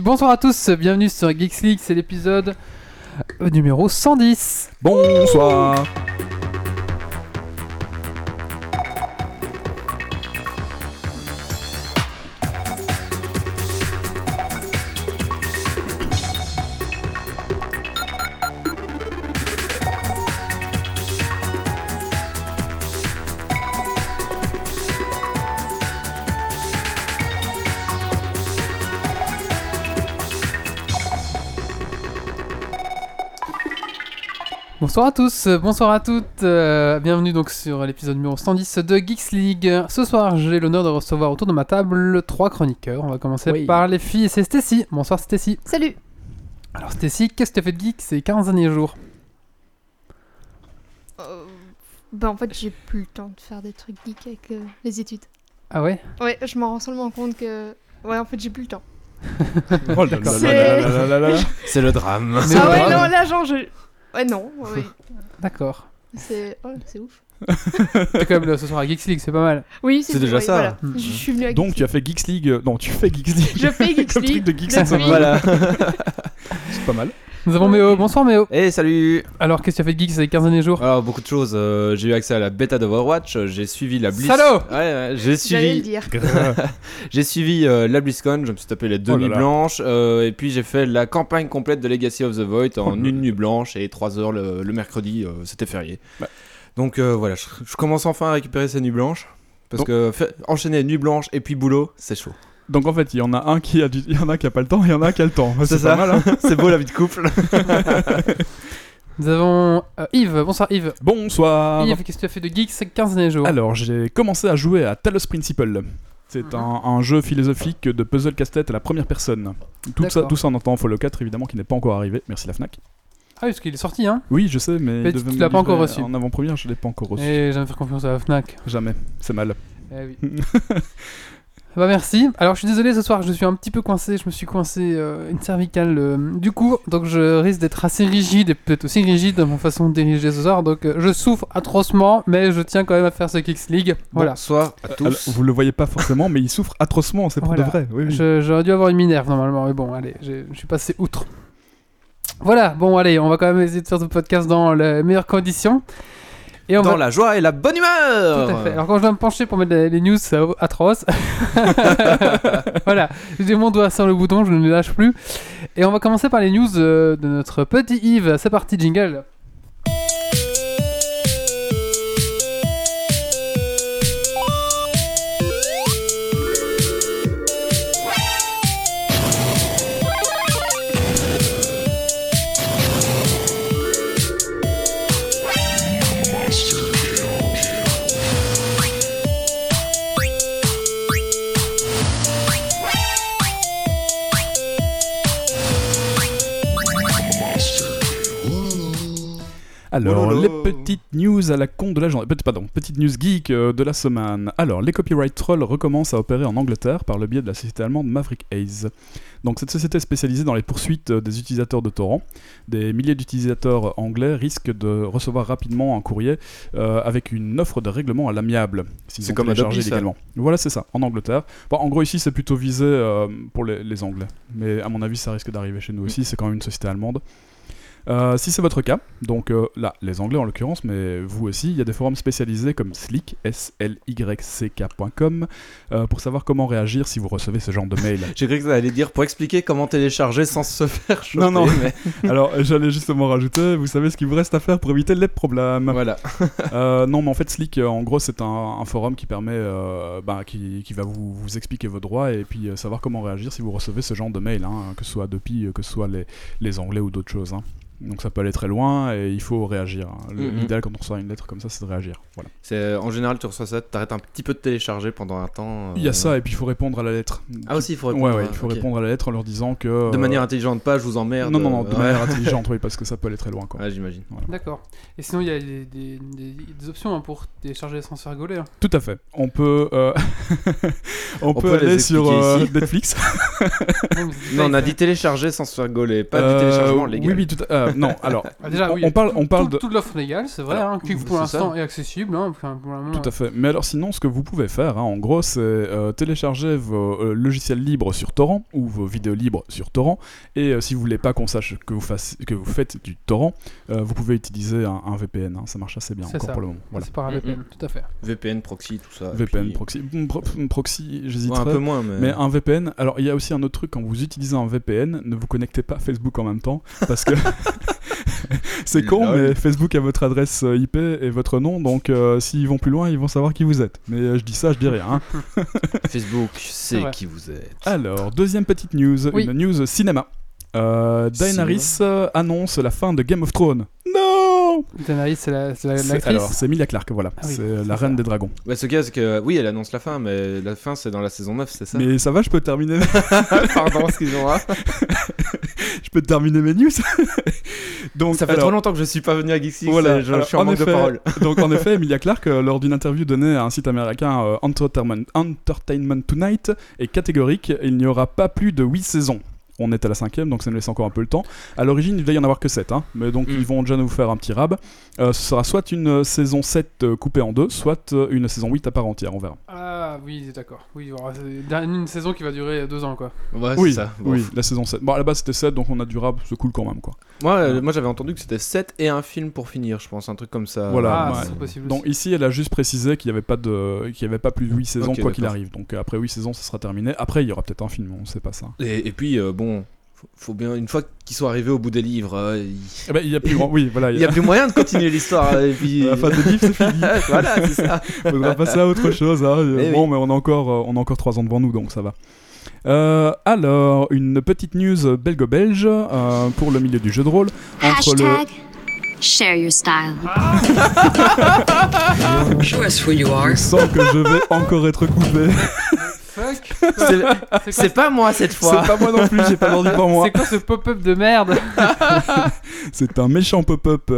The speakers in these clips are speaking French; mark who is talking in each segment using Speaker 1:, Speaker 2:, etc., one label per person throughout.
Speaker 1: Bonsoir à tous, bienvenue sur Geeks League, c'est l'épisode euh, numéro 110.
Speaker 2: Bonsoir.
Speaker 1: Bonsoir à tous, euh, bonsoir à toutes, euh, bienvenue donc sur l'épisode numéro 110 de Geeks League. Ce soir, j'ai l'honneur de recevoir autour de ma table trois chroniqueurs. On va commencer
Speaker 2: Oui.
Speaker 1: par les filles, et c'est Stacy. Bonsoir Stacy.
Speaker 3: Salut
Speaker 1: Alors Stacy, qu'est-ce que tu as fait de geek ces 15 derniers jours
Speaker 3: Bah en fait j'ai plus le temps de faire des trucs geeks avec euh, les études.
Speaker 1: Ah ouais
Speaker 3: Ouais, je m'en rends seulement compte que... Ouais en fait j'ai plus le temps.
Speaker 2: Oh là
Speaker 1: D'accord.
Speaker 2: là là là là là là. C'est le drame.
Speaker 1: Mais
Speaker 3: ah ouais
Speaker 1: voilà.
Speaker 3: non là genre je... Ouais non, ouais,
Speaker 1: hein D'accord.
Speaker 3: c'est... Oh, c'est ouf.
Speaker 1: T'es quand même là ce soir à Geeks League, c'est pas mal.
Speaker 3: Oui c'est
Speaker 2: C'est
Speaker 3: tout,
Speaker 2: déjà
Speaker 3: ouais,
Speaker 2: ça. Hmm.
Speaker 3: voilà.
Speaker 1: Mm.
Speaker 3: Je suis venue avec...
Speaker 2: Donc tu as fait Geeks League. euh, Non, tu fais Geeks League.
Speaker 3: Je fais Geeks
Speaker 2: Comme
Speaker 3: League
Speaker 2: truc de Geeks League, ça me
Speaker 3: depuis-
Speaker 2: va. C'est pas mal.
Speaker 1: Nous avons Méo, bonsoir Méo.
Speaker 4: Eh salut
Speaker 1: Alors qu'est-ce que tu as fait de geek ces 15 derniers jours
Speaker 4: Alors beaucoup de choses, euh, j'ai eu accès à la bêta d'Overwatch, euh, j'ai suivi la Blizz...
Speaker 1: Salaud
Speaker 4: Ouais, ouais, j'ai
Speaker 3: J'allais le
Speaker 4: suivi,
Speaker 3: dire.
Speaker 4: j'ai suivi euh, la BlizzCon, je me suis tapé les
Speaker 2: là
Speaker 4: demi blanches, euh, et puis j'ai fait la campagne complète de Legacy of the Void en
Speaker 2: Oh là
Speaker 4: une nuit blanche et 3 heures le, le mercredi, euh, c'était férié.
Speaker 2: Bah.
Speaker 4: Donc euh, voilà, je, je commence enfin à récupérer ces nuits blanches, parce
Speaker 2: Donc-
Speaker 4: que fa- enchaîner nuit blanche et puis boulot, c'est chaud.
Speaker 2: Donc en fait, il y en a un qui a du- il y en a qui a pas le temps, il y en a un qui a le temps. C'est
Speaker 4: ça.
Speaker 2: pas mal. hein.
Speaker 4: c'est beau la vie de couple
Speaker 1: Nous avons euh, Yves, bonsoir Yves.
Speaker 3: Ah,
Speaker 2: Bonsoir.
Speaker 1: Yves, qu'est-ce que tu as fait de geek ces 15 derniers jours
Speaker 2: Alors j'ai commencé à jouer à Talos Principle. C'est
Speaker 1: Ah.
Speaker 2: un, un jeu philosophique de puzzle casse-tête à la première personne. Tout ça,
Speaker 1: D'accord.
Speaker 2: tout ça en entendant Fallout 4 évidemment qui n'est pas encore arrivé. Merci la Fnac.
Speaker 1: Ah oui, parce qu'il est sorti, hein
Speaker 2: Oui, je sais, mais,
Speaker 1: Mais
Speaker 2: il
Speaker 1: tu-
Speaker 2: devait
Speaker 1: tu
Speaker 2: me
Speaker 1: l'as pas encore
Speaker 2: livrer
Speaker 1: reçu. Eh.
Speaker 2: En avant-première, je l'ai pas encore reçu.
Speaker 1: Et j'aime faire confiance à la Fnac.
Speaker 2: Jamais. C'est mal.
Speaker 1: Eh oui. bah merci. Alors je suis désolé ce soir, je suis un petit peu coincé, je me suis coincé euh, une cervicale euh, du coup, donc je risque d'être assez rigide et peut-être aussi rigide dans ma façon de diriger ce soir, donc euh, je souffre atrocement, mais je tiens quand même à faire ce Kicks League. Voilà.
Speaker 4: Bonsoir à tous.
Speaker 2: Alors, vous le voyez pas forcément, mais il souffre atrocement. C'est pour
Speaker 1: Voilà.
Speaker 2: de vrai. Oui, oui.
Speaker 1: Je- J'aurais dû avoir une minerve normalement, mais bon, allez, j'ai- je suis passé outre. Voilà, bon allez, on va quand même essayer de faire ce podcast dans les meilleures conditions. Et on
Speaker 4: Dans
Speaker 1: va...
Speaker 4: la joie et la bonne humeur
Speaker 1: Tout à
Speaker 2: euh.
Speaker 1: fait. Alors quand je dois me pencher pour mettre les les news, c'est atroce. voilà, j'ai mon doigt sur le bouton, je ne le lâche plus. Et on va commencer par les news euh, de notre petit Yves. C'est parti, jingle.
Speaker 2: Alors,
Speaker 4: Oh là là.
Speaker 2: les petites news à la con de la journée. Petit- Pardon, petite news geek euh, de la semaine. Alors, les copyright trolls recommencent à opérer en Angleterre par le biais de la société allemande Maverick Hayes. Donc, cette société est spécialisée dans les poursuites euh, des utilisateurs de torrents. Des milliers d'utilisateurs anglais risquent de recevoir rapidement un courrier euh, avec une offre de règlement à l'amiable. s'ils
Speaker 4: C'est
Speaker 2: ont
Speaker 4: comme Adobe,
Speaker 2: téléchargé
Speaker 4: ça.
Speaker 2: illégalement. Voilà, c'est ça, en Angleterre. Bon, en gros, ici, c'est plutôt visé euh, pour les, les Anglais. Mais à mon avis, ça risque d'arriver chez nous aussi. C'est quand même une société allemande. Euh, si c'est votre cas, donc euh, là, les Anglais en l'occurrence, mais vous aussi, il y a des forums spécialisés comme Slick, S-L-Y-C-K.com, euh, pour savoir comment réagir si vous recevez ce genre de mail.
Speaker 4: J'ai cru que ça allait dire pour expliquer comment télécharger sans se faire choper.
Speaker 2: Non, non.
Speaker 4: mais
Speaker 2: Alors, j'allais justement rajouter, vous savez ce qu'il vous reste à faire pour éviter les problèmes.
Speaker 4: voilà.
Speaker 2: Euh, non, mais en fait, Slick, euh, en gros, c'est un, un forum qui permet, euh, bah, qui, qui va vous, vous expliquer vos droits et puis euh, savoir comment réagir si vous recevez ce genre de mail, hein, que ce soit Adopi, euh, que ce soit les, les Anglais ou d'autres choses. hein. Donc ça peut aller très loin et il faut réagir. hein. Le-
Speaker 4: Mhm.
Speaker 2: L'idéal quand on reçoit une lettre comme ça, c'est de réagir. Voilà.
Speaker 4: C'est, en général, tu reçois ça, t'arrêtes un petit peu de télécharger pendant un temps. euh,
Speaker 2: Il y a ça et puis il faut répondre à la lettre.
Speaker 4: Ah aussi, il faut
Speaker 2: ouais,
Speaker 4: répondre.
Speaker 2: ouais,
Speaker 4: à-
Speaker 2: il faut
Speaker 4: ok.
Speaker 2: répondre à la lettre en leur disant que.
Speaker 4: De manière
Speaker 2: euh,
Speaker 4: intelligente, pas je vous emmerde.
Speaker 2: non, non, non, de
Speaker 4: euh,
Speaker 2: manière intelligente, oui, parce que ça peut aller très loin. Quoi.
Speaker 4: ouais. Ouais, j'imagine.
Speaker 1: D'accord. Et sinon, il y a des, des- des- des options hein, pour télécharger sans se faire gauler. hein.
Speaker 2: Tout à fait. On peut, euh, on
Speaker 4: On
Speaker 2: peut
Speaker 4: peut les
Speaker 2: aller sur
Speaker 4: expliquer
Speaker 2: euh,
Speaker 4: ici.
Speaker 2: Netflix.
Speaker 1: Non, mais c'est
Speaker 4: Non, on a
Speaker 1: pas-
Speaker 4: dit télécharger sans se faire gauler, pas
Speaker 2: Euh,
Speaker 4: du téléchargement légal.
Speaker 2: Oui, oui, tout à- euh, Euh, non, alors,
Speaker 1: Ah, déjà,
Speaker 2: on,
Speaker 1: oui,
Speaker 2: on parle, on parle
Speaker 1: Tout-
Speaker 2: de...
Speaker 1: Toute l'offre légale, c'est vrai,
Speaker 2: Alors,
Speaker 1: hein, qui
Speaker 4: c'est
Speaker 1: pour
Speaker 4: ça.
Speaker 1: l'instant est accessible. hein, enfin, pour le moment,
Speaker 2: Tout à fait. Mais alors sinon, ce que vous pouvez faire, hein, en gros, c'est euh, télécharger vos euh, logiciels libres sur torrent ou vos vidéos libres sur torrent. Et euh, si vous voulez pas qu'on sache que vous, fasse- que vous faites du torrent, euh, vous pouvez utiliser un, un VPN. hein. ça marche assez bien
Speaker 1: C'est
Speaker 2: encore
Speaker 1: ça.
Speaker 2: pour le moment. Voilà.
Speaker 1: C'est par un
Speaker 4: Mm,
Speaker 1: VPN,
Speaker 4: mm.
Speaker 1: tout à fait.
Speaker 4: VPN, proxy, tout ça. et
Speaker 2: VPN,
Speaker 4: puis-
Speaker 2: proxy, pro- proxy,
Speaker 4: Ouais,
Speaker 2: j'hésiterais.
Speaker 4: un peu moins, mais.
Speaker 2: Mais un VPN, alors il y a aussi un autre truc, quand vous utilisez un VPN, ne vous connectez pas à Facebook en même temps, parce que c'est con,
Speaker 4: Lol.
Speaker 2: mais Facebook a votre adresse euh, IP et votre nom, donc euh, s'ils vont plus loin, ils vont savoir qui vous êtes. Mais euh, je dis ça, je dis rien. hein.
Speaker 4: Facebook,
Speaker 1: C'est
Speaker 4: c'est
Speaker 1: vrai.
Speaker 4: qui vous êtes.
Speaker 2: Alors, deuxième petite news,
Speaker 1: Oui.
Speaker 2: une news cinéma. Euh, Daenerys euh, annonce la fin de Game of Thrones. Non
Speaker 1: Daenerys, c'est la- c'est la-
Speaker 2: C'est-
Speaker 1: Euh, l'actrice.
Speaker 2: Alors, c'est Emilia Clarke, voilà.
Speaker 1: Ah oui,
Speaker 2: c'est euh,
Speaker 1: c'est
Speaker 2: la
Speaker 1: ça.
Speaker 2: reine des dragons.
Speaker 4: Ouais, ce cas, c'est que. Oui, elle annonce la fin, mais la fin, c'est dans la saison 9, c'est ça
Speaker 2: Mais ça va, je peux terminer
Speaker 4: Pardon, excusez-moi.
Speaker 2: je peux terminer mes news. Donc
Speaker 4: Ça fait
Speaker 2: alors,
Speaker 4: trop longtemps que je suis pas venu à Geeksy,
Speaker 2: Voilà,
Speaker 4: je, je
Speaker 2: alors,
Speaker 4: suis en,
Speaker 2: en
Speaker 4: manque de
Speaker 2: effet,
Speaker 4: parole.
Speaker 2: Donc en effet, Emilia Clarke, euh, lors d'une interview donnée à un site américain euh, Entertainment, Entertainment Tonight, est catégorique, il n'y aura pas plus de 8 saisons. On est à la cinquième, donc ça nous laisse encore un peu le temps. À l'origine, il devait y en avoir que 7, mais donc
Speaker 4: Mm.
Speaker 2: ils vont déjà nous faire un petit rab. Euh, ce sera soit une euh, saison 7 euh, coupée en deux, soit euh, une saison 8 à part entière, on verra.
Speaker 1: Ah oui, d'accord. Oui, il y aura- c'est une saison qui va durer deux ans, quoi.
Speaker 4: Ouais,
Speaker 2: oui,
Speaker 4: c'est ça. bon.
Speaker 2: oui, la saison 7. Bon, à la base c'était 7, donc on a du rab, c'est cool quand même, quoi.
Speaker 4: Moi, euh, moi j'avais entendu que c'était 7 et un film pour finir, je pense, un truc comme ça.
Speaker 2: Voilà,
Speaker 1: ah,
Speaker 2: ouais.
Speaker 1: c'est possible.
Speaker 2: Donc ici, elle a juste précisé qu'il n'y avait pas de, qu'il y avait pas plus de 8 saisons
Speaker 4: Ok,
Speaker 2: quoi qu'il
Speaker 4: d'accord.
Speaker 2: arrive. Donc euh, après 8 saisons, ça sera terminé. Après, il y aura peut-être un film, on ne sait pas ça.
Speaker 4: Et, et puis, euh, bon, faut, faut bien, une fois qu'ils sont arrivés au bout des livres, euh, il
Speaker 2: Eh ben, il y a plus grand. Oui, voilà.
Speaker 4: n'y a plus moyen de continuer l'histoire. euh, et puis...
Speaker 2: La fin des livres, c'est fini.
Speaker 4: voilà, c'est ça.
Speaker 2: Faudra passer à autre chose. hein.
Speaker 4: Eh
Speaker 2: bon,
Speaker 4: oui.
Speaker 2: mais on a encore, euh, on a encore trois ans devant nous, donc ça va. Euh, alors, une petite news belgo-belge euh, pour le milieu du jeu de rôle entre le
Speaker 5: Hashtag share your style.
Speaker 6: Show us who you
Speaker 2: je
Speaker 6: are.
Speaker 2: sens que je vais encore être coupé.
Speaker 1: Fuck
Speaker 4: C'est-
Speaker 1: C'est quoi,
Speaker 4: C'est pas moi cette
Speaker 2: C'est
Speaker 4: fois.
Speaker 2: pas moi non plus, j'ai pas l'ordi pour moi.
Speaker 1: c'est quoi ce pop-up de merde
Speaker 2: C'est un méchant pop-up.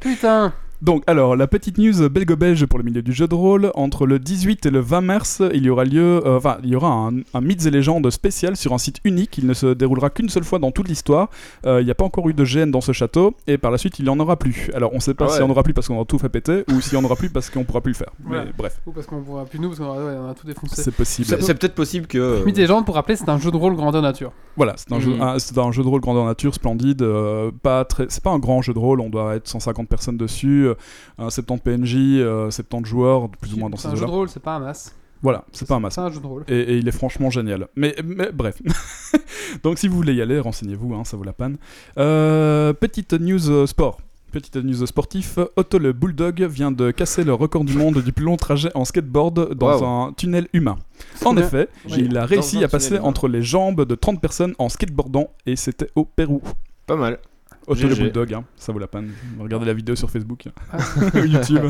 Speaker 1: Putain
Speaker 2: Donc, alors, la petite news belgo-belge pour le milieu du jeu de rôle. Entre le 18 et le 20 mars, il y aura lieu, euh, enfin, il y aura un, un Mythes et légendes spécial sur un site unique. Il ne se déroulera qu'une seule fois dans toute l'histoire. Euh, il n'y a pas encore eu de GN dans ce château, et par la suite, il n'y en aura plus. Alors, on ne sait pas
Speaker 4: Ah
Speaker 2: s'il
Speaker 4: ouais.
Speaker 2: y en aura plus parce qu'on aura tout fait péter, ou s'il n'y en aura plus parce qu'on ne pourra plus le faire.
Speaker 1: Voilà.
Speaker 2: Mais bref,
Speaker 1: Ou parce qu'on pourra plus nous, parce qu'on aura, ouais, on a tout défoncé.
Speaker 2: c'est possible.
Speaker 4: C'est c'est peut-être possible que. euh,
Speaker 1: Mythe et légende, pour rappeler, c'est un jeu de rôle grandeur nature.
Speaker 2: Voilà, c'est un, jeu,
Speaker 4: Mhm.
Speaker 2: un- c'est un jeu de rôle grandeur nature, splendide. euh, pas très, c'est pas un grand jeu de rôle, on doit être 150 personnes dessus, euh, un 70 PNJ, euh, 70 joueurs, plus ou moins dans
Speaker 1: C'est
Speaker 2: ces
Speaker 1: un jeu
Speaker 2: eaux-là.
Speaker 1: de rôle, c'est pas un masque.
Speaker 2: Voilà, c'est pas un masque.
Speaker 1: C'est un jeu de rôle.
Speaker 2: Et, et il est franchement génial. Mais, mais bref. Donc si vous voulez y aller, renseignez-vous, hein, ça vaut la peine. Euh, petite news euh, sport. Petite news sportif. Otto le Bulldog vient de casser le record du monde du plus long trajet en skateboard dans
Speaker 4: Wow.
Speaker 2: un tunnel humain. En effet,
Speaker 4: Ouais.
Speaker 2: il a
Speaker 4: Dans
Speaker 2: réussi
Speaker 4: un
Speaker 2: à passer
Speaker 4: tunnel humain.
Speaker 2: entre les jambes de 30 personnes en skateboardant et c'était au Pérou.
Speaker 4: Pas mal.
Speaker 2: Otto le
Speaker 4: GG.
Speaker 2: Bulldog, hein, ça vaut la peine. Regardez la vidéo sur Facebook,
Speaker 1: Ah.
Speaker 2: YouTube.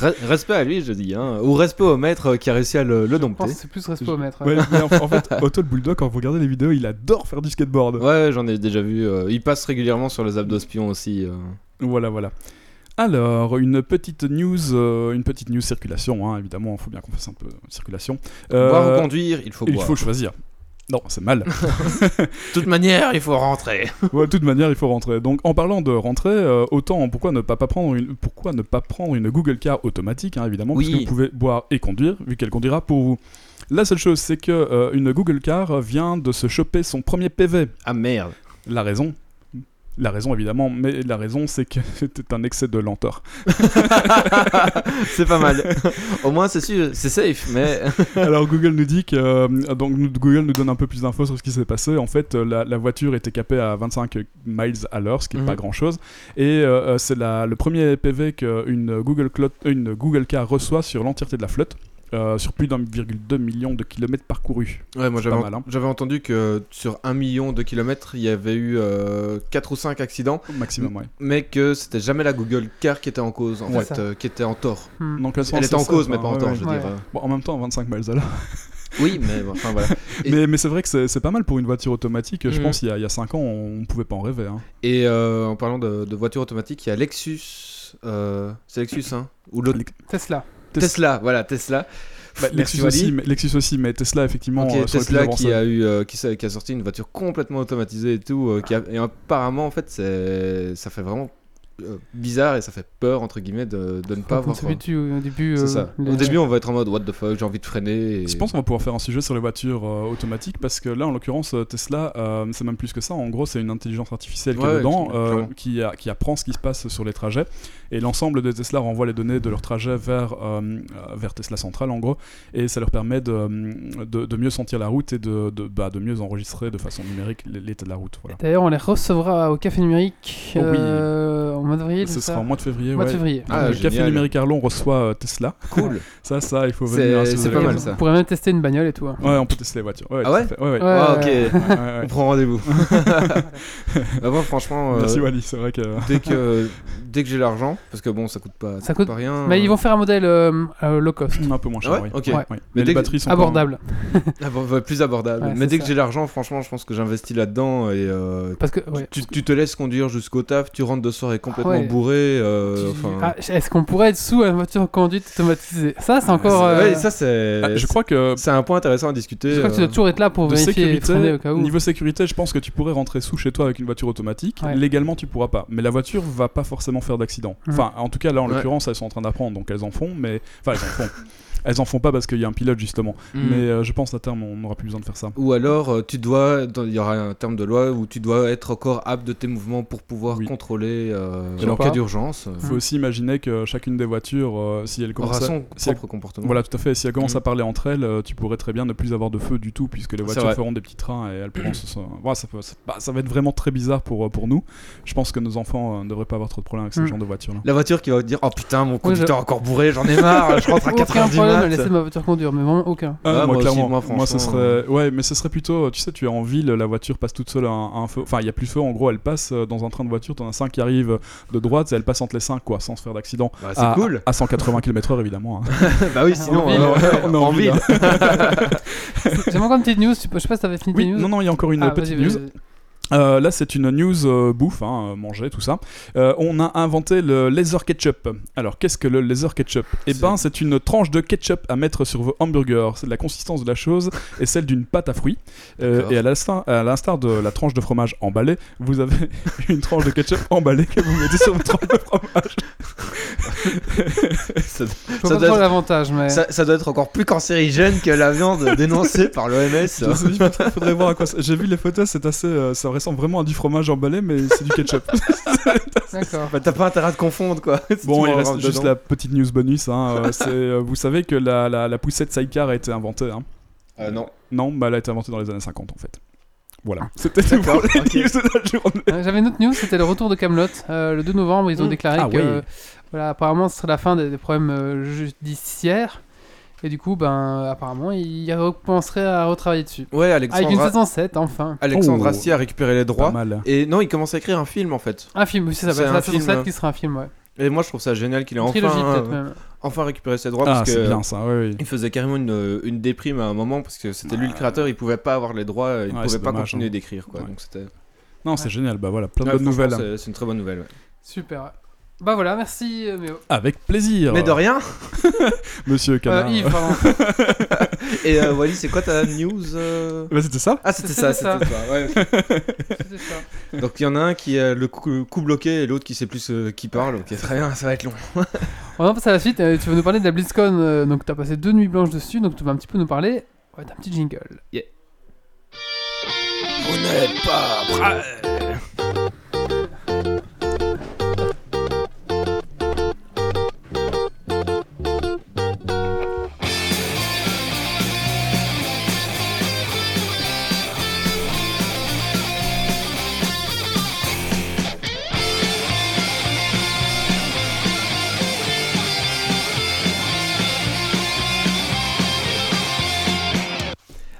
Speaker 4: Re- respect à lui, je dis. Hein. Ou respect au maître qui a réussi à le,
Speaker 1: Je
Speaker 4: le
Speaker 1: pense
Speaker 4: dompter.
Speaker 1: que c'est plus respect au maître.
Speaker 2: Ouais, mais en, en fait, Otto le Bulldog, quand vous regardez les vidéos, il adore faire du skateboard.
Speaker 4: Ouais, j'en ai déjà vu. euh, il passe régulièrement sur les abdos espions aussi. euh.
Speaker 2: Voilà, voilà. Alors, une petite news, euh, une petite news circulation, hein, évidemment, il faut bien qu'on fasse un peu de circulation. Euh,
Speaker 4: Boire ou conduire, il faut
Speaker 2: il
Speaker 4: boire.
Speaker 2: faut choisir. Non, c'est mal.
Speaker 4: De toute manière, il faut rentrer.
Speaker 2: Ouais, de toute manière, il faut rentrer. Donc, en parlant de rentrer, euh, autant pourquoi ne pas, pas prendre une, pourquoi ne pas prendre une Google Car automatique, hein, évidemment,
Speaker 4: Oui.
Speaker 2: parce que vous pouvez boire et conduire, vu qu'elle conduira pour vous. La seule chose, c'est que euh, une Google Car vient de se choper son premier PV.
Speaker 4: Ah merde.
Speaker 2: La raison La raison, évidemment, mais la raison, c'est que c'était un excès de lenteur.
Speaker 4: c'est pas mal. Au moins, c'est sûr, c'est safe, mais.
Speaker 2: Alors Google nous dit que euh, donc nous- Google nous donne un peu plus d'infos sur ce qui s'est passé. En fait, euh, la, la voiture était capée à 25 miles à l'heure, ce qui est
Speaker 4: Mhm.
Speaker 2: pas grand chose. Et euh, euh, c'est la- le premier PV qu'une Google, Clot- euh, une Google Car reçoit sur l'entièreté de la flotte. euh, sur plus d'1,2 million de kilomètres parcourus.
Speaker 4: Ouais, moi
Speaker 2: C'est
Speaker 4: j'avais
Speaker 2: pas mal, hein.
Speaker 4: j'avais entendu que sur un million de kilomètres, il y avait eu 4 ou 5 accidents,
Speaker 2: au Maximum, ouais.
Speaker 4: mais que c'était jamais la Google Car qui était en cause, en
Speaker 1: Ouais.
Speaker 4: fait, euh, qui était en tort.
Speaker 1: Hmm.
Speaker 2: Donc, à ce
Speaker 4: Elle
Speaker 2: sens,
Speaker 4: était en
Speaker 2: c'est ça,
Speaker 4: cause, mais
Speaker 2: enfin,
Speaker 4: pas en
Speaker 2: ouais,
Speaker 4: tort,
Speaker 2: ouais.
Speaker 4: je veux
Speaker 1: ouais.
Speaker 4: dire. euh.
Speaker 2: Bon, en même temps, 25 miles à l'heure.
Speaker 4: Oui, mais bon, enfin voilà. Et-
Speaker 2: Mais, mais c'est vrai que c'est c'est pas mal pour une voiture automatique. Je
Speaker 4: Mhm.
Speaker 2: pense il y a- il y a 5 ans, on pouvait pas en rêver. hein.
Speaker 4: Et euh, en parlant de, de voitures automatiques, il y a Lexus. euh, c'est Lexus, hein Ou l'autre.
Speaker 2: Lex-
Speaker 1: Tesla.
Speaker 4: Tesla, voilà, Tesla.
Speaker 2: Bah,
Speaker 4: Merci,
Speaker 2: Lexus, aussi,
Speaker 4: Wally.
Speaker 2: mais- Lexus aussi, mais Tesla, effectivement,
Speaker 4: Ok,
Speaker 2: euh, serait plus
Speaker 4: Tesla
Speaker 2: avancée.
Speaker 4: qui a, eu, euh, qui, sa- qui a sorti une voiture complètement automatisée et tout, euh, qui a- et apparemment en fait c'est- ça fait vraiment euh, bizarre et ça fait peur entre guillemets de, de ne pas
Speaker 1: On
Speaker 4: avoir. euh,
Speaker 1: s'habitue au début.
Speaker 4: c'est
Speaker 1: euh,
Speaker 4: ça.
Speaker 1: les-
Speaker 4: Au début on va être en mode what the fuck, j'ai envie de freiner. et-
Speaker 2: Je pense qu'on va pouvoir faire un sujet sur les voitures euh, automatiques parce que là, en l'occurrence, euh, Tesla, euh, c'est même plus que ça. En gros, c'est une intelligence artificielle qui
Speaker 4: Ouais,
Speaker 2: est
Speaker 4: ouais,
Speaker 2: dedans,
Speaker 4: clairement.
Speaker 2: euh, qui, a- qui apprend ce qui se passe sur les trajets. Et l'ensemble des Tesla renvoie les données de leurs trajets vers, euh, euh, vers Tesla Central, en gros. Et ça leur permet de, euh, de, de mieux sentir la route et de, de, bah, de mieux enregistrer de façon numérique l'état de la route. Voilà.
Speaker 1: D'ailleurs, on les recevra au Café Numérique
Speaker 2: Oh oui.
Speaker 1: euh, en mois d'avril.
Speaker 2: Ce
Speaker 1: c'est
Speaker 2: sera
Speaker 1: ça
Speaker 2: en mois de février.
Speaker 1: Mois de
Speaker 2: ouais.
Speaker 1: février.
Speaker 2: Donc,
Speaker 4: Ah,
Speaker 2: le Café
Speaker 4: génial.
Speaker 2: Numérique Arlon reçoit euh, Tesla.
Speaker 4: Cool.
Speaker 2: Ça, ça, il faut
Speaker 4: C'est-
Speaker 2: venir. si vous
Speaker 4: c'est
Speaker 2: avez
Speaker 4: pas mal,
Speaker 2: raison.
Speaker 4: ça.
Speaker 1: On pourrait même tester une bagnole et tout. hein.
Speaker 2: Ouais, on peut tester les voitures. Ouais,
Speaker 4: Ah ouais
Speaker 2: tout à fait. ouais, ouais.
Speaker 1: Ouais.
Speaker 4: Ah, ok,
Speaker 2: Ouais, ouais,
Speaker 4: on
Speaker 2: ouais.
Speaker 4: prend rendez-vous. bah moi franchement, euh,
Speaker 2: Merci Wally, c'est vrai que.
Speaker 4: dès que dès que j'ai l'argent, parce que bon ça coûte pas,
Speaker 1: Ça coûte-
Speaker 4: pas rien.
Speaker 1: Mais
Speaker 4: euh,
Speaker 1: ils vont faire un modèle euh, euh, low cost,
Speaker 2: Un peu moins cher,
Speaker 4: Ah
Speaker 2: oui.
Speaker 4: ouais Ok.
Speaker 2: Ouais,
Speaker 1: Ouais.
Speaker 2: Mais,
Speaker 4: Mais
Speaker 2: les
Speaker 4: dès que-
Speaker 2: batteries sont pas-
Speaker 1: abordable.
Speaker 4: ah, bah, bah, plus abordable.
Speaker 1: Ouais, c'est
Speaker 4: Mais dès
Speaker 1: ça.
Speaker 4: que j'ai l'argent, franchement, je pense que j'investis là-dedans et euh,
Speaker 1: Parce que, ouais.
Speaker 4: Tu, tu te laisses conduire jusqu'au taf, tu rentres de soirée complètement
Speaker 1: Ouais.
Speaker 4: bourré. euh, enfin,
Speaker 1: Ah, Est-ce qu'on pourrait être sous à une voiture conduite automatisée Ça, c'est encore.
Speaker 4: Ah, c'est-
Speaker 1: euh,
Speaker 4: ouais, ça c'est.
Speaker 2: Ah, je crois que
Speaker 4: c'est un point intéressant à discuter.
Speaker 1: je crois que tu
Speaker 4: euh,
Speaker 1: dois toujours être là pour
Speaker 2: de
Speaker 1: vérifier et freiner
Speaker 2: sécurité,
Speaker 1: au cas où.
Speaker 2: niveau sécurité, je pense que tu pourrais rentrer sous chez toi avec une voiture automatique.
Speaker 1: Ouais.
Speaker 2: Légalement, tu pourras pas. Mais la voiture va pas forcément faire d'accident.
Speaker 1: Mhm.
Speaker 2: Enfin, en tout cas, là, en
Speaker 4: Ouais.
Speaker 2: l'occurrence, elles sont en train d'apprendre, donc elles en font, mais. Enfin, elles en font. elles en font pas parce qu'il y a un pilote, justement.
Speaker 1: Mm.
Speaker 4: hmm.
Speaker 2: Mais euh, je pense à terme, on n'aura plus besoin de faire ça.
Speaker 4: Ou alors, euh, tu dois, dans- il y aura un terme de loi où tu dois être encore apte de tes mouvements pour pouvoir
Speaker 2: Oui.
Speaker 4: contrôler euh,
Speaker 2: Alors
Speaker 4: en cas
Speaker 2: pas.
Speaker 4: d'urgence. euh,
Speaker 2: Faut
Speaker 1: Hein.
Speaker 2: aussi imaginer que chacune des voitures, euh, si elles
Speaker 4: aura
Speaker 2: commencent à-
Speaker 4: son
Speaker 2: si elle-
Speaker 4: propre comportement.
Speaker 2: Voilà, tout à fait. Si elles
Speaker 1: Mm.
Speaker 2: commencent
Speaker 4: Mhm.
Speaker 2: à parler entre elles, euh, tu pourrais très bien ne plus avoir de feu du tout, puisque les
Speaker 4: C'est
Speaker 2: voitures
Speaker 4: vrai.
Speaker 2: feront des petits trains et elles pourront se. se- Voilà, ça, peut- ça- bah, ça va être vraiment très bizarre pour, euh, pour nous. Je pense que nos enfants euh, ne devraient pas avoir trop de problèmes avec ce
Speaker 1: Mhm.
Speaker 2: genre de voiture-là.
Speaker 4: La voiture qui va te dire Oh putain, mon conducteur
Speaker 1: je-
Speaker 4: encore bourré, j'en ai marre, je rentre à 4
Speaker 1: aucun
Speaker 4: h du
Speaker 1: problème à
Speaker 4: mat.
Speaker 1: laisser ma voiture conduire, mais vraiment aucun.
Speaker 2: Ah,
Speaker 4: Ah,
Speaker 2: moi,
Speaker 4: moi aussi,
Speaker 2: clairement.
Speaker 4: moi,
Speaker 2: moi, ce
Speaker 4: franchement,
Speaker 2: serait. Ouais, mais ce serait plutôt. euh, Tu sais, tu es en ville, la voiture passe toute seule à un, à un feu. Enfin, il n'y a plus de feu, en gros, elle passe euh, dans un train de voiture, t'en as 5 qui arrivent de droite, et elle passe entre les 5, quoi, sans se faire d'accident.
Speaker 4: Bah,
Speaker 2: à,
Speaker 4: c'est cool.
Speaker 2: À 180 km/h, évidemment. hein.
Speaker 4: bah oui, sinon,
Speaker 1: En ville.
Speaker 4: euh,
Speaker 2: On est en
Speaker 4: en
Speaker 2: ville,
Speaker 4: ville.
Speaker 1: J'ai encore une petite news, tu peux- je sais pas si t'avais fini
Speaker 2: Oui,
Speaker 1: tes news.
Speaker 2: non, non, il y a encore une
Speaker 1: Ah,
Speaker 2: petite
Speaker 1: vas-y,
Speaker 2: news.
Speaker 1: vas-y, vas-y.
Speaker 2: Euh, là, c'est une news euh, bouffe, hein, euh, manger, tout ça. Euh, on a inventé le laser ketchup. Alors, qu'est-ce que le laser ketchup Eh
Speaker 4: C'est-
Speaker 2: ben, c'est une tranche de ketchup à mettre sur vos hamburgers. C'est La consistance de la chose est celle d'une pâte à fruits. Euh,
Speaker 4: D'accord.
Speaker 2: et à l'instar, à l'instar de la tranche de fromage emballée, vous avez une tranche de ketchup emballée que vous mettez sur votre tranche de fromage.
Speaker 4: Ça-
Speaker 1: Je vois
Speaker 4: Ça
Speaker 1: pas
Speaker 4: doit
Speaker 1: trop
Speaker 4: être-
Speaker 1: l'avantage, mais.
Speaker 4: Ça, ça doit être encore plus cancérigène que la viande dénoncée par
Speaker 2: Je me
Speaker 4: l'OMS.
Speaker 2: suis dit, faudrait, faudrait voir à quoi. ça- J'ai vu les photos, c'est assez, euh, ça ressemble vraiment à du fromage emballé, mais c'est du ketchup.
Speaker 1: D'accord.
Speaker 4: Bah, t'as pas intérêt à te confondre quoi. Si
Speaker 2: Bon,
Speaker 4: tu
Speaker 2: il
Speaker 4: m'en
Speaker 2: reste
Speaker 4: rentres
Speaker 2: juste
Speaker 4: dedans.
Speaker 2: la petite news bonus. hein, euh, c'est, euh, vous savez que la, la, la poussette sidecar a été inventée. hein.
Speaker 4: Euh, non.
Speaker 2: Non, bah, elle a été inventée dans les années 50 en fait. Voilà. C'était tout pour les
Speaker 4: Ah. ok.
Speaker 2: news de la journée.
Speaker 1: Euh, J'avais une autre news, c'était le retour de Camelot. euh, le 2 novembre, ils ont
Speaker 4: Mm.
Speaker 1: déclaré
Speaker 2: Ah
Speaker 1: que,
Speaker 2: oui.
Speaker 1: euh, voilà, apparemment, ce serait la fin des, des problèmes euh, judiciaires. Et du coup, ben, apparemment, ils recommenceraient à retravailler dessus.
Speaker 4: Ouais,
Speaker 1: Avec une
Speaker 4: Alexandra,
Speaker 1: saison 7, enfin.
Speaker 4: Alexandre
Speaker 2: Oh.
Speaker 4: Astier a récupéré les
Speaker 2: Pas
Speaker 4: droits.
Speaker 2: mal.
Speaker 4: Et non, il commence à écrire un film en fait.
Speaker 1: Un film, oui, c'est ça,
Speaker 4: C'est
Speaker 1: c'est la
Speaker 4: un
Speaker 1: saison
Speaker 4: film,
Speaker 1: 7
Speaker 4: euh,
Speaker 1: qui sera un film, ouais.
Speaker 4: Et moi, je trouve ça génial qu'il ait
Speaker 1: Une trilogie,
Speaker 4: enfin,
Speaker 1: peut-être
Speaker 4: euh,
Speaker 1: même.
Speaker 4: enfin récupéré ses droits
Speaker 2: Ah,
Speaker 4: parce
Speaker 2: c'est
Speaker 4: que
Speaker 2: bien ça. Oui, oui.
Speaker 4: il faisait carrément une, euh, une déprime à un moment parce que c'était lui le créateur, il pouvait pas avoir les droits, il
Speaker 2: Ah. Ouais, c'est
Speaker 4: pouvait pas
Speaker 2: dommage,
Speaker 4: continuer
Speaker 2: hein.
Speaker 4: d'écrire quoi.
Speaker 2: Ouais.
Speaker 4: Donc c'était.
Speaker 2: Non, c'est génial. Bah voilà, plein de
Speaker 4: Ouais,
Speaker 2: bonnes
Speaker 4: franchement,
Speaker 2: nouvelles.
Speaker 4: c'est- C'est une très bonne nouvelle. ouais.
Speaker 1: Super. ouais. Bah voilà, merci, euh, Méo.
Speaker 2: Avec plaisir.
Speaker 4: Mais de rien.
Speaker 2: Monsieur
Speaker 1: Euh,
Speaker 2: Canard.
Speaker 1: Yves, pardon.
Speaker 4: Et euh, Wally, c'est quoi ta news euh
Speaker 2: Bah, c'était ça
Speaker 4: Ah, c'était
Speaker 1: C'était
Speaker 4: ça,
Speaker 1: ça.
Speaker 4: c'était ça. ouais, ok.
Speaker 1: C'était ça.
Speaker 4: Donc il y en a un qui a le coup, coup bloqué et l'autre qui sait plus euh, qui parle. Ok, très bien, ça va être long.
Speaker 1: On va passer à la suite. euh, tu veux nous parler de la BlizzCon. euh, donc, t'as passé deux nuits blanches dessus. Donc, tu vas un petit peu nous parler. Ouais, t'as un petit jingle.
Speaker 4: Vous n'êtes pas prêts.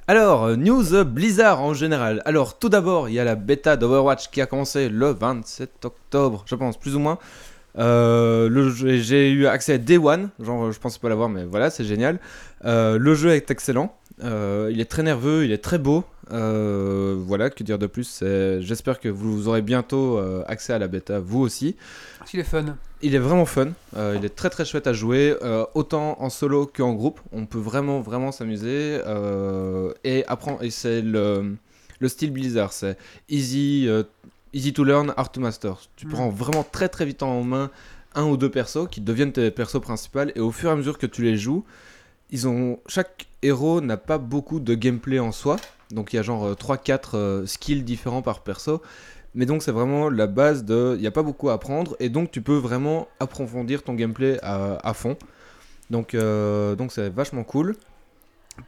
Speaker 4: Alors, euh, news Blizzard en général. Alors, tout d'abord, il y a la bêta d'Overwatch qui a commencé le 27 octobre, je pense, plus ou moins. Euh, le jeu- j'ai eu accès à Day One, genre je pensais pas l'avoir, mais voilà, c'est génial. Euh, le jeu est excellent. Euh, il est très nerveux, il est très beau. Euh, voilà, que dire de plus c'est- J'espère que vous, vous aurez bientôt euh, accès à la bêta, vous aussi.
Speaker 1: Il est fun.
Speaker 4: Il est vraiment fun, euh, il est très très chouette à jouer, euh, autant en solo qu'en groupe. On peut vraiment vraiment s'amuser euh, et apprendre. Et c'est le, le style Blizzard, c'est easy, euh, easy to learn, hard to master. Tu
Speaker 1: Mm.
Speaker 4: prends vraiment très très vite en main un ou deux persos qui deviennent tes persos principaux et au fur et à mesure que tu les joues, ils ont chaque héros n'a pas beaucoup de gameplay en soi. Donc il y a genre euh, 3-4 skills différents par perso. Mais donc c'est vraiment la base de... Il n'y a pas beaucoup à apprendre et donc tu peux vraiment approfondir ton gameplay à, à fond. Donc euh, donc c'est vachement cool.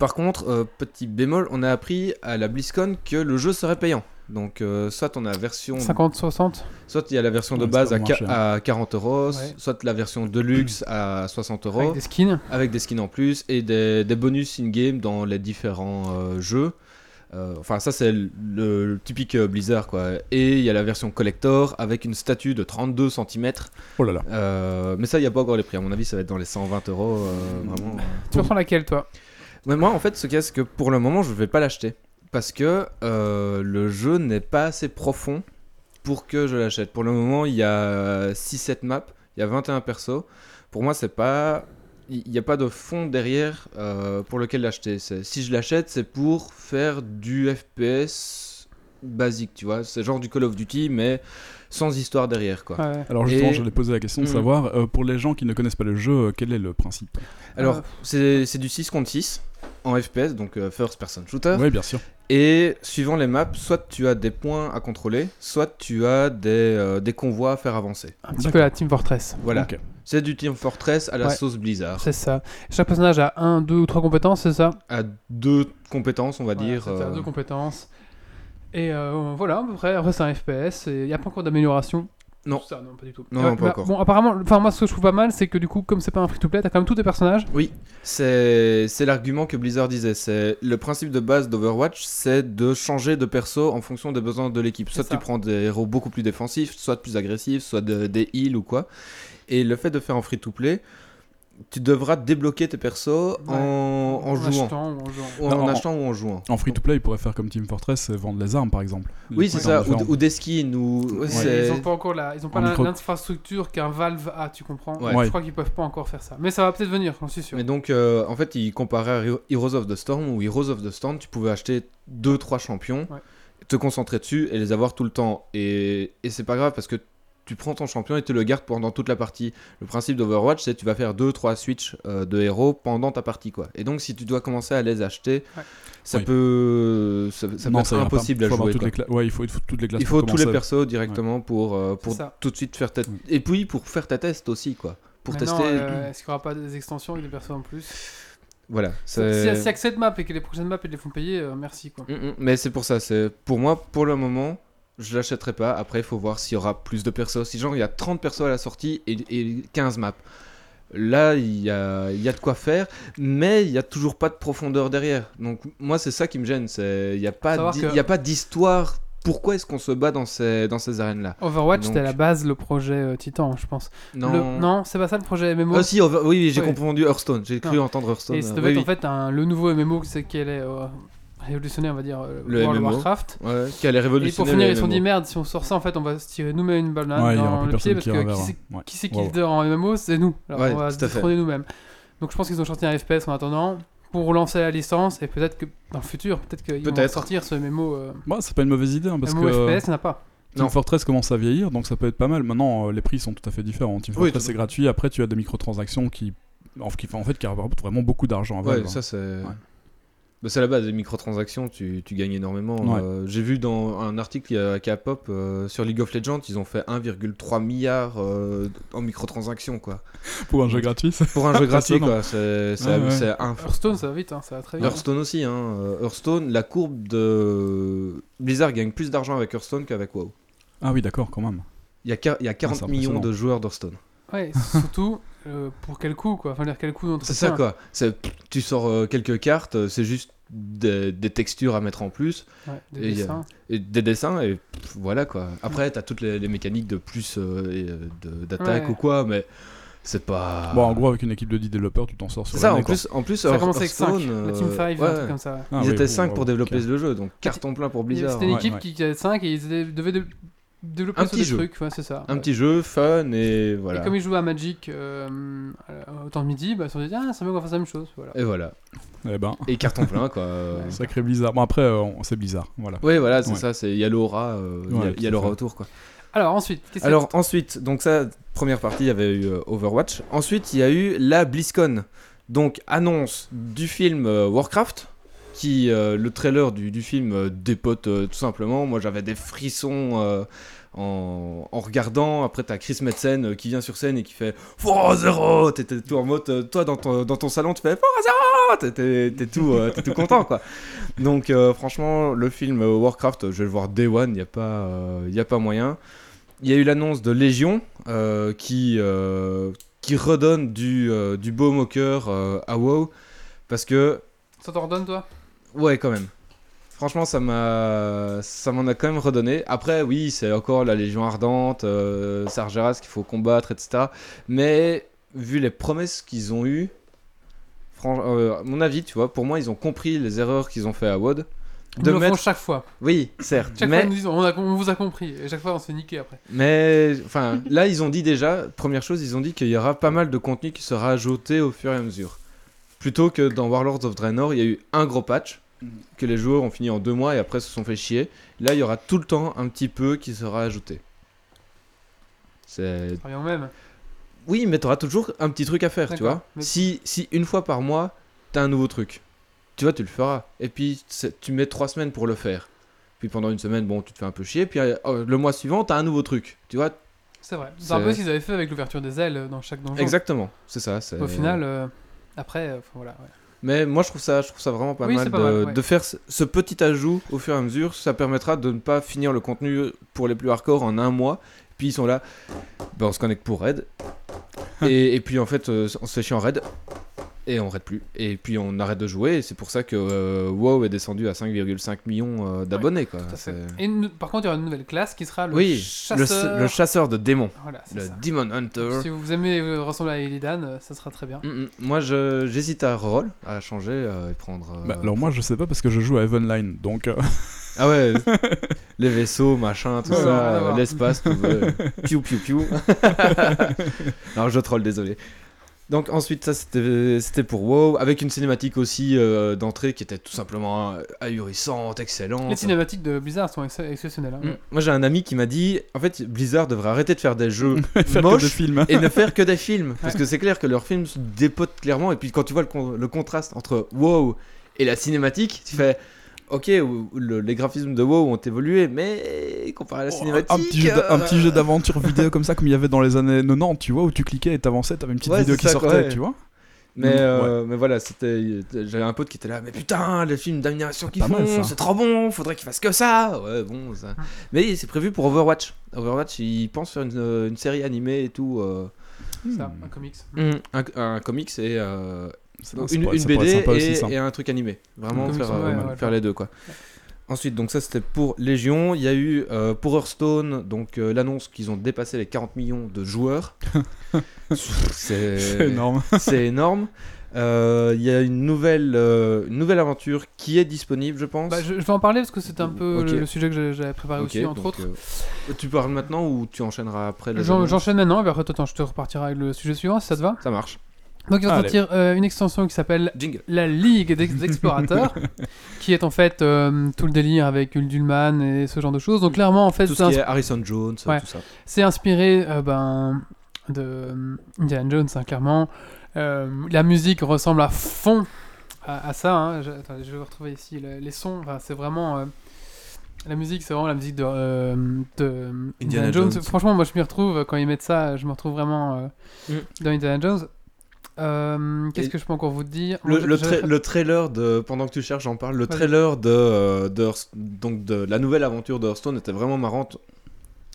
Speaker 4: Par contre, euh, petit bémol, on a appris à la BlizzCon que le jeu serait payant. Donc euh, soit on a la version...
Speaker 1: 50, 60.
Speaker 4: Soit il y a la version de
Speaker 2: Ouais, c'est
Speaker 4: base
Speaker 2: pas
Speaker 4: à,
Speaker 2: moins
Speaker 4: qua-
Speaker 2: cher.
Speaker 4: à 40 euros,
Speaker 1: Ouais.
Speaker 4: soit la version de luxe à 60 euros
Speaker 1: Avec des skins.
Speaker 4: avec des skins en plus et des, des bonus in-game dans les différents euh, jeux. Euh, enfin, ça, c'est le, le typique euh, Blizzard, quoi. Et il y a la version collector avec une statue de 32 cm.
Speaker 2: Oh là là.
Speaker 4: mais ça, il n'y a pas encore les prix. À mon avis, ça va être dans les 120 euros. euh, Vraiment.
Speaker 1: Tu ressens laquelle, toi
Speaker 4: Mais moi, en fait, ce qu'il y a, c'est que pour le moment, je ne vais pas l'acheter. Parce que euh, le jeu n'est pas assez profond pour que je l'achète. Pour le moment, il y a 6-7 maps, il y a 21 persos. Pour moi, c'est pas. Il n'y a pas de fond derrière euh, pour lequel l'acheter. C'est- Si je l'achète, c'est pour faire du FPS basique, tu vois. C'est genre du Call of Duty, mais sans histoire derrière, quoi.
Speaker 1: Ouais.
Speaker 2: Alors justement,
Speaker 4: Et-
Speaker 2: je l'ai posé la question de
Speaker 4: Mm.
Speaker 2: savoir, euh, pour les gens qui ne connaissent pas le jeu, euh, quel est le principe
Speaker 4: Alors,
Speaker 1: Euh.
Speaker 4: c'est c'est du 6 contre 6 en FPS, donc euh, First Person Shooter.
Speaker 2: Oui, bien sûr.
Speaker 4: Et suivant les maps, soit tu as des points à contrôler, soit tu as des, euh, des convois à faire avancer.
Speaker 1: Un petit peu la Team Fortress.
Speaker 4: Voilà.
Speaker 2: Ok.
Speaker 4: C'est du Team Fortress à la
Speaker 1: Ouais.
Speaker 4: sauce Blizzard.
Speaker 1: C'est ça. Chaque personnage a 1, 2 ou 3 compétences, c'est ça
Speaker 4: À deux compétences, on va
Speaker 1: Voilà,
Speaker 4: dire.
Speaker 1: c'est ça,
Speaker 4: euh,
Speaker 1: deux compétences. Et euh, voilà, à peu près, après c'est un FPS, et il n'y a pas encore d'amélioration.
Speaker 4: Non.
Speaker 1: Tout ça, non, pas du tout. Eh bah,
Speaker 4: Non, non, pas encore.
Speaker 1: Bon, apparemment, enfin, moi, ce que je trouve pas mal, c'est que du coup, comme c'est pas un free-to-play, t'as quand même tous tes personnages.
Speaker 4: C'est c'est l'argument que Blizzard disait. C'est le principe de base d'Overwatch, c'est de changer de perso en fonction des besoins de l'équipe. Soit
Speaker 1: C'est ça.
Speaker 4: tu prends des héros beaucoup plus défensifs, soit plus agressifs, soit de- des heals ou quoi. Et le fait de faire en free-to-play, tu devras débloquer tes persos en, en jouant.
Speaker 1: achetant ou en jouant.
Speaker 4: Ou
Speaker 2: Non,
Speaker 4: en
Speaker 2: en-
Speaker 4: achetant ou en jouant.
Speaker 2: En free-to-play, ils pourraient faire comme Team Fortress, euh, vendre les armes par exemple.
Speaker 4: Oui, c'est ça, ou,
Speaker 2: Différentes.
Speaker 4: ou des skins, ou. ouais,
Speaker 2: Ouais.
Speaker 1: Et
Speaker 4: c'est-
Speaker 1: Ils ont pas encore la, ils ont pas
Speaker 2: En
Speaker 1: la-
Speaker 2: micro-
Speaker 1: l'infrastructure qu'un Valve a, tu comprends
Speaker 4: Ouais.
Speaker 2: Ouais.
Speaker 1: Je crois qu'ils peuvent pas encore faire ça. Mais ça va peut-être venir, j'en suis sûr.
Speaker 4: Mais donc, euh, en fait, ils comparaient à Hero- Heroes of the Storm, où Heroes of the Storm, tu pouvais acheter 2-3 champions,
Speaker 1: Ouais.
Speaker 4: te concentrer dessus et les avoir tout le temps. Et, et c'est pas grave parce que tu prends ton champion et tu le gardes pendant toute la partie. Le principe d'Overwatch, c'est que tu vas faire 2-3 switches euh, de héros pendant ta partie. quoi. Et donc, si tu dois commencer à les acheter,
Speaker 1: Ouais.
Speaker 4: ça
Speaker 2: Oui.
Speaker 4: peut, ça, ça peut
Speaker 2: Non,
Speaker 4: être
Speaker 2: ira pas.
Speaker 4: impossible
Speaker 2: Faut
Speaker 4: à
Speaker 2: avoir
Speaker 4: jouer.
Speaker 2: toutes
Speaker 4: quoi.
Speaker 2: les cla- ouais, il faut, il faut toutes les classes.
Speaker 4: Il faut
Speaker 2: pour
Speaker 4: tous les
Speaker 2: commencer.
Speaker 4: persos directement pour, euh, pour
Speaker 1: C'est ça.
Speaker 4: tout de suite faire ta...
Speaker 2: Oui.
Speaker 4: Et puis pour faire ta test aussi, quoi. Pour
Speaker 1: Maintenant,
Speaker 4: tester.
Speaker 1: euh, Est-ce qu'il y aura pas des extensions avec des personnes en plus
Speaker 4: Voilà.
Speaker 1: Si
Speaker 4: c'est-
Speaker 1: si y a que cette map et que les prochaines maps ils les font payer, euh, merci quoi.
Speaker 4: Mm, mm, Mais c'est pour ça. C'est Pour moi, pour le moment, je l'achèterai pas. Après, il faut voir s'il y aura plus de persos. Si genre, il y a 30 persos à la sortie et, et 15 maps. Là, il y a, il y a de quoi faire, mais il n'y a toujours pas de profondeur derrière. Donc, moi, c'est ça qui me gêne. c'est- Il n'y a pas
Speaker 1: Savoir
Speaker 4: d'hi-
Speaker 1: que-
Speaker 4: il y a pas d'histoire. Pourquoi est-ce qu'on se bat dans ces, dans ces arènes-là
Speaker 1: Overwatch,
Speaker 4: Donc-
Speaker 1: c'était à la base le projet euh, Titan, je pense.
Speaker 4: Non.
Speaker 1: Le- Non, c'est pas ça le projet MMO.
Speaker 4: Ah, si, Over- oui, oui, j'ai
Speaker 1: Ouais.
Speaker 4: confondu Hearthstone. J'ai cru entendre Hearthstone.
Speaker 1: et ça
Speaker 4: euh,
Speaker 1: devait
Speaker 4: oui,
Speaker 1: être en fait un- le nouveau MMO qui c'est qu'elle est euh, révolutionnaire, on va dire, euh,
Speaker 4: Le
Speaker 1: World of
Speaker 4: MMO.
Speaker 1: Warcraft.
Speaker 4: oui. Ouais, qui allait
Speaker 1: Et
Speaker 4: révolutionner.
Speaker 1: pour finir,
Speaker 4: le
Speaker 1: ils se sont dit
Speaker 4: MMO.
Speaker 1: merde, si on sort ça, en fait, on va se tirer nous-mêmes une balle dans-
Speaker 2: Ouais, il y aura
Speaker 1: dans
Speaker 2: plus
Speaker 1: le pied
Speaker 2: personne
Speaker 1: parce
Speaker 2: qui
Speaker 1: que qui
Speaker 2: reverra.
Speaker 1: c'est
Speaker 2: Ouais.
Speaker 1: qui, c'est qui
Speaker 2: Wow.
Speaker 1: leader en MMO, c'est nous. Alors
Speaker 4: Ouais,
Speaker 1: on va
Speaker 4: tout
Speaker 1: se
Speaker 4: à fait.
Speaker 1: détrôner nous-mêmes. Donc je pense qu'ils ont sorti un FPS en attendant pour relancer la licence et peut-être que dans le futur, peut-être qu'ils vont
Speaker 4: Peut-être.
Speaker 1: sortir ce MMO, euh,
Speaker 2: Bah, c'est pas une mauvaise idée hein, parce
Speaker 1: MMO
Speaker 2: que euh,
Speaker 1: FPS, il n'y en a pas.
Speaker 2: Team
Speaker 4: Non.
Speaker 2: Fortress commence à vieillir, donc ça peut être pas mal. Maintenant, euh, les prix sont tout à fait différents. Team
Speaker 4: Oui,
Speaker 2: Fortress
Speaker 4: tout à
Speaker 2: c'est
Speaker 4: fait.
Speaker 2: gratuit. Après, tu as des microtransactions qui, en, qui- en fait, qui rapportent vraiment beaucoup d'argent. à
Speaker 4: Ouais,
Speaker 2: Valve, hein.
Speaker 4: ça c'est. Bah, c'est la base des microtransactions, tu, tu gagnes énormément.
Speaker 2: Ouais.
Speaker 4: Euh, J'ai vu dans un article il y a- K-pop euh, sur League of Legends, ils ont fait 1,3 milliard euh, en microtransactions quoi.
Speaker 2: Pour hein. un jeu gratuit. ça-
Speaker 4: Pour un jeu gratuit
Speaker 2: Passionnant.
Speaker 4: quoi, c'est c'est-
Speaker 2: Ouais, ouais.
Speaker 4: c'est un
Speaker 1: Hearthstone, ça va vite, hein, ça va très vite.
Speaker 4: Hearthstone aussi, hein. Euh, Hearthstone, la courbe de. Blizzard gagne plus d'argent avec Hearthstone qu'avec WoW.
Speaker 2: Ah oui, d'accord, quand même.
Speaker 4: Il y a, quar- il y a 40 millions
Speaker 2: Ah, impressionnant.
Speaker 4: de joueurs d'Hearthstone.
Speaker 1: Ouais, surtout euh, pour quel coup quoi. Enfin, dire quel coup
Speaker 4: C'est ça
Speaker 1: d'entretien.
Speaker 4: quoi. C'est- Tu sors euh, quelques cartes, euh, c'est juste des- des textures à mettre en plus.
Speaker 1: Ouais, des
Speaker 4: Et il y a-
Speaker 1: dessins.
Speaker 4: et des dessins et pff, voilà quoi. Après t'as toutes les, les mécaniques de plus euh, et, euh, de- d'attaque
Speaker 1: Ouais.
Speaker 4: ou quoi, mais C'est pas.
Speaker 2: Bon, en gros, avec une équipe de 10 développeurs, tu t'en sors sur
Speaker 4: Ah. c'est ça,
Speaker 2: l'année,
Speaker 4: en plus, en plus,
Speaker 1: Ça
Speaker 4: Hearth-
Speaker 1: commence avec 5,
Speaker 4: Hearthstone,
Speaker 1: le
Speaker 4: euh,
Speaker 1: Team 5,
Speaker 4: ouais,
Speaker 1: un truc comme ça. Ah,
Speaker 2: quoi. Ah,
Speaker 4: ils
Speaker 2: oui,
Speaker 4: étaient
Speaker 2: bon,
Speaker 4: 5
Speaker 2: ouais,
Speaker 4: pour
Speaker 2: ok.
Speaker 4: développer le jeu, donc carton plein pour Blizzard. hein.
Speaker 1: C'était une
Speaker 2: ouais,
Speaker 1: équipe
Speaker 2: ouais.
Speaker 1: qui qui avait 5 et ils étaient- devaient dé- développer
Speaker 4: Un
Speaker 1: sur
Speaker 4: petit
Speaker 1: des
Speaker 4: jeu.
Speaker 1: trucs, ouais, c'est ça.
Speaker 4: Un
Speaker 1: ouais.
Speaker 4: petit jeu, fun, et
Speaker 1: Et
Speaker 4: voilà.
Speaker 1: comme ils jouaient à Magic euh, euh, au temps de midi, bah, ils se sont dit, ah, ça mieux qu'on fasse la même chose. Voilà.
Speaker 4: Et voilà.
Speaker 2: Eh ben,
Speaker 4: Et carton plein, quoi. Euh,
Speaker 2: sacré Blizzard. Bon, après, euh, on- c'est Blizzard, voilà.
Speaker 4: Ouais, voilà, c'est
Speaker 2: Ouais.
Speaker 4: ça, c'est il y a l'aura, euh, il y a-
Speaker 2: Ouais,
Speaker 4: il y
Speaker 2: tout
Speaker 4: a
Speaker 2: à
Speaker 4: l'aura
Speaker 2: fait.
Speaker 4: autour, quoi.
Speaker 1: Alors ensuite, qu'est-ce qu'il y a
Speaker 4: Alors ensuite, donc ça, première partie, il y avait eu euh, Overwatch. Ensuite, il y a eu la BlizzCon. Donc annonce du film euh, Warcraft, qui euh, le trailer du, du film euh, dépote euh, tout simplement. Moi, j'avais des frissons. euh, en, en regardant, après t'as Chris Metzen euh, qui vient sur scène et qui fait Oh zéro T'étais tout en mode, euh, toi dans ton, dans ton salon tu fais Oh zéro T'étais t'es tout, euh, t'es tout content quoi. Donc euh, franchement, le film euh, Warcraft, euh, je vais le voir Day One, il n'y a, pas, euh, y a pas moyen. Il y a eu l'annonce de Légion euh, qui, euh, qui redonne du, euh, du beau moqueur euh, à WoW parce que,
Speaker 1: Ça t'ordonne, toi
Speaker 4: ouais, quand même. Franchement, ça m'a, ça m'en a quand même redonné. Après, oui, c'est encore la Légion ardente, euh, Sargeras qu'il faut combattre, etc. Mais vu les promesses qu'ils ont eues, fran- euh, à mon avis, tu vois, pour moi, ils ont compris les erreurs qu'ils ont fait à WoD.
Speaker 1: Ils
Speaker 4: De
Speaker 1: nous le font
Speaker 4: mettre-
Speaker 1: chaque fois.
Speaker 4: oui, certes.
Speaker 1: Chaque fois, ils
Speaker 4: mais,
Speaker 1: nous disent, on, a- on vous a compris. Et chaque fois, on se fait niquer après.
Speaker 4: mais, enfin, là, ils ont dit déjà, première chose, ils ont dit qu'il y aura pas mal de contenu qui sera ajouté au fur et à mesure. Plutôt que dans Warlords of Draenor, il y a eu un gros patch que les joueurs ont fini en deux mois et après se sont fait chier. Là, il y aura tout le temps un petit peu qui sera ajouté. C'est
Speaker 1: Ça revient au même.
Speaker 4: oui, mais t'auras toujours un petit truc à faire, tu
Speaker 1: D'accord,
Speaker 4: vois.
Speaker 1: mais-
Speaker 4: Si, si une fois par mois, t'as un nouveau truc, tu vois, tu le feras. Et puis, c'est- tu mets trois semaines pour le faire. Puis pendant une semaine, bon, tu te fais un peu chier. Puis euh, oh, le mois suivant, t'as un nouveau truc. Tu vois,
Speaker 1: C'est vrai. C'est un
Speaker 4: C'est-
Speaker 1: peu ce qu'ils avaient fait avec l'ouverture des ailes euh, dans chaque donjon.
Speaker 4: exactement. C'est ça. c'est-
Speaker 1: Au final, euh, après, euh, enfin, voilà. ouais.
Speaker 4: Mais moi, je trouve ça, je trouve ça vraiment pas
Speaker 1: Oui,
Speaker 4: mal,
Speaker 1: c'est pas
Speaker 4: de,
Speaker 1: mal, ouais.
Speaker 4: de faire ce, ce petit ajout au fur et à mesure. Ça permettra de ne pas finir le contenu pour les plus hardcore en un mois. Puis ils sont là, ben, on se connecte pour raid. et, et puis en fait, euh, on se fait chier en raid. Et on raid plus. Et puis on arrête de jouer. Et c'est pour ça que euh, WoW est descendu à 5,5 millions euh, d'abonnés. quoi.
Speaker 1: Tout à fait.
Speaker 4: C'est-
Speaker 1: Et une- par contre, il y aura une nouvelle classe qui sera le
Speaker 4: Oui, le,
Speaker 1: chasseur.
Speaker 4: le chasseur de démons.
Speaker 1: Voilà, c'est
Speaker 4: Le
Speaker 1: ça.
Speaker 4: Demon Hunter.
Speaker 1: Si vous aimez euh, ressembler à Illidan, euh, ça sera très bien.
Speaker 4: Mm, mm. Moi, je- j'hésite à reroll, à changer euh, et prendre. euh,
Speaker 2: Bah, alors moi je sais pas parce que je joue à Evenline donc euh,
Speaker 4: Ah ouais, les vaisseaux, machin, tout
Speaker 1: Ouais, ouais,
Speaker 4: ça,
Speaker 1: rien à
Speaker 4: euh,
Speaker 1: voir.
Speaker 4: l'espace, tout. euh, piou, piou, piou. non, je troll, désolé. Donc ensuite, ça c'était c'était pour WoW, avec une cinématique aussi euh, d'entrée qui était tout simplement euh, ahurissante, excellente.
Speaker 1: Les cinématiques de Blizzard sont ex- exceptionnelles. hein.
Speaker 4: Mm. Moi j'ai un ami qui m'a dit, en fait Blizzard devrait arrêter de faire des jeux
Speaker 2: faire que des
Speaker 4: moches
Speaker 2: films.
Speaker 4: et ne faire que des films. Parce que c'est clair que leurs films se dépotent clairement. Et puis quand tu vois le, con- le contraste entre WoW et la cinématique,
Speaker 2: Mm.
Speaker 4: tu fais. Ok, ou- le- les graphismes de WoW ont évolué, mais comparé à la
Speaker 2: Oh,
Speaker 4: cinématique.
Speaker 2: un petit jeu d'a- un
Speaker 4: euh,
Speaker 2: petit jeu d'aventure vidéo comme ça comme il y avait dans les années 90 tu vois où tu cliquais et t'avançais t'avais une petite
Speaker 4: Ouais,
Speaker 2: vidéo
Speaker 4: c'est
Speaker 2: qui
Speaker 4: ça,
Speaker 2: sortait
Speaker 4: quoi, ouais.
Speaker 2: tu vois
Speaker 4: Mais,
Speaker 2: Mm,
Speaker 4: euh, mais voilà, c'était. J'avais un pote qui était là, mais putain, les films d'animation qu'ils
Speaker 2: Pas mal,
Speaker 4: font,
Speaker 2: ça.
Speaker 4: c'est trop bon, faudrait qu'ils fassent que ça. Ouais, bon, ça. Mais c'est prévu pour Overwatch. Overwatch, ils pensent faire une, euh, une série animée et tout. euh,
Speaker 1: Ça,
Speaker 2: Hmm.
Speaker 1: un comics. Bah,
Speaker 4: un, un comics et, euh,
Speaker 2: Ça-
Speaker 4: Donc
Speaker 2: ça
Speaker 4: une,
Speaker 2: pourrait-
Speaker 4: une
Speaker 2: ça pourrait
Speaker 4: BD
Speaker 2: être sympa aussi,
Speaker 4: et,
Speaker 2: ça.
Speaker 4: et un truc animé. Vraiment
Speaker 1: Une
Speaker 4: faire,
Speaker 1: comic,
Speaker 4: euh,
Speaker 1: ouais, ouais,
Speaker 4: faire
Speaker 1: ouais.
Speaker 4: les deux quoi. Ensuite, donc ça c'était pour Légion. Il y a eu euh, pour Hearthstone donc euh, l'annonce qu'ils ont dépassé les 40 millions de joueurs. c'est
Speaker 2: c'est énorme
Speaker 4: C'est énorme. Euh, Il y a une nouvelle, euh, une nouvelle aventure qui est disponible, je pense. Euh,
Speaker 1: Bah, je, je vais en parler parce que c'était un peu
Speaker 4: Ok.
Speaker 1: le, le sujet que j'a- j'avais préparé
Speaker 4: Ok,
Speaker 1: aussi, entre
Speaker 4: donc,
Speaker 1: autres.
Speaker 4: euh, tu parles maintenant ou tu enchaîneras après les
Speaker 1: J'en-
Speaker 4: annonces
Speaker 1: J'enchaîne maintenant, et puis après, toi, attends, je te repartirai avec le sujet suivant si ça te va.
Speaker 4: Ça marche.
Speaker 1: Donc, ils vont
Speaker 2: Allez.
Speaker 1: sortir euh, une extension qui s'appelle
Speaker 4: Jingle.
Speaker 1: la Ligue d'ex- d'explorateurs, qui est en fait euh, tout le délire avec Uldulman et ce genre de choses. Donc, clairement, en fait,
Speaker 4: Tout ce
Speaker 1: c'est
Speaker 4: qui est Harrison Jones,
Speaker 1: Ouais.
Speaker 4: tout ça.
Speaker 1: C'est inspiré euh, ben, de euh, Indiana Jones, hein, clairement. Euh, la musique ressemble à fond à, à ça. hein. Je, attendez, je vais retrouver ici le- les sons. Enfin, c'est vraiment. euh, la musique, c'est vraiment la musique de, euh, de
Speaker 4: Indiana Jones.
Speaker 1: Franchement, moi, je m'y retrouve euh, quand ils mettent ça. Je me retrouve vraiment euh, dans Indiana Jones. Euh, Qu'est-ce
Speaker 4: Et-
Speaker 1: que je peux encore vous dire
Speaker 4: Le,
Speaker 1: Je-
Speaker 4: le
Speaker 1: je-
Speaker 4: tra- le trailer de pendant que tu cherches, j'en parle. Le
Speaker 1: Vas-y.
Speaker 4: trailer de, euh, de Hearth- donc de la nouvelle aventure de Hearthstone était vraiment marrante.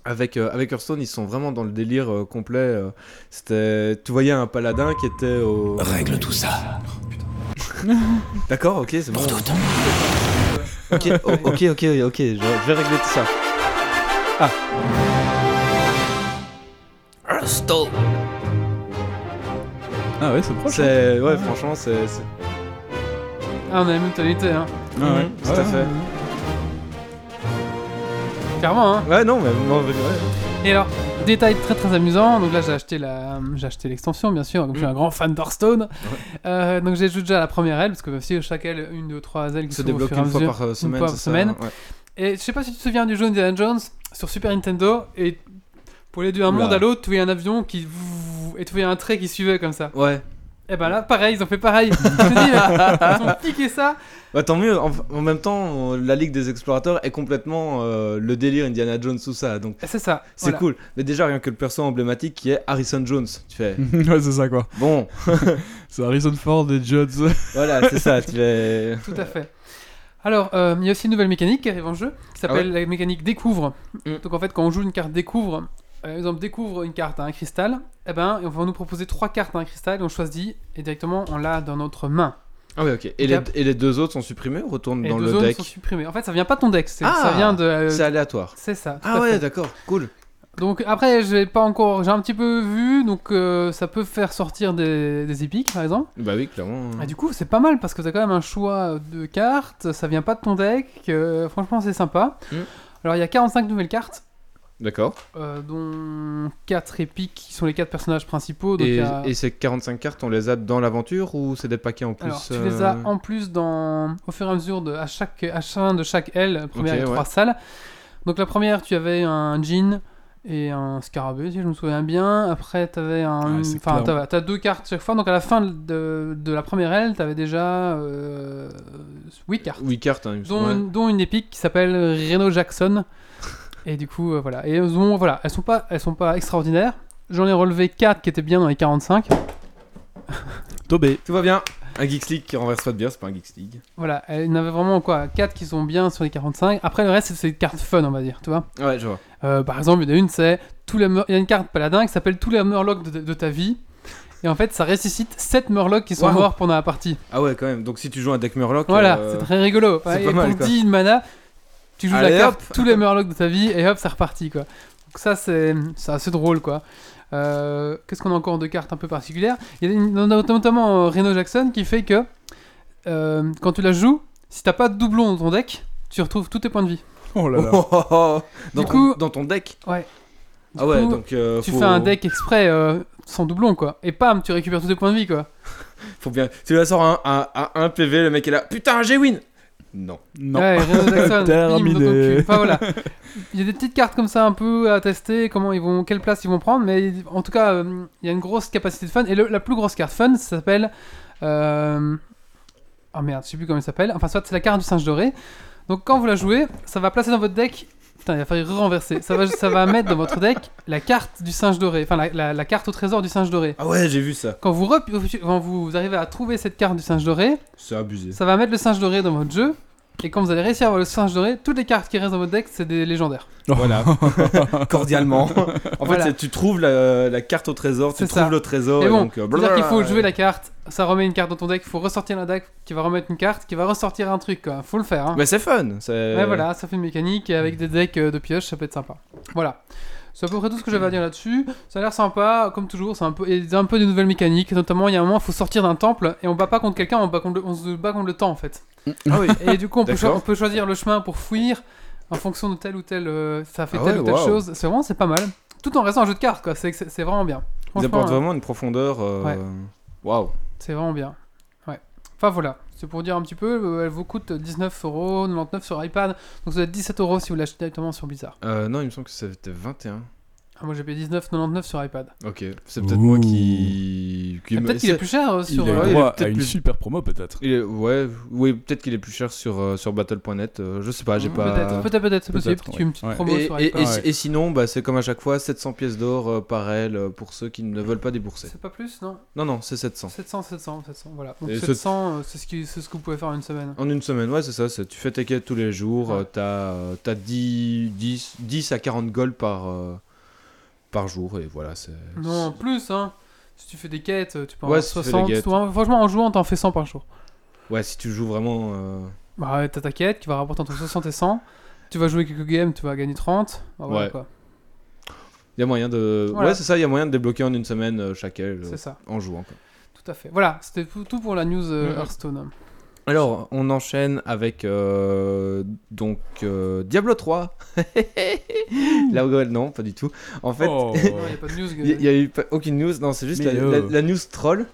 Speaker 4: Avec euh, avec Hearthstone, ils sont vraiment dans le délire euh, complet. euh, C'était tu voyais un paladin qui était au Oh,
Speaker 6: Règle tout ça.
Speaker 4: D'accord, ok, c'est bon.
Speaker 6: Pour tout.
Speaker 4: Ok, o- ok, ok, ok. Je, je vais régler tout ça.
Speaker 6: Hearthstone.
Speaker 2: Ah ouais, c'est proche. hein.
Speaker 4: C'est ouais, franchement, c'est c'est-
Speaker 1: Ah, on a la même tonalité, hein.
Speaker 2: Ah ouais,
Speaker 4: Mhm, tout à
Speaker 2: ouais,
Speaker 4: fait.
Speaker 2: ouais.
Speaker 1: Clairement, hein.
Speaker 4: ouais non mais non mais ouais.
Speaker 1: Et alors, détail très très amusant. Donc là, j'ai acheté la, j'ai acheté l'extension, bien sûr. Donc je
Speaker 4: Mm.
Speaker 1: suis un grand fan d'Hearthstone. Euh, donc j'ai joué déjà à la première aile parce que si chaque aile, une, deux, trois ailes qui
Speaker 4: se
Speaker 1: s'ouvrent au
Speaker 4: débloque
Speaker 1: fur et à
Speaker 4: une fois
Speaker 1: mesure.
Speaker 4: par euh, semaine.
Speaker 1: fois
Speaker 4: c'est
Speaker 1: par
Speaker 4: ça,
Speaker 1: semaine.
Speaker 4: ouais.
Speaker 1: Et je sais pas si tu te souviens du jeu Indiana Jones sur Super Nintendo et pour aller d'un
Speaker 4: Oula.
Speaker 1: monde à l'autre, tu voyais un avion qui et tu voyais un trait qui suivait comme ça.
Speaker 4: Ouais.
Speaker 1: Et ben là, pareil, ils ont fait pareil. je te dis, mais ils ont piqué ça.
Speaker 4: Bah tant mieux. En, en même temps, euh, la Ligue des explorateurs est complètement euh, le délire Indiana Jones tout ça. Donc
Speaker 1: Et C'est ça.
Speaker 4: c'est
Speaker 1: voilà.
Speaker 4: cool. Mais déjà rien que le perso emblématique qui est Harrison Jones, tu fais
Speaker 2: ouais, c'est ça quoi.
Speaker 4: bon.
Speaker 2: C'est Harrison Ford et Judds.
Speaker 4: Voilà, c'est ça. Tu fais.
Speaker 1: Tout à fait. Alors, euh, il y a aussi une nouvelle mécanique qui arrive en jeu, qui s'appelle la mécanique découvre.
Speaker 4: Ah Mm.
Speaker 1: Donc en fait, quand on joue une carte découvre, euh, par exemple découvre une carte à un cristal, eh ben, on va nous proposer trois cartes à un cristal et on choisit et directement on l'a dans notre main.
Speaker 4: Ah ouais, ok. Et les, et les deux autres sont supprimés ou retournent
Speaker 1: Et
Speaker 4: dans
Speaker 1: les
Speaker 4: le
Speaker 1: deux zones
Speaker 4: deck
Speaker 1: sont supprimées. En fait, ça vient pas de ton deck, c'est-
Speaker 4: Ah
Speaker 1: ça vient de. euh,
Speaker 4: C'est aléatoire.
Speaker 1: c'est ça. tout
Speaker 4: Ah
Speaker 1: à
Speaker 4: ouais,
Speaker 1: fait.
Speaker 4: d'accord, cool.
Speaker 1: Donc après, j'ai pas encore, j'ai un petit peu vu, donc euh, ça peut faire sortir des, des épiques par exemple.
Speaker 4: Bah oui, clairement.
Speaker 1: Et Ah, du coup, c'est pas mal parce que t'as quand même un choix de cartes, ça vient pas de ton deck, euh, franchement c'est sympa.
Speaker 4: Mm.
Speaker 1: Alors il y a 45 nouvelles cartes,
Speaker 4: D'accord.
Speaker 1: euh, dont 4 épiques qui sont les 4 personnages principaux. Donc euh, il
Speaker 4: Et,
Speaker 1: y a-
Speaker 4: et ces 45 cartes, on les a dans l'aventure ou c'est des paquets en plus
Speaker 1: Alors, tu
Speaker 4: euh,
Speaker 1: les as en plus dans, au fur et à mesure de à chaque à chacun de chaque aile, première
Speaker 4: Ok,
Speaker 1: et
Speaker 4: ouais.
Speaker 1: trois salles. Donc la première, tu avais un jean et un scarabée, si je me souviens bien. Après, tu avais un,
Speaker 2: Ouais, c'est
Speaker 1: enfin,
Speaker 2: clair.
Speaker 1: t'as- t'as deux cartes chaque fois. Donc à la fin de, de la première aile, tu avais déjà euh, huit cartes,
Speaker 4: Oui, cartes, hein, il me
Speaker 1: dont,
Speaker 4: semble.
Speaker 1: dont une épique qui s'appelle Reno Jackson. et du coup, euh, voilà. Et elles ont, voilà, elles sont pas, elles sont pas extraordinaires. J'en ai relevé 4 qui étaient bien dans les 45.
Speaker 2: Tobé.
Speaker 4: Tout va bien. Un Geeks League qui renverse pas de bière, c'est pas un Geeks League.
Speaker 1: Voilà, il y en avait vraiment quoi 4 qui sont bien sur les 45. Après, le reste, c'est- c'est des cartes fun, on va dire, tu vois.
Speaker 4: Ouais, je vois.
Speaker 1: Euh, par exemple, il y en a une, c'est. tous les meur- Il y a une carte paladin qui s'appelle Tous les murlocs de, de ta vie. Et en fait, ça ressuscite 7 murlocs qui sont
Speaker 4: Waouh.
Speaker 1: morts pendant la partie.
Speaker 4: Ah ouais, quand même. Donc si tu joues un deck Murloc.
Speaker 1: Voilà,
Speaker 4: euh,
Speaker 1: c'est très rigolo.
Speaker 4: c'est
Speaker 1: Et
Speaker 4: pas mal,
Speaker 1: pour
Speaker 4: quoi.
Speaker 1: 10 mana, tu joues
Speaker 4: Allez,
Speaker 1: la carte
Speaker 4: hop.
Speaker 1: Tous les murlocs de ta vie et hop, c'est reparti, quoi. Donc, ça, c'est c'est assez drôle, quoi. Euh, Qu'est-ce qu'on a encore de cartes un peu particulières Il y a une- notamment euh, Reno Jackson qui fait que euh, quand tu la joues, si t'as pas de doublon dans ton deck, tu retrouves tous tes points de vie.
Speaker 2: Oh là là.
Speaker 4: oh, oh, oh. Dans,
Speaker 1: Du
Speaker 4: ton,
Speaker 1: coup-
Speaker 4: dans ton deck.
Speaker 1: Ouais.
Speaker 4: Ah ouais,
Speaker 1: coup,
Speaker 4: donc euh,
Speaker 1: Tu
Speaker 4: faut-
Speaker 1: fais un deck exprès euh, sans doublon quoi. Et pam, tu récupères tous tes points de vie quoi.
Speaker 4: Faut bien. Tu la sors à un, à- à un PV, le mec est là. Putain, j'ai win. Non.
Speaker 2: Non.
Speaker 1: Ouais, Renaud Jackson,
Speaker 2: Terminé.
Speaker 1: bim, dans ton cul. Enfin, voilà. Il y a des petites cartes comme ça un peu à tester, comment ils vont, quelle place ils vont prendre, mais en tout cas, euh, il y a une grosse capacité de fun. Et le- la plus grosse carte fun, ça s'appelle. euh, Oh merde, je sais plus comment elle s'appelle. Enfin, soit c'est la carte du singe doré. Donc quand vous la jouez, ça va placer dans votre deck. Putain, il va falloir renverser. Ça va, ça va mettre dans votre deck la carte du singe doré. Enfin, la- la- la carte au trésor du singe doré.
Speaker 4: Ah ouais, j'ai vu ça.
Speaker 1: Quand vous, rep- quand vous arrivez à trouver cette carte du singe doré,
Speaker 4: C'est abusé.
Speaker 1: ça va mettre le singe doré dans votre jeu. Et quand vous allez réussir à avoir le singe doré, toutes les cartes qui restent dans votre deck, c'est des légendaires.
Speaker 4: Voilà. Cordialement. En fait,
Speaker 1: Voilà.
Speaker 4: c'est- tu trouves la, la carte au trésor, tu
Speaker 1: C'est
Speaker 4: trouves
Speaker 1: ça.
Speaker 4: le trésor.
Speaker 1: Mais
Speaker 4: et
Speaker 1: bon,
Speaker 4: donc, euh,
Speaker 1: C'est-à-dire qu'il faut
Speaker 4: blablabla.
Speaker 1: jouer la carte, ça remet une carte dans ton deck, il faut ressortir la deck qui va remettre une carte, qui va ressortir un truc, quoi. Faut le faire, hein.
Speaker 4: Mais euh, c'est fun. c'est-
Speaker 1: Ouais, voilà, ça fait une mécanique et avec des decks euh, de pioche, ça peut être sympa. Voilà. C'est à peu près tout ce que j'avais à dire là-dessus. Ça a l'air sympa, comme toujours, c'est un peu, et un peu des nouvelles mécaniques. Notamment, il y a un moment, il faut sortir d'un temple et on bat pas contre quelqu'un, on, bat contre le- on se bat contre le temps en fait.
Speaker 4: Ah oui.
Speaker 1: Et du coup, on peut, cho-
Speaker 4: D'accord.
Speaker 1: on peut choisir le chemin pour fuir en fonction de telle ou telle. euh, ça fait
Speaker 4: Ah
Speaker 1: telle
Speaker 4: ouais,
Speaker 1: ou telle
Speaker 4: waouh.
Speaker 1: chose. C'est vraiment, c'est pas mal. Tout en restant un jeu de cartes, quoi. C'est, c'est- c'est vraiment bien.
Speaker 4: Ils
Speaker 1: Franchement,
Speaker 4: apportent vraiment une profondeur. euh,
Speaker 1: hein. Ouais.
Speaker 4: Waouh.
Speaker 1: euh, C'est vraiment bien. Ouais. Enfin voilà, c'est pour dire un petit peu, euh, elle vous coûte 19,99€ sur iPad, donc ça doit être 17€ si vous l'achetez directement sur Blizzard.
Speaker 4: Euh, non, il me semble que c'était 21.
Speaker 1: Ah, moi j'ai payé 19,99€ sur iPad.
Speaker 4: Ok, c'est peut-être moi qui. qui
Speaker 1: Ah,
Speaker 4: me-
Speaker 1: Peut-être qu'il est
Speaker 4: c'est-
Speaker 1: plus cher euh,
Speaker 2: Il
Speaker 1: sur.
Speaker 2: a eu
Speaker 1: euh,
Speaker 4: ouais, il
Speaker 2: droit
Speaker 4: est peut-être
Speaker 2: à une
Speaker 4: plus-
Speaker 2: super promo peut-être.
Speaker 4: il est- Ouais, oui, peut-être qu'il est plus cher sur, euh, sur Battle.net. euh, je sais pas, j'ai pas.
Speaker 1: Peut-être, peut-être, peut-être, c'est possible.
Speaker 2: Peut-être,
Speaker 1: Tu
Speaker 2: ouais.
Speaker 1: fais une petite
Speaker 2: Ouais.
Speaker 1: promo
Speaker 4: Et,
Speaker 1: sur
Speaker 4: et-
Speaker 1: iPad.
Speaker 4: et-
Speaker 2: Ouais.
Speaker 4: et sinon, bah, c'est comme à chaque fois, 700 pièces d'or euh, par elle euh, pour ceux qui ne veulent pas débourser.
Speaker 1: C'est pas plus, non
Speaker 4: Non, non, c'est 700.
Speaker 1: 700, 700, 700, voilà. Donc
Speaker 4: Et ce-
Speaker 1: 700, euh, c'est ce, qui- c'est ce que vous pouvez faire en une semaine.
Speaker 4: En une semaine, ouais, c'est ça. c'est- Tu fais tes quêtes tous les jours,
Speaker 1: Ouais.
Speaker 4: euh, t'as euh, t'as 10, 10, 10 à 40 gold par, euh, par jour, et voilà. c'est
Speaker 1: Non, en plus, hein. Si tu fais des quêtes, tu peux en
Speaker 4: Ouais,
Speaker 1: avoir
Speaker 4: si tu fais des
Speaker 1: 60.
Speaker 4: quêtes.
Speaker 1: toi, franchement, en jouant, t'en fais 100 par jour.
Speaker 4: Ouais, si tu joues vraiment. euh,
Speaker 1: Bah, ouais, t'as ta quête qui va rapporter entre 60 et 100. Tu vas jouer quelques games, tu vas gagner 30. Bah, voilà,
Speaker 4: Ouais.
Speaker 1: quoi.
Speaker 4: Il y a moyen de.
Speaker 1: Voilà.
Speaker 4: Ouais, c'est ça, il y a moyen de débloquer en une semaine euh, chaque elle, euh,
Speaker 1: C'est ça.
Speaker 4: en jouant. quoi.
Speaker 1: Tout Tout à fait. Voilà, c'était tout, tout pour la news euh,
Speaker 4: Mhm.
Speaker 1: Hearthstone.
Speaker 4: Alors, on enchaîne avec euh, donc euh, Diablo 3. Là, ouais, non, pas du tout. En fait,
Speaker 2: Oh.
Speaker 1: Non, il n'y a pas de news.
Speaker 4: il n'y a eu pas- aucune news. Non, c'est juste la,
Speaker 2: Mais, euh,
Speaker 4: la- la news troll.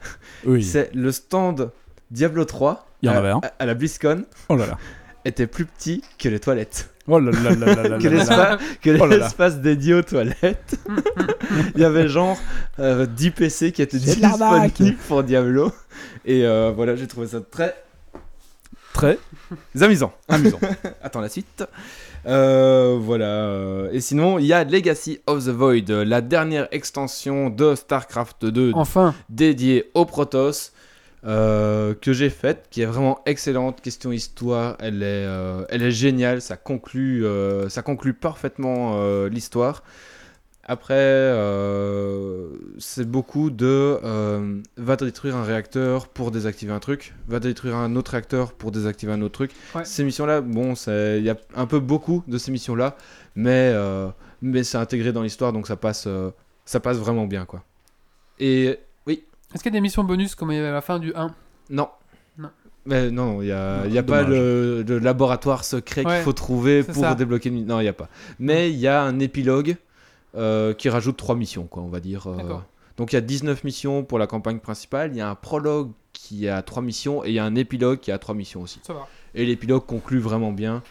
Speaker 2: oui.
Speaker 4: C'est le stand Diablo 3
Speaker 2: Il y en
Speaker 4: à,
Speaker 2: avait un.
Speaker 4: à- à la BlizzCon
Speaker 2: Oh là là.
Speaker 4: était plus petit que les toilettes.
Speaker 2: Oh là là là là là là là
Speaker 4: que
Speaker 2: là.
Speaker 4: l'espace, que
Speaker 2: Oh là là.
Speaker 4: l'espace dédié aux toilettes. Il y avait genre euh, 10 PC qui étaient
Speaker 2: C'est de l'arnaque.
Speaker 4: disponibles pour Diablo. Et euh, voilà, j'ai trouvé ça très
Speaker 2: Très
Speaker 4: amusant.
Speaker 2: amusant.
Speaker 4: Attends la suite. Euh, voilà. euh, Et sinon, il y a Legacy of the Void, euh, la dernière extension de StarCraft 2
Speaker 1: Enfin,
Speaker 4: dédiée au Protoss. euh, que j'ai faite, qui est vraiment excellente, question histoire, elle est, euh, elle est géniale, ça conclut, euh, ça conclut parfaitement euh, l'histoire. Après, euh, c'est beaucoup de euh, va détruire un réacteur pour désactiver un truc, va détruire un autre réacteur pour désactiver un autre truc.
Speaker 1: Ouais.
Speaker 4: Ces missions-là, bon, c'est- il y a un peu beaucoup de ces missions-là, mais, euh, mais c'est intégré dans l'histoire, donc ça passe, euh, ça passe vraiment bien, quoi. Et oui,
Speaker 1: est-ce qu'il y a des missions bonus comme il y avait à la fin du 1
Speaker 4: non.
Speaker 1: Non.
Speaker 4: Mais non, il n'y a,
Speaker 2: Non,
Speaker 4: il y a pas
Speaker 2: dommage.
Speaker 4: le, le laboratoire secret
Speaker 1: Ouais,
Speaker 4: qu'il faut trouver
Speaker 1: c'est
Speaker 4: pour
Speaker 1: ça.
Speaker 4: débloquer une... mi- Non, il n'y a pas. Mais il y a un épilogue euh, qui rajoute trois missions, quoi, on va dire. euh.
Speaker 1: D'accord.
Speaker 4: Donc il y a 19 missions pour la campagne principale, il y a un prologue qui a trois missions et il y a un épilogue qui a trois missions aussi.
Speaker 1: Ça va.
Speaker 4: Et l'épilogue conclut vraiment bien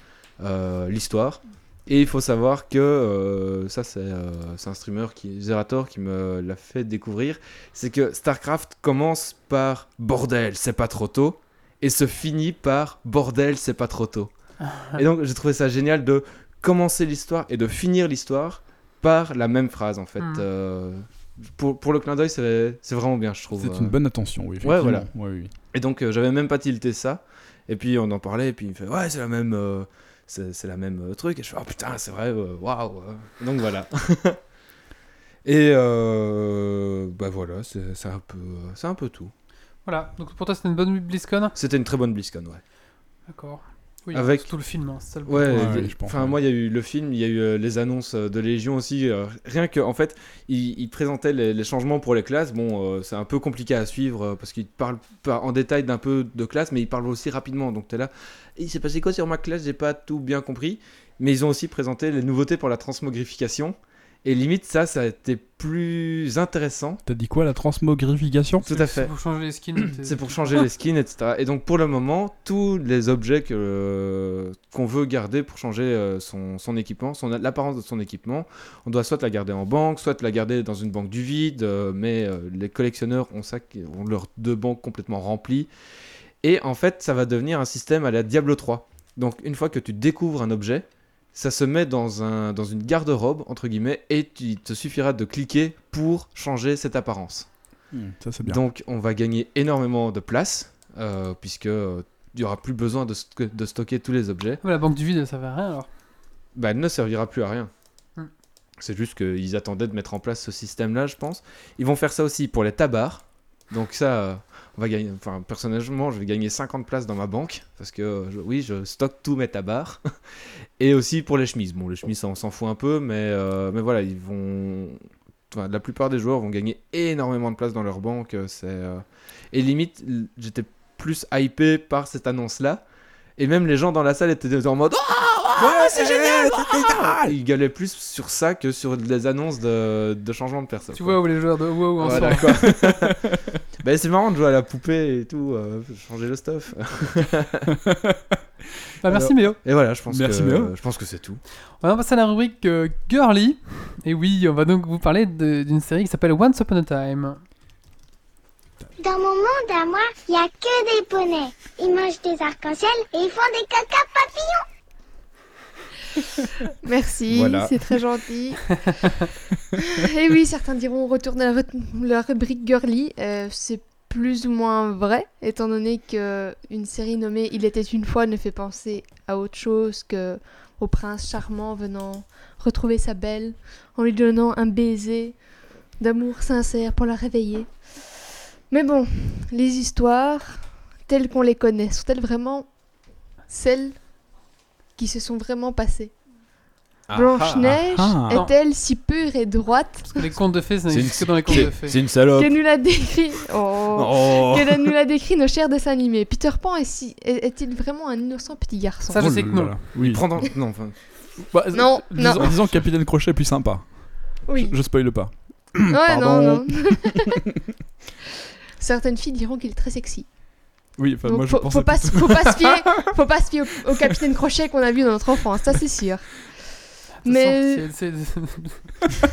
Speaker 4: euh, l'histoire. Et il faut savoir que euh, ça, c'est euh, c'est un streamer qui, Zerator, qui me l'a fait découvrir. C'est que StarCraft commence par bordel, c'est pas trop tôt, et se finit par bordel, c'est pas trop tôt. Et donc, j'ai trouvé ça génial de commencer l'histoire et de finir l'histoire par la même phrase, en fait.
Speaker 1: Mm.
Speaker 4: Euh, pour, pour le clin d'œil, c'est c'est vraiment bien, je trouve.
Speaker 2: C'est
Speaker 4: Euh,
Speaker 2: une bonne attention, oui.
Speaker 4: Ouais, voilà.
Speaker 2: effectivement. Ouais, oui.
Speaker 4: et donc euh, j'avais même pas tilté ça. Et puis on en parlait et puis il me fait ouais c'est la même euh, c'est c'est la même euh, truc. Et je fais oh putain c'est vrai euh, waouh. euh. Donc voilà. et euh, bah voilà c'est c'est un peu euh, c'est un peu tout.
Speaker 1: Voilà, donc pour toi c'était une bonne BlizzCon
Speaker 4: C'était une très bonne BlizzCon ouais.
Speaker 1: D'accord. Oui,
Speaker 4: Avec-
Speaker 1: tout le film, hein, c'est ça le
Speaker 4: Ouais,
Speaker 2: Ouais,
Speaker 4: il-
Speaker 2: ouais, je pense,
Speaker 4: enfin
Speaker 2: ouais.
Speaker 4: moi il y a eu le film, il y a eu euh, les annonces euh, de Légion aussi. euh, rien que en fait, ils il présentaient les, les changements pour les classes. Bon, euh, c'est un peu compliqué à suivre euh, parce qu'ils parlent pas en détail d'un peu de classe, mais ils parlent aussi rapidement. Donc t'es là, Et il s'est passé quoi sur ma classe J'ai pas tout bien compris. Mais ils ont aussi présenté les nouveautés pour la transmogrification. Et limite ça, ça a été plus intéressant.
Speaker 2: T'as dit quoi, la transmogrification
Speaker 4: Tout à
Speaker 1: C'est
Speaker 4: fait.
Speaker 1: pour changer les skins. t'es-
Speaker 4: C'est pour changer les skins, etc. Et donc pour le moment, tous les objets que, euh, qu'on veut garder pour changer euh, son, son équipement, son, l'apparence de son équipement, on doit soit la garder en banque, soit la garder dans une banque du vide, euh, mais euh, les collectionneurs ont, ça, qui- ont leurs deux banques complètement remplies. Et en fait, ça va devenir un système à la Diablo 3. Donc une fois que tu découvres un objet, ça se met dans, un, dans une garde-robe, entre guillemets, et tu- il te suffira de cliquer pour changer cette apparence.
Speaker 2: Hmm, Ça, c'est bien.
Speaker 4: Donc on va gagner énormément de place, euh, puisque euh, il n'y aura plus besoin de, sto- de stocker tous les objets.
Speaker 1: Ah, mais la banque du vide, ça va à rien alors.
Speaker 4: Bah, elle ne servira plus à rien.
Speaker 1: Hmm.
Speaker 4: C'est juste qu'ils attendaient de mettre en place ce système-là, je pense. Ils vont faire ça aussi pour les tabards. Donc ça, euh, on va gagner. Enfin, personnellement, je vais gagner 50 places dans ma banque parce que euh, je- oui, je stocke tous mes tabards. Et aussi pour les chemises. Bon, les chemises, ça, on s'en fout un peu, mais euh, mais voilà, ils vont. enfin, la plupart des joueurs vont gagner énormément de places dans leur banque. euh, C'est euh, et limite, l- j'étais plus hypé par cette annonce-là. Et même les gens dans la salle étaient en mode Oh,
Speaker 2: Ouais, c'est génial
Speaker 4: ah, il galait plus sur ça que sur les annonces de, de changement de perso.
Speaker 1: Tu
Speaker 4: quoi.
Speaker 1: vois où les joueurs de WoW en
Speaker 4: Voilà,
Speaker 1: sont.
Speaker 4: quoi. Bah, c'est marrant de jouer à la poupée et tout, euh, changer le stuff.
Speaker 1: Bah, merci Méo.
Speaker 4: Et voilà, je pense
Speaker 2: Merci,
Speaker 4: que
Speaker 2: Méo.
Speaker 4: je pense que c'est tout.
Speaker 1: On va passer à la rubrique euh, Girly. Et oui, on va donc vous parler de- d'une série qui s'appelle Once Upon a Time.
Speaker 6: Dans mon monde à moi, il n'y a que des poneys. Ils mangent des arcs-en-ciel et ils font des caca papillons.
Speaker 3: Merci,
Speaker 4: Voilà.
Speaker 3: c'est très gentil. Et oui, certains diront retourne à la, rut- la rubrique girly. Euh, c'est plus ou moins vrai, étant donné que une série nommée Il était une fois ne fait penser à autre chose que au prince charmant venant retrouver sa belle en lui donnant un baiser d'amour sincère pour la réveiller. Mais bon, les histoires telles qu'on les connaît sont-elles vraiment celles qui se sont vraiment passées
Speaker 4: Ah,
Speaker 3: Blanche-Neige
Speaker 2: ah, ah.
Speaker 3: est-elle si pure et droite
Speaker 1: Parce que les contes de fées, ça
Speaker 4: C'est
Speaker 1: n'existe que dans les contes de
Speaker 4: C'est
Speaker 1: fées.
Speaker 4: c'est une salope.
Speaker 3: que nous la décrit oh.
Speaker 4: Oh.
Speaker 3: que nous la décrit nos chers dessins animés Peter Pan est si- est- est-il vraiment un innocent petit garçon
Speaker 1: Ça, je
Speaker 2: Oh
Speaker 1: sais
Speaker 2: là
Speaker 1: que non.
Speaker 2: là. Oui.
Speaker 4: Prends dans- Non, enfin,
Speaker 2: Bah,
Speaker 3: Non,
Speaker 2: disons,
Speaker 3: non.
Speaker 2: disons que Capitaine Crochet est plus sympa.
Speaker 3: Oui.
Speaker 2: Je spoil pas.
Speaker 3: Ouais, non,
Speaker 2: Pardon.
Speaker 3: non. Certaines filles diront qu'il est très sexy.
Speaker 2: Oui, enfin,
Speaker 3: Donc,
Speaker 2: moi je
Speaker 3: faut,
Speaker 2: pense
Speaker 3: faut pas, se- faut pas se fier, faut pas se fier au, au capitaine Crochet qu'on a vu dans notre enfance, ça c'est sûr. Mais
Speaker 1: Ça sent- c'est- c'est-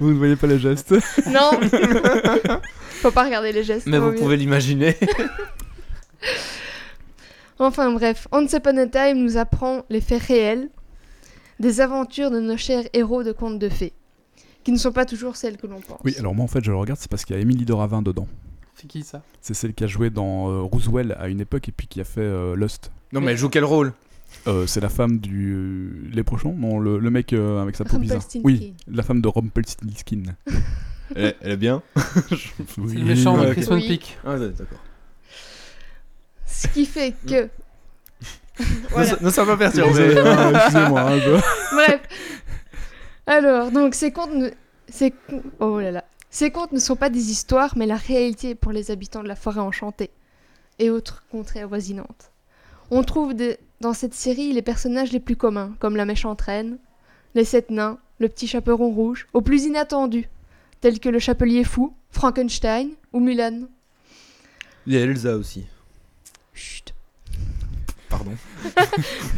Speaker 2: Vous ne voyez pas les gestes.
Speaker 3: non, faut pas regarder les gestes.
Speaker 4: mais
Speaker 3: vaut
Speaker 4: vous
Speaker 3: mieux.
Speaker 4: pouvez l'imaginer.
Speaker 3: Enfin bref, Once Upon a Time nous apprend les faits réels des aventures de nos chers héros de contes de fées, qui ne sont pas toujours celles que l'on pense.
Speaker 2: Oui, alors moi en fait je le regarde, c'est parce qu'il y a Émilie Doravin dedans.
Speaker 1: C'est qui ça
Speaker 2: C'est celle qui a joué dans euh, Roosevelt à une époque et puis qui a fait euh, Lost.
Speaker 4: Non, mais elle joue quel rôle
Speaker 2: Euh, c'est la femme du. euh, Les prochains Non, le, le mec euh, avec sa peau bizarre.
Speaker 3: Rumpelstiltskin.
Speaker 2: Oui, la femme de Rumpelstiltskin.
Speaker 4: elle, elle est bien.
Speaker 1: C'est le méchant
Speaker 4: ouais,
Speaker 1: de
Speaker 4: ok.
Speaker 1: Chris Van
Speaker 3: Oui.
Speaker 1: Peak.
Speaker 4: Ah, d'accord.
Speaker 3: Ce qui fait que
Speaker 4: Non, ça- Non, ça m'a
Speaker 2: Désolé,
Speaker 4: perturbé.
Speaker 2: hein, Excusez-moi. hein, je-
Speaker 3: Bref. Alors, donc, ces contes ne... Ces... con- Oh là là. Ces contes ne sont pas des histoires, mais la réalité pour les habitants de la forêt enchantée et autres contrées avoisinantes. On trouve des- dans cette série les personnages les plus communs, comme la méchante reine, les sept nains, le petit chaperon rouge, aux plus inattendus, tels que le chapelier fou, Frankenstein ou Mulan.
Speaker 4: Il y a Elsa aussi.
Speaker 3: Chut.
Speaker 4: Pardon.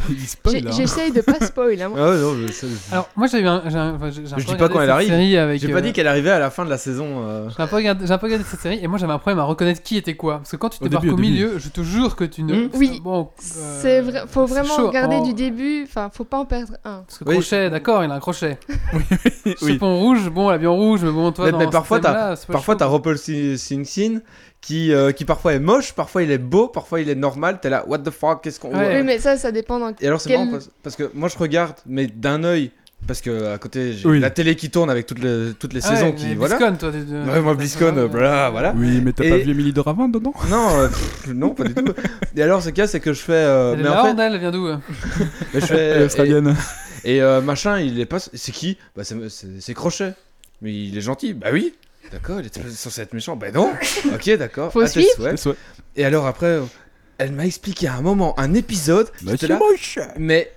Speaker 2: Il
Speaker 3: J'ai-
Speaker 2: spoil. hein.
Speaker 3: J'essaye de pas spoil. hein.
Speaker 4: Ah ouais, non, je, ça- je-
Speaker 1: Alors, moi, j'avais un. j'ai un- enfin, j'ai- j'ai un
Speaker 4: Je
Speaker 1: peu
Speaker 4: dis pas quand
Speaker 1: regardé
Speaker 4: elle
Speaker 1: cette
Speaker 4: arrive.
Speaker 1: série avec,
Speaker 4: j'ai pas
Speaker 1: euh,
Speaker 4: dit qu'elle arrivait à la fin de la saison. euh,
Speaker 1: J'ai un, peu regardé, j'ai un peu regardé cette série et moi j'avais un problème à reconnaître qui était quoi. Parce que quand tu
Speaker 2: Au
Speaker 1: débarques
Speaker 2: début,
Speaker 1: au,
Speaker 2: au début.
Speaker 1: milieu, je te jure que tu ne.
Speaker 4: Hmm.
Speaker 3: Mm. Oui.
Speaker 1: Bon, euh,
Speaker 3: C'est vrai, faut
Speaker 1: c'est
Speaker 3: vraiment
Speaker 1: chaud. hein.
Speaker 3: regarder
Speaker 1: En-
Speaker 3: du début. Enfin, faut pas en perdre un.
Speaker 1: Parce que
Speaker 4: Oui.
Speaker 1: crochet, d'accord, il a un crochet.
Speaker 2: Oui.
Speaker 1: Chapon rouge, bon, elle a bien rouge, mais bon, toi,
Speaker 4: Mais-
Speaker 1: dans
Speaker 4: mais parfois,
Speaker 1: ce thème-là, c'est pas
Speaker 4: Parfois,
Speaker 1: chaud,
Speaker 4: t'as
Speaker 1: quoi.
Speaker 4: Rumpelstiltskin qui, euh, qui parfois est moche, parfois il est beau, parfois il est normal. T'es là, what the fuck, qu'est-ce qu'on
Speaker 1: Ouais.
Speaker 4: voit
Speaker 3: Oui, mais ça, ça dépend dans
Speaker 4: Et alors, c'est
Speaker 3: Quel-
Speaker 4: marrant parce- parce que moi je regarde, mais d'un œil, parce que à côté j'ai
Speaker 2: Oui.
Speaker 4: la télé qui tourne avec toutes les, toutes les
Speaker 1: Ah ouais,
Speaker 4: saisons
Speaker 1: mais
Speaker 4: qui. Voilà.
Speaker 1: BlizzCon, toi, t'es de- Ah
Speaker 4: Ouais, moi,
Speaker 1: t'as-
Speaker 4: BlizzCon,
Speaker 1: t'as-
Speaker 4: euh, voilà, voilà.
Speaker 2: Oui, mais t'as
Speaker 4: Et-
Speaker 2: pas vu Émilie Doravin dedans
Speaker 4: Non, euh, pff, non, pas du tout. Et alors, ce qu'il y a, c'est que je fais. euh,
Speaker 1: Elle est
Speaker 4: mais en
Speaker 1: marrante,
Speaker 4: fait,
Speaker 1: elle, elle vient d'où euh
Speaker 4: mais je fais,
Speaker 2: Elle est australienne.
Speaker 4: Euh, Et, et, euh, machin, il est pas. C'est qui Bah, c'est- c'est c'est Crochet. Mais il est gentil. Bah oui. D'accord, il était pas censé être méchant. Bah non. Ok, d'accord.
Speaker 3: Faut
Speaker 4: À tes
Speaker 3: suivre.
Speaker 4: souhaits.
Speaker 2: Ouais.
Speaker 4: Et alors après, euh, elle m'a expliqué à un moment un épisode.
Speaker 2: Bah,
Speaker 4: J'étais là, mais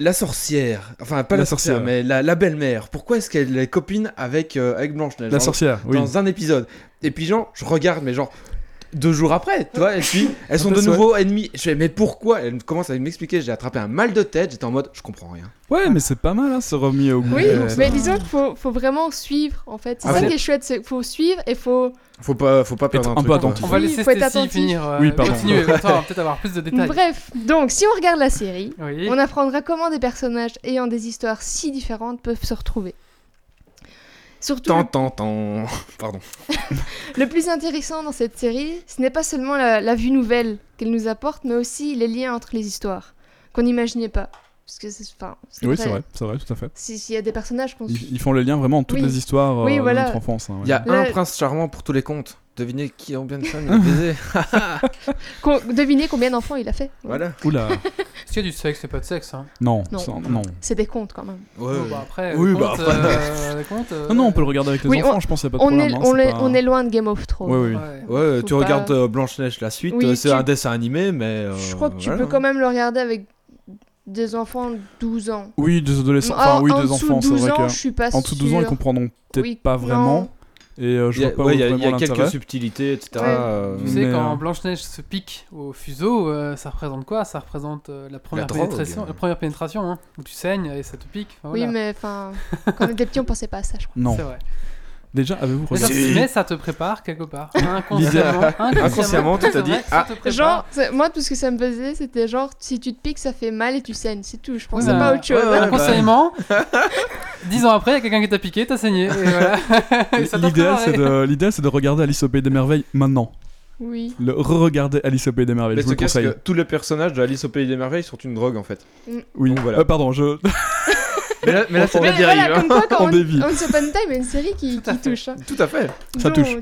Speaker 4: la sorcière, enfin pas la,
Speaker 2: La
Speaker 4: sorcière,
Speaker 2: sorcière.
Speaker 4: mais la, la belle-mère. Pourquoi est-ce qu'elle est copine avec euh, avec Blanche Neige
Speaker 2: La sorcière, oui.
Speaker 4: dans un épisode Et puis genre, je regarde, mais genre. Deux jours après, tu vois, et puis elles sont de
Speaker 2: tes souhaits.
Speaker 4: nouveau ennemies. Je fais, mais pourquoi Elle commence à m'expliquer, j'ai attrapé un mal de tête, j'étais en mode, je comprends rien.
Speaker 2: Ouais, mais c'est pas mal, hein, c'est remis au goût.
Speaker 3: Oui,
Speaker 2: Euh,
Speaker 3: mais disons qu'il faut, faut vraiment suivre en fait. C'est
Speaker 4: Ah,
Speaker 3: ça
Speaker 4: faut-
Speaker 3: qui est chouette, c'est qu'il faut suivre et faut.
Speaker 4: Faut pas, faut pas perdre
Speaker 2: Être
Speaker 4: un,
Speaker 2: un peu
Speaker 4: truc.
Speaker 2: attentif.
Speaker 1: On va
Speaker 3: Oui,
Speaker 1: laisser
Speaker 3: faut être
Speaker 1: Stacy
Speaker 3: attentif.
Speaker 1: finir. euh,
Speaker 2: Oui, pardon.
Speaker 1: Continuer, comme ça, on va peut-être avoir plus de détails.
Speaker 3: Bref, donc si on regarde la série,
Speaker 1: Oui.
Speaker 3: on apprendra comment des personnages ayant des histoires si différentes peuvent se retrouver. Surtout,
Speaker 4: Tant, tant, tant. Pardon.
Speaker 3: le plus intéressant dans cette série, ce n'est pas seulement la, la vue nouvelle qu'elle nous apporte, mais aussi les liens entre les histoires qu'on n'imaginait pas. Parce que c'est enfin, c'est
Speaker 2: Oui, c'est vrai, c'est vrai, tout à fait.
Speaker 3: Si- S'il y a des personnages qu'on
Speaker 2: Ils, ils font le lien vraiment entre toutes
Speaker 3: Oui.
Speaker 2: les histoires euh,
Speaker 3: Oui, voilà.
Speaker 2: de notre enfance. hein, ouais.
Speaker 4: Il y a
Speaker 3: Là-
Speaker 4: un prince charmant pour tous les comptes. Devinez qui, combien de femmes il a baisé.
Speaker 3: qu'on- devinez combien d'enfants il a fait.
Speaker 4: voilà.
Speaker 2: Oula,
Speaker 1: Est-ce qu'il y a du sexe, c'est pas de sexe. Hein.
Speaker 2: non,
Speaker 3: Non.
Speaker 2: ça- non.
Speaker 3: C'est des comptes quand même.
Speaker 4: Ouais,
Speaker 1: Bon, bah, après,
Speaker 2: Oui,
Speaker 1: les
Speaker 2: bah,
Speaker 1: comptes,
Speaker 2: après.
Speaker 1: euh, les comptes, euh,
Speaker 2: Non, non, on peut le regarder avec les
Speaker 3: Oui,
Speaker 2: enfants,
Speaker 3: on-
Speaker 2: je pense qu'il n'y a pas de
Speaker 3: On est,
Speaker 2: problème. hein,
Speaker 3: on,
Speaker 2: c'est
Speaker 3: est,
Speaker 2: pas-
Speaker 3: on est loin de Game of Thrones.
Speaker 2: Ouais, ouais, oui.
Speaker 1: ouais.
Speaker 4: Ouais,
Speaker 3: Faut
Speaker 4: tu
Speaker 3: pas-
Speaker 4: regardes euh, Blanche-Neige la suite,
Speaker 3: Oui,
Speaker 4: euh, c'est
Speaker 3: tu-
Speaker 4: un dessin animé, mais.
Speaker 3: Je
Speaker 4: euh,
Speaker 3: crois que tu
Speaker 4: voilà.
Speaker 3: peux quand même le regarder avec des enfants de 12 ans.
Speaker 2: Oui, des adolescents,
Speaker 3: Ah,
Speaker 2: enfin oui,
Speaker 3: en
Speaker 2: des
Speaker 3: dessous de
Speaker 2: enfants, c'est
Speaker 3: 12
Speaker 2: vrai
Speaker 3: ans,
Speaker 2: que.
Speaker 3: je suis pas
Speaker 2: En dessous de 12 ans, ils
Speaker 3: sûre.
Speaker 2: comprendront peut-être
Speaker 3: Oui,
Speaker 2: pas
Speaker 3: non.
Speaker 2: vraiment. Et euh, je
Speaker 4: Il y a,
Speaker 2: vois pas
Speaker 4: ouais,
Speaker 2: où
Speaker 4: il y a- il y a
Speaker 2: vraiment
Speaker 4: quelques
Speaker 2: l'intérêt.
Speaker 4: subtilités, etc.
Speaker 3: Ouais.
Speaker 4: euh,
Speaker 1: Tu sais,
Speaker 2: Mais,
Speaker 1: quand
Speaker 2: euh,
Speaker 1: Blanche-Neige se pique au fuseau, euh, ça représente quoi Ça représente euh, la, première
Speaker 4: drogue.
Speaker 1: pénétration, la première pénétration, hein, où tu saignes et ça te pique. enfin,
Speaker 3: Oui,
Speaker 1: voilà.
Speaker 3: mais enfin, quand on était petit, on pensait pas à ça, je crois.
Speaker 2: Non.
Speaker 1: C'est vrai.
Speaker 2: Déjà, avez-vous
Speaker 1: Mais ça,
Speaker 2: regardé
Speaker 1: mais ça te prépare quelque part. Inconsciemment.
Speaker 4: Inconsciemment, tu t'as
Speaker 1: c'est
Speaker 4: dit,
Speaker 1: vrai que
Speaker 4: ah.
Speaker 1: ça te prépare.
Speaker 3: Genre, c'est- moi, tout ce que ça me faisait, c'était genre, si tu te piques, ça fait mal et tu saignes, c'est tout. Je pensais
Speaker 1: bah,
Speaker 3: pas à autre chose.
Speaker 4: ouais, ouais.
Speaker 1: Inconsciemment, dix ans après, il y a quelqu'un qui t'a piqué, t'as saigné. Et voilà. Et ça t'a
Speaker 2: L'idéal,
Speaker 1: préparé.
Speaker 2: c'est de, l'idéal, c'est de regarder Alice au Pays des Merveilles maintenant.
Speaker 3: Oui.
Speaker 2: Le re-regarder Alice au Pays des Merveilles,
Speaker 4: Mais
Speaker 2: je vous
Speaker 4: ce
Speaker 2: le
Speaker 4: qu'est-ce
Speaker 2: conseille.
Speaker 4: que tous les personnages de Alice au Pays des Merveilles sont une drogue en fait.
Speaker 2: Oui,
Speaker 4: Donc, voilà.
Speaker 2: Euh, pardon, je.
Speaker 4: Mais là, mais là, c'est de
Speaker 3: Mais
Speaker 4: la dérive.
Speaker 3: voilà,
Speaker 4: hein.
Speaker 3: comme quoi, quand
Speaker 2: On
Speaker 3: on,
Speaker 2: dévie.
Speaker 3: Once Upon a Time, il y a une série qui,
Speaker 1: Tout à
Speaker 3: qui
Speaker 1: fait.
Speaker 3: touche. hein.
Speaker 4: Tout à fait.
Speaker 2: Ça
Speaker 3: Donc,
Speaker 2: touche.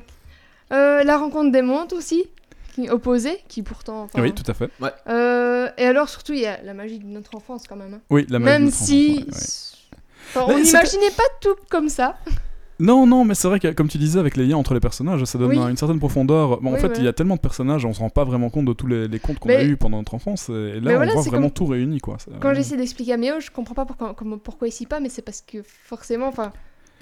Speaker 3: euh, la rencontre des mondes aussi, lignes opposées, qui pourtant. enfin,
Speaker 2: Oui, tout à fait.
Speaker 3: euh, et alors, surtout, il y a la magie de notre enfance quand même. hein.
Speaker 2: Oui, la magie
Speaker 3: même
Speaker 2: de notre
Speaker 3: si.
Speaker 2: enfance, ouais, ouais.
Speaker 3: Enfin,
Speaker 2: Mais
Speaker 3: on
Speaker 2: c'est- Ah
Speaker 3: n'imaginait pas tout comme ça.
Speaker 2: Non, non, mais c'est vrai que, comme tu disais, avec les liens entre les personnages, ça donne
Speaker 3: Oui.
Speaker 2: euh, une certaine profondeur. Bon, en
Speaker 3: Oui,
Speaker 2: fait,
Speaker 3: ouais.
Speaker 2: il y a tellement de personnages, on se rend pas vraiment compte de tous les, les contes qu'on
Speaker 3: Mais-
Speaker 2: a eus pendant notre enfance. Et, et là,
Speaker 3: Mais
Speaker 2: on
Speaker 3: voilà,
Speaker 2: voit
Speaker 3: c'est
Speaker 2: vraiment
Speaker 3: comme-
Speaker 2: tout réuni, quoi. C'est- euh,
Speaker 3: Quand j'essaie d'expliquer à Méo, je comprends pas pourquoi, comment- pourquoi il s'y pas, mais c'est parce que forcément, enfin,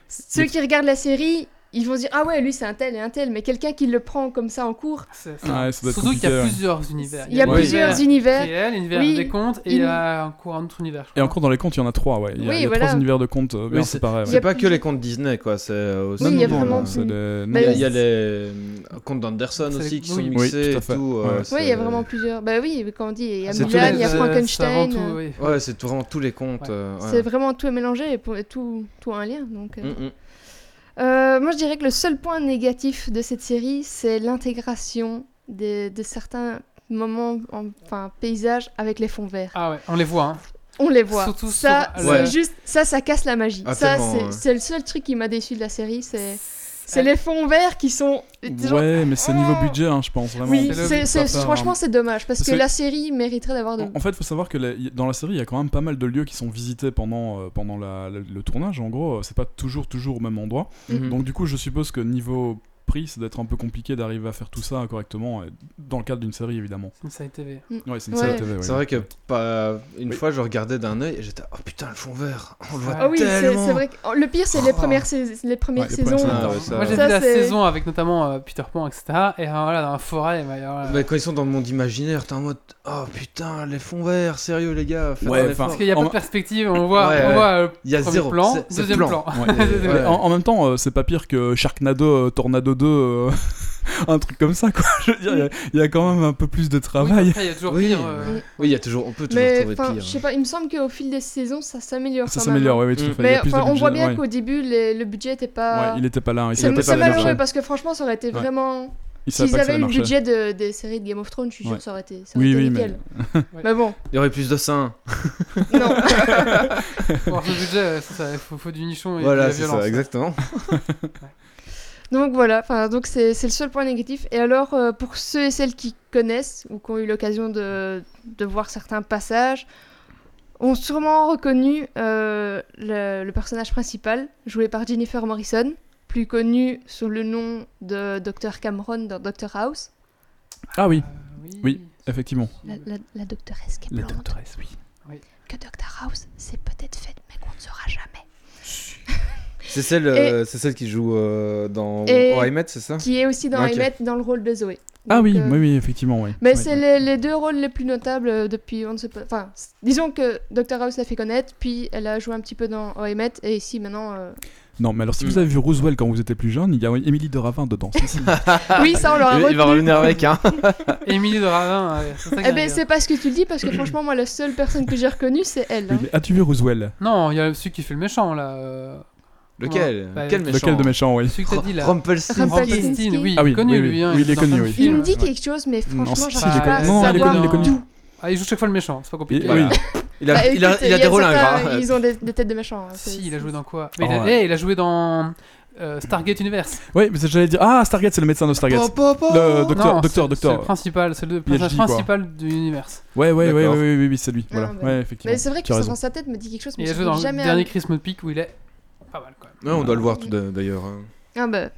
Speaker 3: ceux
Speaker 2: Mais-
Speaker 3: qui regardent la série, ils vont se dire ah ouais, lui c'est un tel et un tel, mais quelqu'un qui le prend comme ça en cours,
Speaker 1: C'est- c'est-
Speaker 2: Ouais, ça doit être
Speaker 1: Surtout qu'il y a
Speaker 2: compliqué, ouais.
Speaker 1: plusieurs univers.
Speaker 3: il y a
Speaker 2: Oui.
Speaker 3: plusieurs univers.
Speaker 1: Réel, l'univers
Speaker 3: Oui.
Speaker 1: des contes, et il y a encore un autre univers. je
Speaker 2: Et
Speaker 1: crois.
Speaker 2: encore dans les contes, il y en a trois, ouais. Il y a,
Speaker 3: Oui,
Speaker 2: il y a
Speaker 3: voilà.
Speaker 2: trois univers de contes, euh, bien,
Speaker 4: Oui,
Speaker 2: c'est pareil.
Speaker 3: il
Speaker 2: ouais.
Speaker 4: C'est pas que les contes Disney, quoi. C'est euh, aussi.
Speaker 3: Oui, il y a
Speaker 4: bon,
Speaker 3: vraiment Bah
Speaker 4: euh,
Speaker 2: C'est
Speaker 3: plus-
Speaker 2: les-
Speaker 4: Il y a- il y a
Speaker 3: Mais-
Speaker 4: les euh, contes d'Anderson
Speaker 1: C'est-
Speaker 4: aussi qui
Speaker 1: oui,
Speaker 4: sont
Speaker 1: oui.
Speaker 2: Oui,
Speaker 4: mixés
Speaker 2: tout à
Speaker 4: et
Speaker 2: fait,
Speaker 4: tout.
Speaker 2: ouais.
Speaker 4: euh,
Speaker 3: Oui, il y a
Speaker 4: c'est-
Speaker 3: vraiment plusieurs. Bah oui, mais quand on dit, il y a
Speaker 4: C'est tous
Speaker 3: Mulan,
Speaker 4: les-
Speaker 3: il y a
Speaker 1: C'est- c'est avant
Speaker 3: Frankenstein.
Speaker 1: tout,
Speaker 3: euh,
Speaker 1: oui.
Speaker 4: Ouais, c'est tout- vraiment tous les contes. euh, ouais.
Speaker 3: C'est vraiment tout est mélangé et pour- et tout, tout a un lien. Donc, euh.
Speaker 4: Mm, mm.
Speaker 3: Euh, moi, je dirais que le seul point négatif de cette série, c'est l'intégration des- de certains moments, en- enfin paysages, avec les fonds verts.
Speaker 1: Ah ouais, on les voit. hein.
Speaker 3: On les voit.
Speaker 1: Surtout
Speaker 3: ça,
Speaker 1: sur-
Speaker 3: c'est
Speaker 4: Ouais.
Speaker 3: juste, ça, ça casse la magie.
Speaker 4: Ah,
Speaker 3: ça,
Speaker 4: tellement,
Speaker 3: c'est
Speaker 4: ouais.
Speaker 3: c'est le seul truc qui m'a déçu de la série, c'est c'est
Speaker 1: Ouais.
Speaker 3: les fonds verts qui sont. genre-
Speaker 2: Ouais, mais c'est niveau budget, hein, je pense, vraiment.
Speaker 3: Ah. oui,
Speaker 1: c'est le-
Speaker 3: c'est- c'est-
Speaker 2: ça part-
Speaker 3: franchement, c'est dommage parce
Speaker 2: Parce
Speaker 3: que
Speaker 2: que-
Speaker 3: la série mériterait d'avoir de.
Speaker 2: En en fait, il faut savoir que la- y- dans la série, il y a quand même pas mal de lieux qui sont visités pendant, euh, pendant la- le, le tournage. En gros, euh, c'est pas toujours, toujours au même endroit.
Speaker 3: Mm,
Speaker 4: Mhm.
Speaker 2: Donc, du coup, je suppose que niveau prix, ça doit être un peu compliqué d'arriver à faire tout ça correctement, euh, dans le cadre d'une série, évidemment.
Speaker 1: C'est une série TV.
Speaker 2: Ouais, c'est une
Speaker 3: Ouais.
Speaker 2: série TV. ouais.
Speaker 4: C'est vrai que pas... une
Speaker 2: Oui.
Speaker 4: fois je regardais d'un œil et j'étais oh putain le fond vert on le voit
Speaker 3: Ah oui, c'est
Speaker 4: tellement
Speaker 3: c'est vrai. que- oh, le pire, c'est les
Speaker 4: Oh.
Speaker 3: premières, sais- les premières
Speaker 2: Ouais, les premières
Speaker 3: saisons.
Speaker 2: saisons.
Speaker 4: Ah ouais, ça-
Speaker 1: Moi j'ai vu
Speaker 3: Ça,
Speaker 1: la
Speaker 3: c'est-
Speaker 1: saison avec notamment euh, Peter Pan, etc. Et euh, voilà, dans la forêt. bah, voilà.
Speaker 4: Ah, Mais quand ils sont dans le monde imaginaire t'es en mode oh putain les fonds verts sérieux les gars faites
Speaker 2: Ouais,
Speaker 4: un
Speaker 2: enfin,
Speaker 4: effort.
Speaker 1: Parce qu'il n'y a pas
Speaker 2: En-
Speaker 1: de perspective, on voit,
Speaker 4: Ouais,
Speaker 1: on
Speaker 4: ouais.
Speaker 1: voit euh,
Speaker 4: il y a
Speaker 1: premier
Speaker 4: zéro
Speaker 1: plan,
Speaker 4: c'est- c'est
Speaker 1: deuxième plan.
Speaker 4: Ouais.
Speaker 1: Deuxième
Speaker 2: Mais
Speaker 4: Ouais.
Speaker 2: En, en même temps, euh, c'est pas pire que Sharknado, euh, Tornado 2, euh, un truc comme ça, quoi. Je veux dire, il y a- il y, a quand même un peu plus de
Speaker 1: Oui,
Speaker 2: travail.
Speaker 1: après, il y a toujours
Speaker 4: Ah Oui.
Speaker 1: pire. euh,
Speaker 4: oui il y a toujours on peut toujours
Speaker 3: Mais
Speaker 4: trouver
Speaker 3: enfin,
Speaker 4: pire
Speaker 3: je sais pas, il me semble qu'au fil des saisons, ça s'améliore.
Speaker 2: ça
Speaker 3: quand même. hein.
Speaker 2: s'améliore, ouais, oui, tout à
Speaker 4: Mm.
Speaker 2: fait. Il Bah, y
Speaker 3: Mais
Speaker 2: a plus de
Speaker 3: enfin, on voit
Speaker 2: budget,
Speaker 3: bien euh,
Speaker 2: ouais.
Speaker 3: qu'au début, les- le budget était pas.
Speaker 2: Ouais, il était pas là, hein, il
Speaker 3: C'est
Speaker 2: savait
Speaker 4: était
Speaker 3: c'est
Speaker 2: pas que ça
Speaker 3: malheureux
Speaker 2: marchait.
Speaker 3: parce que franchement, ça aurait été
Speaker 2: Ouais.
Speaker 3: vraiment.
Speaker 2: Il savait
Speaker 3: S'ils
Speaker 2: pas que ça
Speaker 3: avaient eu le
Speaker 2: marchait.
Speaker 3: budget de- des séries de Game of Thrones, je suis
Speaker 2: Ouais.
Speaker 3: sûr ça aurait été, ça aurait
Speaker 2: Oui,
Speaker 3: été
Speaker 2: oui, mais
Speaker 3: nickel. Mais bon,
Speaker 4: il y aurait plus de seins
Speaker 3: non.
Speaker 1: Pour avoir ce budget, euh, ça, ça, faut, faut du nichon et de
Speaker 4: voilà
Speaker 1: la
Speaker 4: c'est
Speaker 1: violence.
Speaker 4: ça exactement
Speaker 3: Donc voilà, enfin, donc c'est c'est le seul point négatif. Et alors, euh, pour ceux et celles qui connaissent ou qui ont eu l'occasion de, de voir certains passages, ont sûrement reconnu euh, le, le personnage principal, joué par Jennifer Morrison, plus connu sous le nom de Dr. Cameron dans Dr. House.
Speaker 2: Ah oui,
Speaker 1: Euh, oui.
Speaker 2: Oui. effectivement.
Speaker 3: La, la, la doctoresse qui est blonde.
Speaker 2: doctoresse, oui.
Speaker 3: Que Dr. House, c'est peut-être fait, mais qu'on ne saura jamais.
Speaker 4: c'est celle euh, c'est celle qui joue euh, dans
Speaker 3: Et-
Speaker 4: How I Met, c'est ça
Speaker 3: Qui est aussi dans
Speaker 4: Ok.
Speaker 3: Emmett dans le rôle de Zoé.
Speaker 2: Ah
Speaker 3: Donc,
Speaker 2: oui,
Speaker 3: euh,
Speaker 2: oui, oui, effectivement, oui.
Speaker 3: Mais
Speaker 2: Oui.
Speaker 3: c'est les, les deux rôles les plus notables euh, depuis on ne sait pas. Enfin, c- disons que Dr House l'a fait connaître, puis elle a joué un petit peu dans Oemet, et ici maintenant. euh,
Speaker 2: Non, mais alors si
Speaker 4: Mm.
Speaker 2: vous avez vu Roosevelt quand vous étiez plus jeune, il y a Émilie de Ravin dedans. si, si.
Speaker 3: Oui, ça on l'aura
Speaker 4: Ah, il, il va
Speaker 3: retenu.
Speaker 4: revenir avec hein
Speaker 1: Émilie de Ravin, euh, c'est ça
Speaker 3: Eh
Speaker 1: qu'il y a
Speaker 3: ben,
Speaker 1: à dire.
Speaker 3: c'est pas ce que tu le dis parce que franchement, moi, la seule personne que j'ai reconnue, c'est elle.
Speaker 2: Oui,
Speaker 3: hein.
Speaker 2: mais As-tu vu Roosevelt
Speaker 1: Non, il y a celui qui fait le méchant là. euh,
Speaker 4: lequel
Speaker 1: Bah,
Speaker 4: quel méchant
Speaker 2: Lequel de méchant, oui.
Speaker 1: Celui que t'as dit là.
Speaker 4: Rumpelstiltskin
Speaker 3: Rumpelstiltskin.
Speaker 1: Rumpelstiltskin, oui,
Speaker 2: Ah oui,
Speaker 1: il est connu
Speaker 2: oui, oui.
Speaker 1: lui. hein,
Speaker 2: Oui, il est
Speaker 1: dans
Speaker 2: connu,
Speaker 1: plein de
Speaker 2: oui.
Speaker 3: Il
Speaker 1: films.
Speaker 3: me dit
Speaker 2: ouais.
Speaker 3: quelque chose, mais
Speaker 2: Non,
Speaker 3: franchement,
Speaker 2: si,
Speaker 1: j'arrive
Speaker 2: il est
Speaker 1: pas
Speaker 2: connu.
Speaker 1: à
Speaker 2: Non, il est connu, il est
Speaker 1: savoir.
Speaker 2: connu.
Speaker 1: Ah, il joue chaque fois le méchant, c'est pas
Speaker 2: Et-
Speaker 1: compliqué. Ah,
Speaker 2: oui.
Speaker 4: Voilà. il a
Speaker 3: Bah,
Speaker 4: il a
Speaker 3: écoute,
Speaker 4: il a des rôles
Speaker 3: certains- euh,
Speaker 4: ingrats
Speaker 3: Ils ont des, des têtes de méchants. hein, c'est-
Speaker 1: Si, il a
Speaker 3: c'est-
Speaker 1: joué dans quoi Mais
Speaker 2: Oh,
Speaker 1: il, a,
Speaker 2: ouais.
Speaker 1: eh, il a joué dans euh, Stargate Universe.
Speaker 2: Oui, mais c'est- j'allais dire. Ah, Stargate, c'est le médecin de Stargate.
Speaker 4: Oh, oh, oh.
Speaker 2: Le docteur,
Speaker 1: Non,
Speaker 2: docteur,
Speaker 1: C'est le
Speaker 2: docteur.
Speaker 1: principal, c'est le
Speaker 2: Il y a
Speaker 1: personnage
Speaker 2: J, quoi.
Speaker 1: principal de l'univers.
Speaker 2: Ouais, ouais, ouais,
Speaker 4: D'accord.
Speaker 2: ouais, oui, oui, oui, c'est lui. Voilà.
Speaker 3: bah.
Speaker 2: Ouais, effectivement.
Speaker 3: Mais c'est vrai que
Speaker 2: Tu as
Speaker 3: ça
Speaker 2: raison.
Speaker 3: dans sa tête me dit quelque chose, mais
Speaker 1: Il
Speaker 3: je
Speaker 1: a joué
Speaker 3: sais
Speaker 1: dans le
Speaker 3: jamais.
Speaker 1: dernier Christmas Peak où il est pas mal quand même.
Speaker 4: Ouais, on doit le voir tout d'a- d'ailleurs hein,
Speaker 3: Ah bah,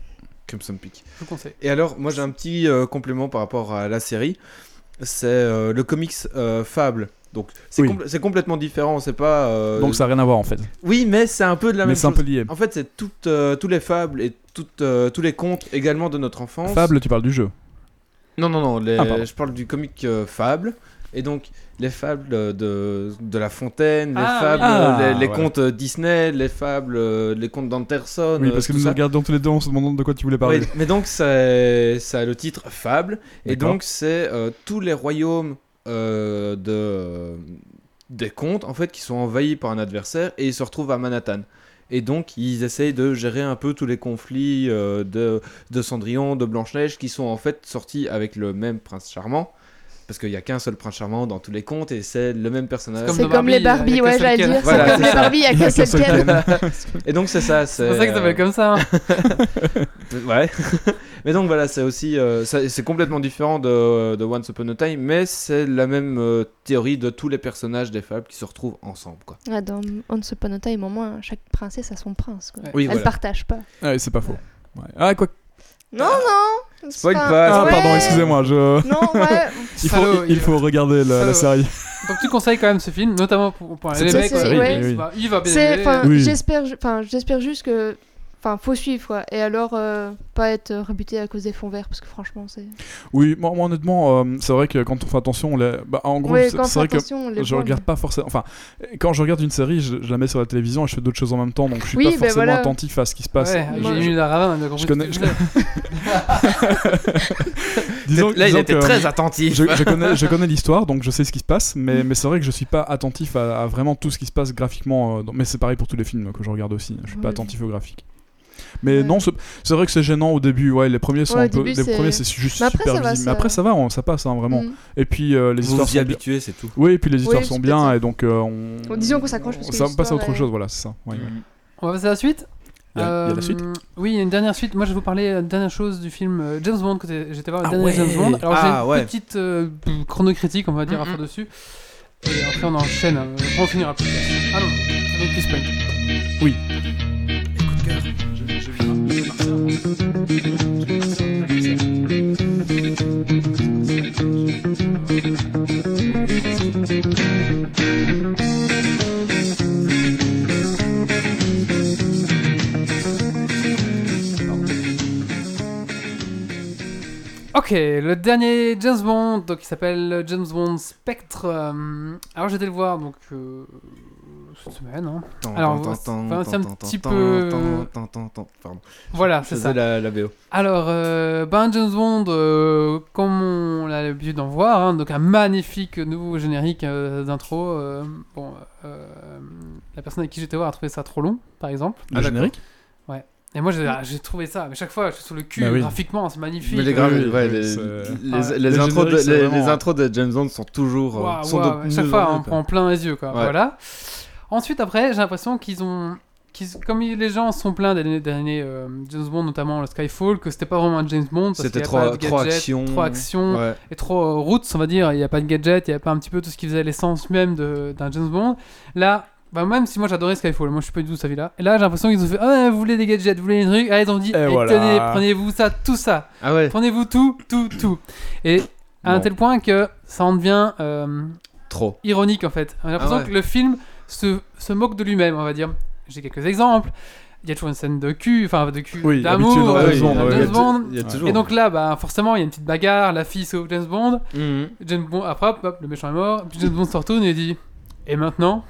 Speaker 4: comme ça me pique
Speaker 1: Je vous conseille.
Speaker 4: Et alors, moi j'ai un petit euh, complément par rapport à la série. C'est euh, le comics euh, Fable. Donc c'est
Speaker 2: Oui.
Speaker 4: compl- c'est complètement différent. C'est pas. euh,
Speaker 2: Donc ça n'a rien à voir en fait.
Speaker 4: Oui, mais c'est un peu de la
Speaker 2: mais
Speaker 4: même
Speaker 2: c'est un
Speaker 4: chose.
Speaker 2: peu lié.
Speaker 4: En fait, c'est toutes euh, tous les fables et toutes, euh, tous les contes également de notre enfance.
Speaker 2: Fable, tu parles du jeu.
Speaker 4: Non, non, non. les-
Speaker 2: Ah, pardon.
Speaker 4: je parle du comic euh, Fable. Et donc les fables euh, de, de la Fontaine, les
Speaker 1: Ah,
Speaker 4: fables,
Speaker 2: oui.
Speaker 4: euh, les,
Speaker 2: Ah,
Speaker 4: les
Speaker 2: voilà.
Speaker 4: contes euh, Disney, les fables, euh, les contes d'Anderson.
Speaker 2: Oui,
Speaker 4: euh,
Speaker 2: parce que
Speaker 4: tout
Speaker 2: nous nous
Speaker 4: ça.
Speaker 2: regardons tous les deux en se demandant de quoi tu voulais parler.
Speaker 4: Oui, mais donc c'est- ça a le titre Fable, et
Speaker 2: D'accord.
Speaker 4: donc c'est euh, tous les royaumes euh, de, des contes en fait qui sont envahis par un adversaire et ils se retrouvent à Manhattan. Et donc ils essayent de gérer un peu tous les conflits euh, de, de Cendrillon, de Blanche-Neige qui sont en fait sortis avec le même prince charmant. Parce qu'il n'y a qu'un seul prince charmant dans tous les contes et c'est le même personnage.
Speaker 1: Comme
Speaker 3: c'est
Speaker 1: dans
Speaker 3: comme les
Speaker 1: Barbie, il y
Speaker 3: Barbies,
Speaker 1: a qu'un seul
Speaker 3: ouais, j'allais
Speaker 1: Ken.
Speaker 3: dire.
Speaker 4: Voilà,
Speaker 3: C'est comme
Speaker 4: c'est
Speaker 3: les
Speaker 4: ça.
Speaker 3: Barbies, il y a qu'un seul Ken.
Speaker 4: Et donc c'est euh, ça.
Speaker 2: Euh.
Speaker 1: C'est pour ça qu'il s'appelle comme ça. hein.
Speaker 4: Ouais. Mais donc voilà, c'est aussi, euh, ça- c'est complètement différent de, de Once Upon a Time, mais c'est la même euh, théorie de tous les personnages des fables qui se retrouvent ensemble, quoi.
Speaker 3: Ah, dans Once Upon a Time, au moins, chaque princesse a son prince. Quoi.
Speaker 1: Ouais.
Speaker 4: Oui,
Speaker 3: Elle
Speaker 4: voilà.
Speaker 3: partage pas.
Speaker 2: Ah, oui, c'est pas faux. Ouais. Ah, quoi.
Speaker 3: Non, non
Speaker 4: Spoil
Speaker 3: enfin,
Speaker 4: pas,
Speaker 2: Ah,
Speaker 4: ouais.
Speaker 2: pardon, excusez-moi. Je...
Speaker 3: Non, ouais.
Speaker 2: Il, faut,
Speaker 1: Salaud,
Speaker 2: il
Speaker 1: il-
Speaker 2: faut regarder la, la
Speaker 1: Salaud.
Speaker 2: série.
Speaker 1: Donc tu conseilles quand même ce film, notamment pour, pour
Speaker 2: C'est-
Speaker 1: les
Speaker 3: c'est-
Speaker 1: mecs.
Speaker 3: c'est-
Speaker 1: quoi.
Speaker 3: ouais.
Speaker 2: Oui, oui.
Speaker 1: Bah, il va bien.
Speaker 3: C'est,
Speaker 1: aimer.
Speaker 3: enfin,
Speaker 2: Oui.
Speaker 3: j'espère, ju- enfin, j'espère juste que, enfin, faut suivre quoi, et alors euh, pas être rebuté à cause des fonds verts parce que franchement c'est.
Speaker 2: Oui, moi, moi, honnêtement, euh, c'est vrai que quand on fait attention, on les- bah, en gros,
Speaker 3: Ouais,
Speaker 2: c'est
Speaker 3: quand
Speaker 2: c'est
Speaker 3: fait
Speaker 2: vrai que
Speaker 3: attention, on les
Speaker 2: je
Speaker 3: voit,
Speaker 2: regarde
Speaker 3: mais-
Speaker 2: pas forcément. Enfin, quand je regarde une série, je, je la mets sur la télévision et je fais d'autres choses en même temps, donc je suis
Speaker 3: Oui,
Speaker 2: pas
Speaker 3: ben
Speaker 2: forcément
Speaker 3: voilà.
Speaker 2: attentif à ce qui se passe.
Speaker 1: Ouais,
Speaker 2: Je-
Speaker 1: j'ai eu la ravin, on a compris
Speaker 2: je
Speaker 1: ce que
Speaker 2: connais-
Speaker 1: tu
Speaker 2: je
Speaker 1: voulais.
Speaker 2: disons-
Speaker 4: Là, il
Speaker 2: disons
Speaker 4: était
Speaker 2: que,
Speaker 4: très attentif.
Speaker 2: je, je connais, je connais l'histoire, donc je sais ce qui se passe, mais, mais c'est vrai que je suis pas attentif à, à vraiment tout ce qui se passe graphiquement. euh, dans- mais c'est pareil pour tous les films que je regarde aussi. Je suis pas
Speaker 3: Ouais.
Speaker 2: attentif au graphique. Mais
Speaker 3: Ouais.
Speaker 2: non, c'est c'est vrai que c'est gênant au début. Ouais, les premiers sont
Speaker 3: Ouais,
Speaker 2: un
Speaker 3: au
Speaker 2: peu.
Speaker 3: début,
Speaker 2: les
Speaker 3: c'est-
Speaker 2: premiers, c'est juste
Speaker 3: Mais après,
Speaker 2: super
Speaker 3: ça va,
Speaker 2: visible. Mais
Speaker 3: ça-
Speaker 2: après, ça va, on- ça passe, hein, vraiment.
Speaker 3: Mm.
Speaker 2: Et puis euh, les
Speaker 4: Vous
Speaker 2: histoires
Speaker 4: vous y
Speaker 2: sont bien.
Speaker 4: habituez, c'est tout.
Speaker 2: Oui, et puis les histoires
Speaker 3: c'est
Speaker 2: sont
Speaker 3: peut-être
Speaker 2: bien,
Speaker 3: ça.
Speaker 2: et donc euh, on.
Speaker 3: Disons qu'on s'accroche parce que
Speaker 2: Ça va passer à autre
Speaker 3: l'histoire
Speaker 2: chose, voilà, c'est ça. Ouais, ouais.
Speaker 1: On va passer à la suite.
Speaker 2: Il y a- il y a la suite.
Speaker 1: Euh, Oui, il y a une dernière suite. Moi, je vais vous parler euh, une dernière chose du film euh, James Bond que t'es- j'étais voir le
Speaker 2: Ah
Speaker 1: dernier
Speaker 2: ouais.
Speaker 1: James Bond. Alors, j'ai
Speaker 4: Ah
Speaker 1: une
Speaker 4: ouais.
Speaker 1: petite euh, chronocritique, on va dire, à faire dessus. Et après, on enchaîne. hein. Après, on finira plus. Ah non, avec Chris Pine. Ok, le dernier James Bond, donc il s'appelle James Bond Spectre. euh, alors j'étais le voir donc euh, cette semaine. hein. Alors, enfin, c'est un petit peu- euh,
Speaker 4: Pardon.
Speaker 1: Voilà,
Speaker 4: Je
Speaker 1: c'est
Speaker 4: faisais
Speaker 1: ça.
Speaker 4: la, la BO.
Speaker 1: Alors, euh, ben James Bond, euh, comme on a l'habitude d'en voir, hein, donc un magnifique nouveau générique euh, d'intro. euh, bon, euh, la personne avec qui j'étais voir a trouvé ça trop long, par exemple.
Speaker 2: Le générique
Speaker 1: Et moi j'ai ah, j'ai trouvé ça, mais chaque fois je suis sur le cul,
Speaker 2: Bah oui.
Speaker 1: graphiquement c'est magnifique.
Speaker 4: Mais les,
Speaker 1: Euh, ah,
Speaker 4: graves,
Speaker 2: oui,
Speaker 4: ouais,
Speaker 2: oui,
Speaker 4: les,
Speaker 2: c'est-
Speaker 4: les- les
Speaker 2: Le
Speaker 4: intros de,
Speaker 2: générique, c'est
Speaker 4: les, les
Speaker 2: vraiment-
Speaker 4: intros de James Bond sont toujours. euh,
Speaker 1: Waouh,
Speaker 4: sont
Speaker 1: waouh,
Speaker 4: de-
Speaker 1: chaque
Speaker 4: nous-
Speaker 1: fois, hein, on
Speaker 4: nous-
Speaker 1: prend plein les yeux, quoi.
Speaker 4: Ouais.
Speaker 1: Voilà. Ensuite, après, j'ai l'impression qu'ils ont. qu'ils- comme ils- les gens sont pleins des derniers euh, James Bond, notamment le Skyfall, que c'était pas vraiment un James Bond. parce qu'il
Speaker 4: C'était
Speaker 1: y a
Speaker 4: trop-
Speaker 1: pas de
Speaker 4: trop
Speaker 1: gadgets,
Speaker 4: action.
Speaker 1: trop action
Speaker 4: Ouais.
Speaker 1: et trop euh, roots, on va dire. Il n'y a pas de gadget, il n'y a pas un petit peu tout ce qui faisait l'essence même de- d'un James Bond. Là. bah, même si moi j'adorais Skyfall, moi je suis pas du tout de sa vie là. Et là j'ai l'impression qu'ils ont fait Ah, vous voulez des gadgets, vous voulez des trucs Allez, ils ont dit
Speaker 2: Et
Speaker 1: Eh,
Speaker 2: voilà.
Speaker 1: Tenez, prenez-vous ça, tout ça.
Speaker 4: Ah ouais,
Speaker 1: Prenez-vous tout, tout, tout. Et à un
Speaker 2: Bon.
Speaker 1: tel point que ça en devient. euh,
Speaker 4: trop.
Speaker 1: ironique en fait. On a l'impression
Speaker 4: Ah ouais.
Speaker 1: que le film se, se moque de lui-même, on va dire. J'ai quelques exemples. Il y a toujours une scène de cul, enfin de cul,
Speaker 2: Oui,
Speaker 1: d'amour,
Speaker 2: habituel dans
Speaker 1: euh,
Speaker 2: James Bond,
Speaker 1: dans
Speaker 2: ouais.
Speaker 1: James
Speaker 2: Il y a-
Speaker 1: Bond.
Speaker 4: Il y a
Speaker 2: Ouais.
Speaker 4: toujours.
Speaker 1: Et donc là, bah, forcément, il y a une petite bagarre, la fille sauve James Bond,
Speaker 4: Mhm.
Speaker 1: James Bond, après, hop, hop, le méchant est mort, puis James Bond se retourne et dit « Et maintenant ?»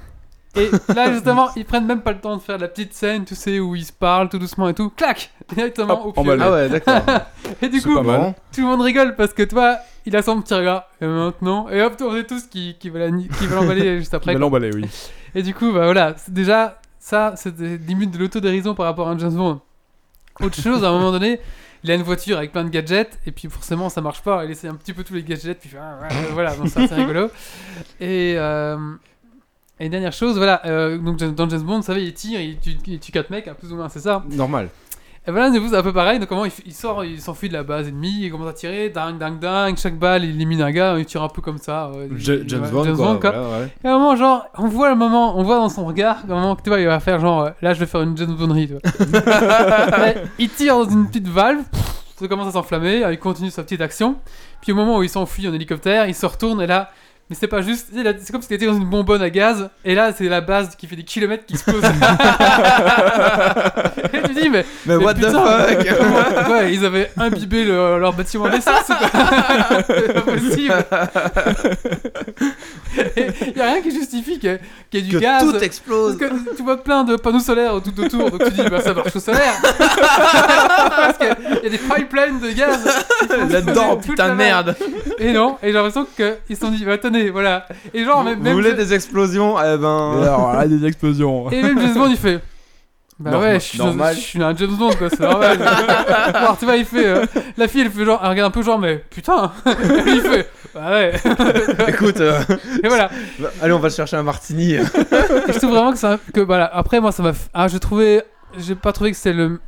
Speaker 1: Et là, justement, ils prennent même pas le temps de faire la petite scène, tu sais, où ils se parlent tout doucement et tout, clac Directement
Speaker 2: Hop,
Speaker 1: au piolet.
Speaker 4: Ah ouais, d'accord.
Speaker 1: Et du
Speaker 2: C'est
Speaker 1: coup,
Speaker 2: pas mal.
Speaker 4: Marrant.
Speaker 1: tout le monde rigole parce que toi, il a son petit regard. Et maintenant, et hop, on est tous qui, qui veulent la- qui veulent l'emballer juste après.
Speaker 2: Il va l'emballer, oui.
Speaker 1: Et du coup, bah voilà, c'est déjà, ça, c'est des limites de l'autodérision par rapport à un James Bond. Autre chose, à un moment donné, il a une voiture avec plein de gadgets, et puis forcément, ça marche pas. Il essaie un petit peu tous les gadgets, puis il fait, ah, ah, ah, voilà, donc ça, c'est rigolo. Et. euh, et une dernière chose, voilà, euh, donc dans James Bond, vous savez, il tire, il tue, il tue 4 mecs, hein, plus ou moins, c'est ça.
Speaker 4: Normal.
Speaker 1: Et voilà, c'est un peu pareil. Donc, comment il, f- il sort, il s'enfuit de la base ennemie, il commence à tirer, ding, ding, ding. Chaque balle, il élimine un gars, il tire un peu comme ça. euh, il-
Speaker 4: Ja- James
Speaker 1: ouais,
Speaker 4: Bond,
Speaker 1: James
Speaker 4: quoi.
Speaker 1: Bond, quoi.
Speaker 4: voilà, ouais.
Speaker 1: Et à un moment, genre, on voit le moment, on voit dans son regard, un moment que tu vois, il va faire genre, euh, là, je vais faire une James Bonnerie, tu vois. Ouais, il tire dans une petite valve, pff, ça commence à s'enflammer, euh, il continue sa petite action. Puis au moment où il s'enfuit en hélicoptère, il se retourne et là. Mais c'est pas juste, c'est la- c'est comme s'il était dans une bonbonne à gaz, et là c'est la base qui fait des kilomètres qui explose. et tu dis, mais
Speaker 4: Mais
Speaker 1: mais
Speaker 4: Euh, what the
Speaker 1: putain,
Speaker 4: fuck
Speaker 1: comment- ouais, ils avaient imbibé le- leur bâtiment d'essence, c'est pas, c'est pas possible. Il y a rien qui justifie qu'il y, ait- qu'il y ait du
Speaker 4: Que
Speaker 1: gaz.
Speaker 4: tout
Speaker 1: parce
Speaker 4: explose.
Speaker 1: que tu vois plein de panneaux solaires tout autour, donc tu dis bah ça marche au solaire. Parce qu'il y a des pipelines de gaz qui font exploser
Speaker 4: Là-dedans,
Speaker 1: toute
Speaker 4: putain
Speaker 1: la
Speaker 4: de merde.
Speaker 1: merde. Et non, et j'ai l'impression qu'ils se sont dit bah attendez, voilà. Et genre même,
Speaker 4: vous
Speaker 1: même
Speaker 4: voulez des explosions Eh
Speaker 2: Et
Speaker 4: ben.
Speaker 2: alors là, des explosions.
Speaker 1: et même James Bond il fait Bah
Speaker 4: Norma-
Speaker 1: ouais, je suis,
Speaker 4: normal.
Speaker 1: je suis un James Bond quoi, c'est normal. Alors tu vois, il fait. euh, la fille elle fait genre, elle regarde un peu genre, mais putain Et lui, il fait Bah ouais
Speaker 4: Écoute, euh,
Speaker 1: Et voilà
Speaker 4: bah, allez, on va chercher un martini.
Speaker 1: Et je trouve vraiment que ça. Que, voilà. Après, moi ça m'a. f- Ah, j'ai trouvé. J'ai pas trouvé que c'était le.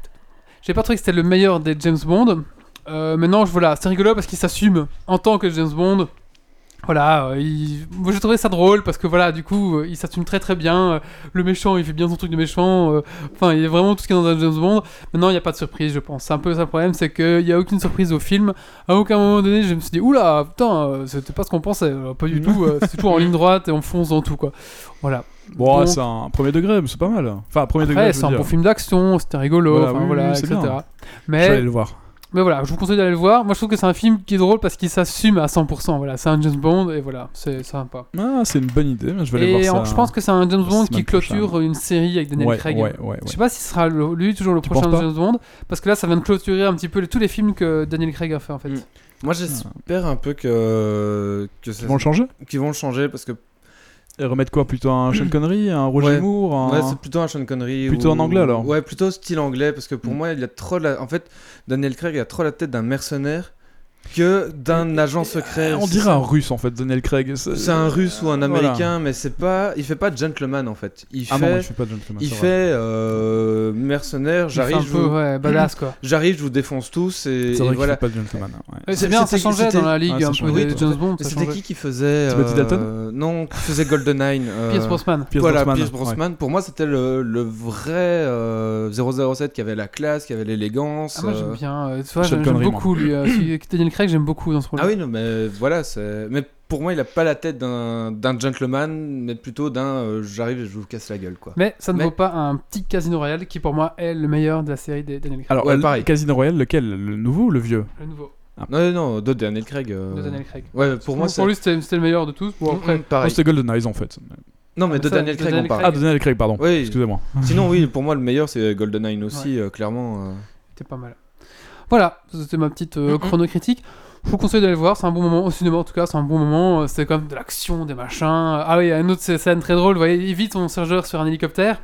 Speaker 1: J'ai pas trouvé que c'était le meilleur des James Bond. Euh, maintenant, je- voilà, c'est rigolo parce qu'il s'assume en tant que James Bond. Voilà, euh, il- moi j'ai trouvé ça drôle parce que voilà, du coup, euh, il s'assume très très bien. Euh, Le méchant, il fait bien son truc de méchant. Euh, Enfin, il est vraiment tout ce qu'il y a dans un James Bond. Maintenant, il n'y a pas de surprise, je pense. C'est un peu ça le problème, c'est qu'il n'y a aucune surprise au film. À aucun moment donné, je me suis dit, oula, putain, euh, c'était pas ce qu'on pensait. Alors, pas du tout, euh, c'est toujours en ligne droite et on fonce dans tout, quoi. Voilà.
Speaker 2: Bon,
Speaker 1: Donc-
Speaker 2: c'est un premier degré, mais c'est pas mal. Enfin, premier degré,
Speaker 1: Après,
Speaker 2: je
Speaker 1: c'est
Speaker 2: veux
Speaker 1: un
Speaker 2: dire.
Speaker 1: bon film d'action, c'était rigolo,
Speaker 2: Voilà,
Speaker 1: enfin,
Speaker 2: oui, oui,
Speaker 1: voilà,
Speaker 2: oui, c'est
Speaker 1: etc.
Speaker 2: bien. hein. Je
Speaker 4: Eh.
Speaker 2: vais
Speaker 1: Mais
Speaker 2: aller le voir.
Speaker 1: mais voilà, je vous conseille d'aller le voir. Moi, je trouve que c'est un film qui est drôle parce qu'il s'assume à 100%. Voilà, c'est un James Bond et voilà, c'est sympa.
Speaker 2: Ah, c'est une bonne idée, mais je vais aller
Speaker 1: Et
Speaker 2: voir
Speaker 1: en-
Speaker 2: ça.
Speaker 1: je pense que c'est un James
Speaker 2: la
Speaker 1: Bond
Speaker 2: semaine
Speaker 1: qui clôture une série avec Daniel
Speaker 2: ouais,
Speaker 1: Craig.
Speaker 2: Ouais, ouais, ouais.
Speaker 1: Je sais pas si ce sera le- lui toujours le
Speaker 2: Tu
Speaker 1: prochain
Speaker 2: penses pas
Speaker 1: James Bond parce que là, ça vient de clôturer un petit peu les- tous les films que Daniel Craig a fait en fait.
Speaker 4: Mm. Moi, j'espère un peu que. que ça-
Speaker 2: Ils vont le changer
Speaker 4: qu'ils vont le changer parce que.
Speaker 2: Et remettre quoi Plutôt un Sean Connery, un Roger
Speaker 4: Ouais.
Speaker 2: Moore un...
Speaker 4: Ouais, c'est plutôt un Sean Connery.
Speaker 2: Ah. Plutôt
Speaker 4: ou-
Speaker 2: en anglais, alors.
Speaker 4: Ouais, plutôt style anglais parce que pour
Speaker 2: Mm.
Speaker 4: moi, il a trop la. En fait, Daniel Craig il a trop la tête d'un mercenaire que d'un agent secret.
Speaker 2: On
Speaker 4: C'est
Speaker 2: dirait
Speaker 4: ça.
Speaker 2: un russe en fait, Daniel Craig.
Speaker 4: C'est un russe ou un
Speaker 2: Voilà.
Speaker 4: américain, mais c'est pas. Il fait pas gentleman en fait. Il
Speaker 2: Ah
Speaker 4: fait.
Speaker 2: non, je fais pas de gentleman.
Speaker 4: il
Speaker 2: c'est
Speaker 4: fait
Speaker 2: vrai.
Speaker 4: euh, mercenaire,
Speaker 1: Il fait
Speaker 4: j'arrive,
Speaker 1: un
Speaker 4: je,
Speaker 1: peu
Speaker 4: vous-
Speaker 1: ouais, badass quoi.
Speaker 4: j'arrive, je vous défonce tous et,
Speaker 2: C'est vrai
Speaker 4: et
Speaker 2: qu'il
Speaker 4: voilà.
Speaker 2: fait pas de gentleman. hein, ouais.
Speaker 1: Ouais, C'est
Speaker 4: C'est-
Speaker 1: bien, ça
Speaker 4: c'était-
Speaker 1: changeait
Speaker 4: c'était-
Speaker 1: dans la ligue
Speaker 2: Ouais, Ah, ça
Speaker 1: un peu
Speaker 2: changeait,
Speaker 1: des
Speaker 2: tout à fait.
Speaker 1: James Bond.
Speaker 4: Mais
Speaker 1: ça
Speaker 4: C'était
Speaker 1: changeait.
Speaker 4: qui qui faisait
Speaker 2: Timothy Dalton
Speaker 4: euh, Non, qui faisait GoldenEye. euh,
Speaker 1: Pierce Brosnan.
Speaker 2: Pierce
Speaker 4: voilà,
Speaker 2: Brosnan,
Speaker 4: Pierce
Speaker 2: ouais.
Speaker 4: Brosnan. Pour moi, c'était le, le vrai euh, 007 qui avait la classe, qui avait l'élégance.
Speaker 1: Ah, moi j'aime
Speaker 4: euh.
Speaker 1: bien. euh, tu vois,
Speaker 2: Sean
Speaker 1: j'aime j'aime
Speaker 2: Connery, moi.
Speaker 1: beaucoup lui. euh, celui- Daniel Craig, j'aime beaucoup dans ce rôle.
Speaker 4: Ah oui, non, mais voilà. c'est- Mais pour moi, il a pas la tête d'un d'un gentleman, mais plutôt d'un euh, j'arrive et je vous casse la gueule, quoi.
Speaker 1: Mais ça ne
Speaker 4: Mais-
Speaker 1: vaut pas un petit Casino Royale qui pour moi est le meilleur de la série des Daniel Craig.
Speaker 2: Alors,
Speaker 4: Ouais,
Speaker 2: euh,
Speaker 4: pareil.
Speaker 2: Casino Royale, lequel Le nouveau ou le vieux
Speaker 1: Le nouveau
Speaker 4: Non, non, non, de Daniel Craig. euh,
Speaker 1: de Daniel Craig.
Speaker 4: Ouais, pour moi, c'est.
Speaker 1: pour lui c'était c'était le meilleur de tous. Bon,
Speaker 4: Mm,
Speaker 1: après,
Speaker 4: mm, pareil.
Speaker 2: Oh, C'était Golden Eyes en fait.
Speaker 4: Non, mais
Speaker 1: Ah,
Speaker 4: de
Speaker 1: ça,
Speaker 4: Daniel
Speaker 1: de
Speaker 4: Craig,
Speaker 1: Daniel
Speaker 4: on parle.
Speaker 2: Ah, Daniel Craig, pardon.
Speaker 4: Oui,
Speaker 2: Excusez-moi.
Speaker 4: sinon, oui, pour moi, le meilleur, c'est GoldenEye aussi, euh, clairement. euh.
Speaker 1: c'était pas mal. Voilà, c'était ma petite euh, chrono critique. Je vous conseille d'aller le voir, c'est un bon moment au cinéma en tout cas, c'est un bon moment, euh, c'est quand même de l'action, des machins. Ah oui, il y a une autre scène très drôle, vous voyez, il vide son sergeur sur un hélicoptère.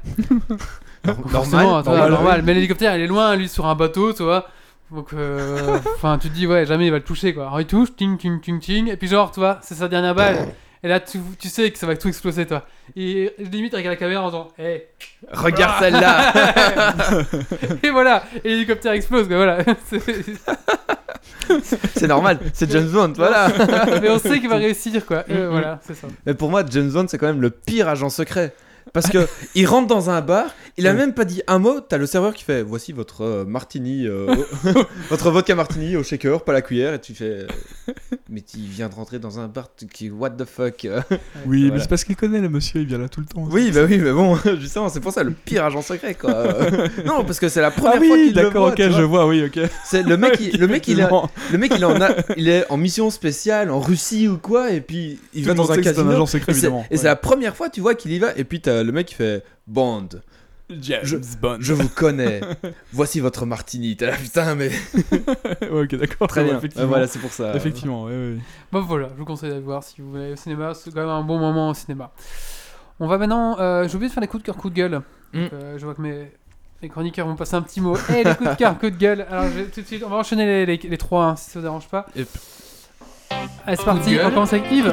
Speaker 1: Forcément, tu vois, normal, mais l'hélicoptère il est loin, lui sur un bateau, tu vois. Donc, euh, enfin, tu te dis, ouais, jamais il va le toucher quoi. Alors il touche, ting, ting, ting, ting, et puis genre, tu vois, c'est sa dernière balle. Et là, tu, tu sais que ça va tout exploser, toi. Et limite, avec la caméra en disant, eh. hé,
Speaker 4: Regarde celle-là
Speaker 1: Et voilà, et l'hélicoptère explose, quoi, voilà. C'est-
Speaker 4: C'est normal, c'est James Bond, voilà
Speaker 1: Mais on sait qu'il va réussir, quoi. Et voilà, c'est ça.
Speaker 4: Mais pour moi, James Bond, c'est quand même le pire agent secret. Parce que il rentre dans un bar, il a même pas dit un mot, t'as le serveur qui fait voici votre euh, martini, euh, au- votre vodka martini au shaker, pas la cuillère, et tu fais. euh, Mais tu viens de rentrer dans un bar, tu- qui what the fuck euh.
Speaker 2: Oui, mais
Speaker 4: Voilà.
Speaker 2: c'est parce qu'il connaît le monsieur, il vient là tout le temps.
Speaker 4: Oui, bah oui, mais bon, justement, c'est pour ça le pire agent secret quoi. Euh, non, parce que c'est la
Speaker 2: Ah
Speaker 4: première fois
Speaker 2: oui,
Speaker 4: qu'il le
Speaker 2: d'accord,
Speaker 4: voit.
Speaker 2: ok,
Speaker 4: tu vois.
Speaker 2: je vois, oui, ok.
Speaker 4: C'est le mec, il- le mec, il a,
Speaker 2: Effectivement.
Speaker 4: Le mec, il est, en a- il est en mission spéciale en Russie ou quoi, et puis il
Speaker 2: Tout
Speaker 4: va
Speaker 2: le monde
Speaker 4: dans un
Speaker 2: sait que c'est
Speaker 4: casino.
Speaker 2: un agent secret,
Speaker 4: et c'est
Speaker 2: évidemment.
Speaker 4: et c'est la première fois, tu vois, qu'il y va, et puis t'as le mec qui fait Bond,
Speaker 2: James Bond.
Speaker 4: je vous connais, voici votre martini. T'as la putain, mais
Speaker 2: Ouais, ok, d'accord.
Speaker 4: très
Speaker 2: ouais,
Speaker 4: bien.
Speaker 2: Effectivement.
Speaker 4: Euh, voilà, c'est pour ça.
Speaker 2: Effectivement, oui, oui.
Speaker 1: Bon, Bah voilà, je vous conseille d'aller voir si vous voulez au cinéma. C'est quand même un bon moment au cinéma. On va maintenant. euh, J'ai oublié de faire les coups de cœur, coups de gueule.
Speaker 4: Mm.
Speaker 1: Donc, euh, je vois que mes. Les chroniqueurs vont passer un petit mot. Eh, les coups de cœur, coups de gueule. Alors, je vais tout de suite, on va enchaîner les, les- les trois, hein, si ça vous dérange pas.
Speaker 4: Yep.
Speaker 1: Allez, c'est parti, on commence avec Yves.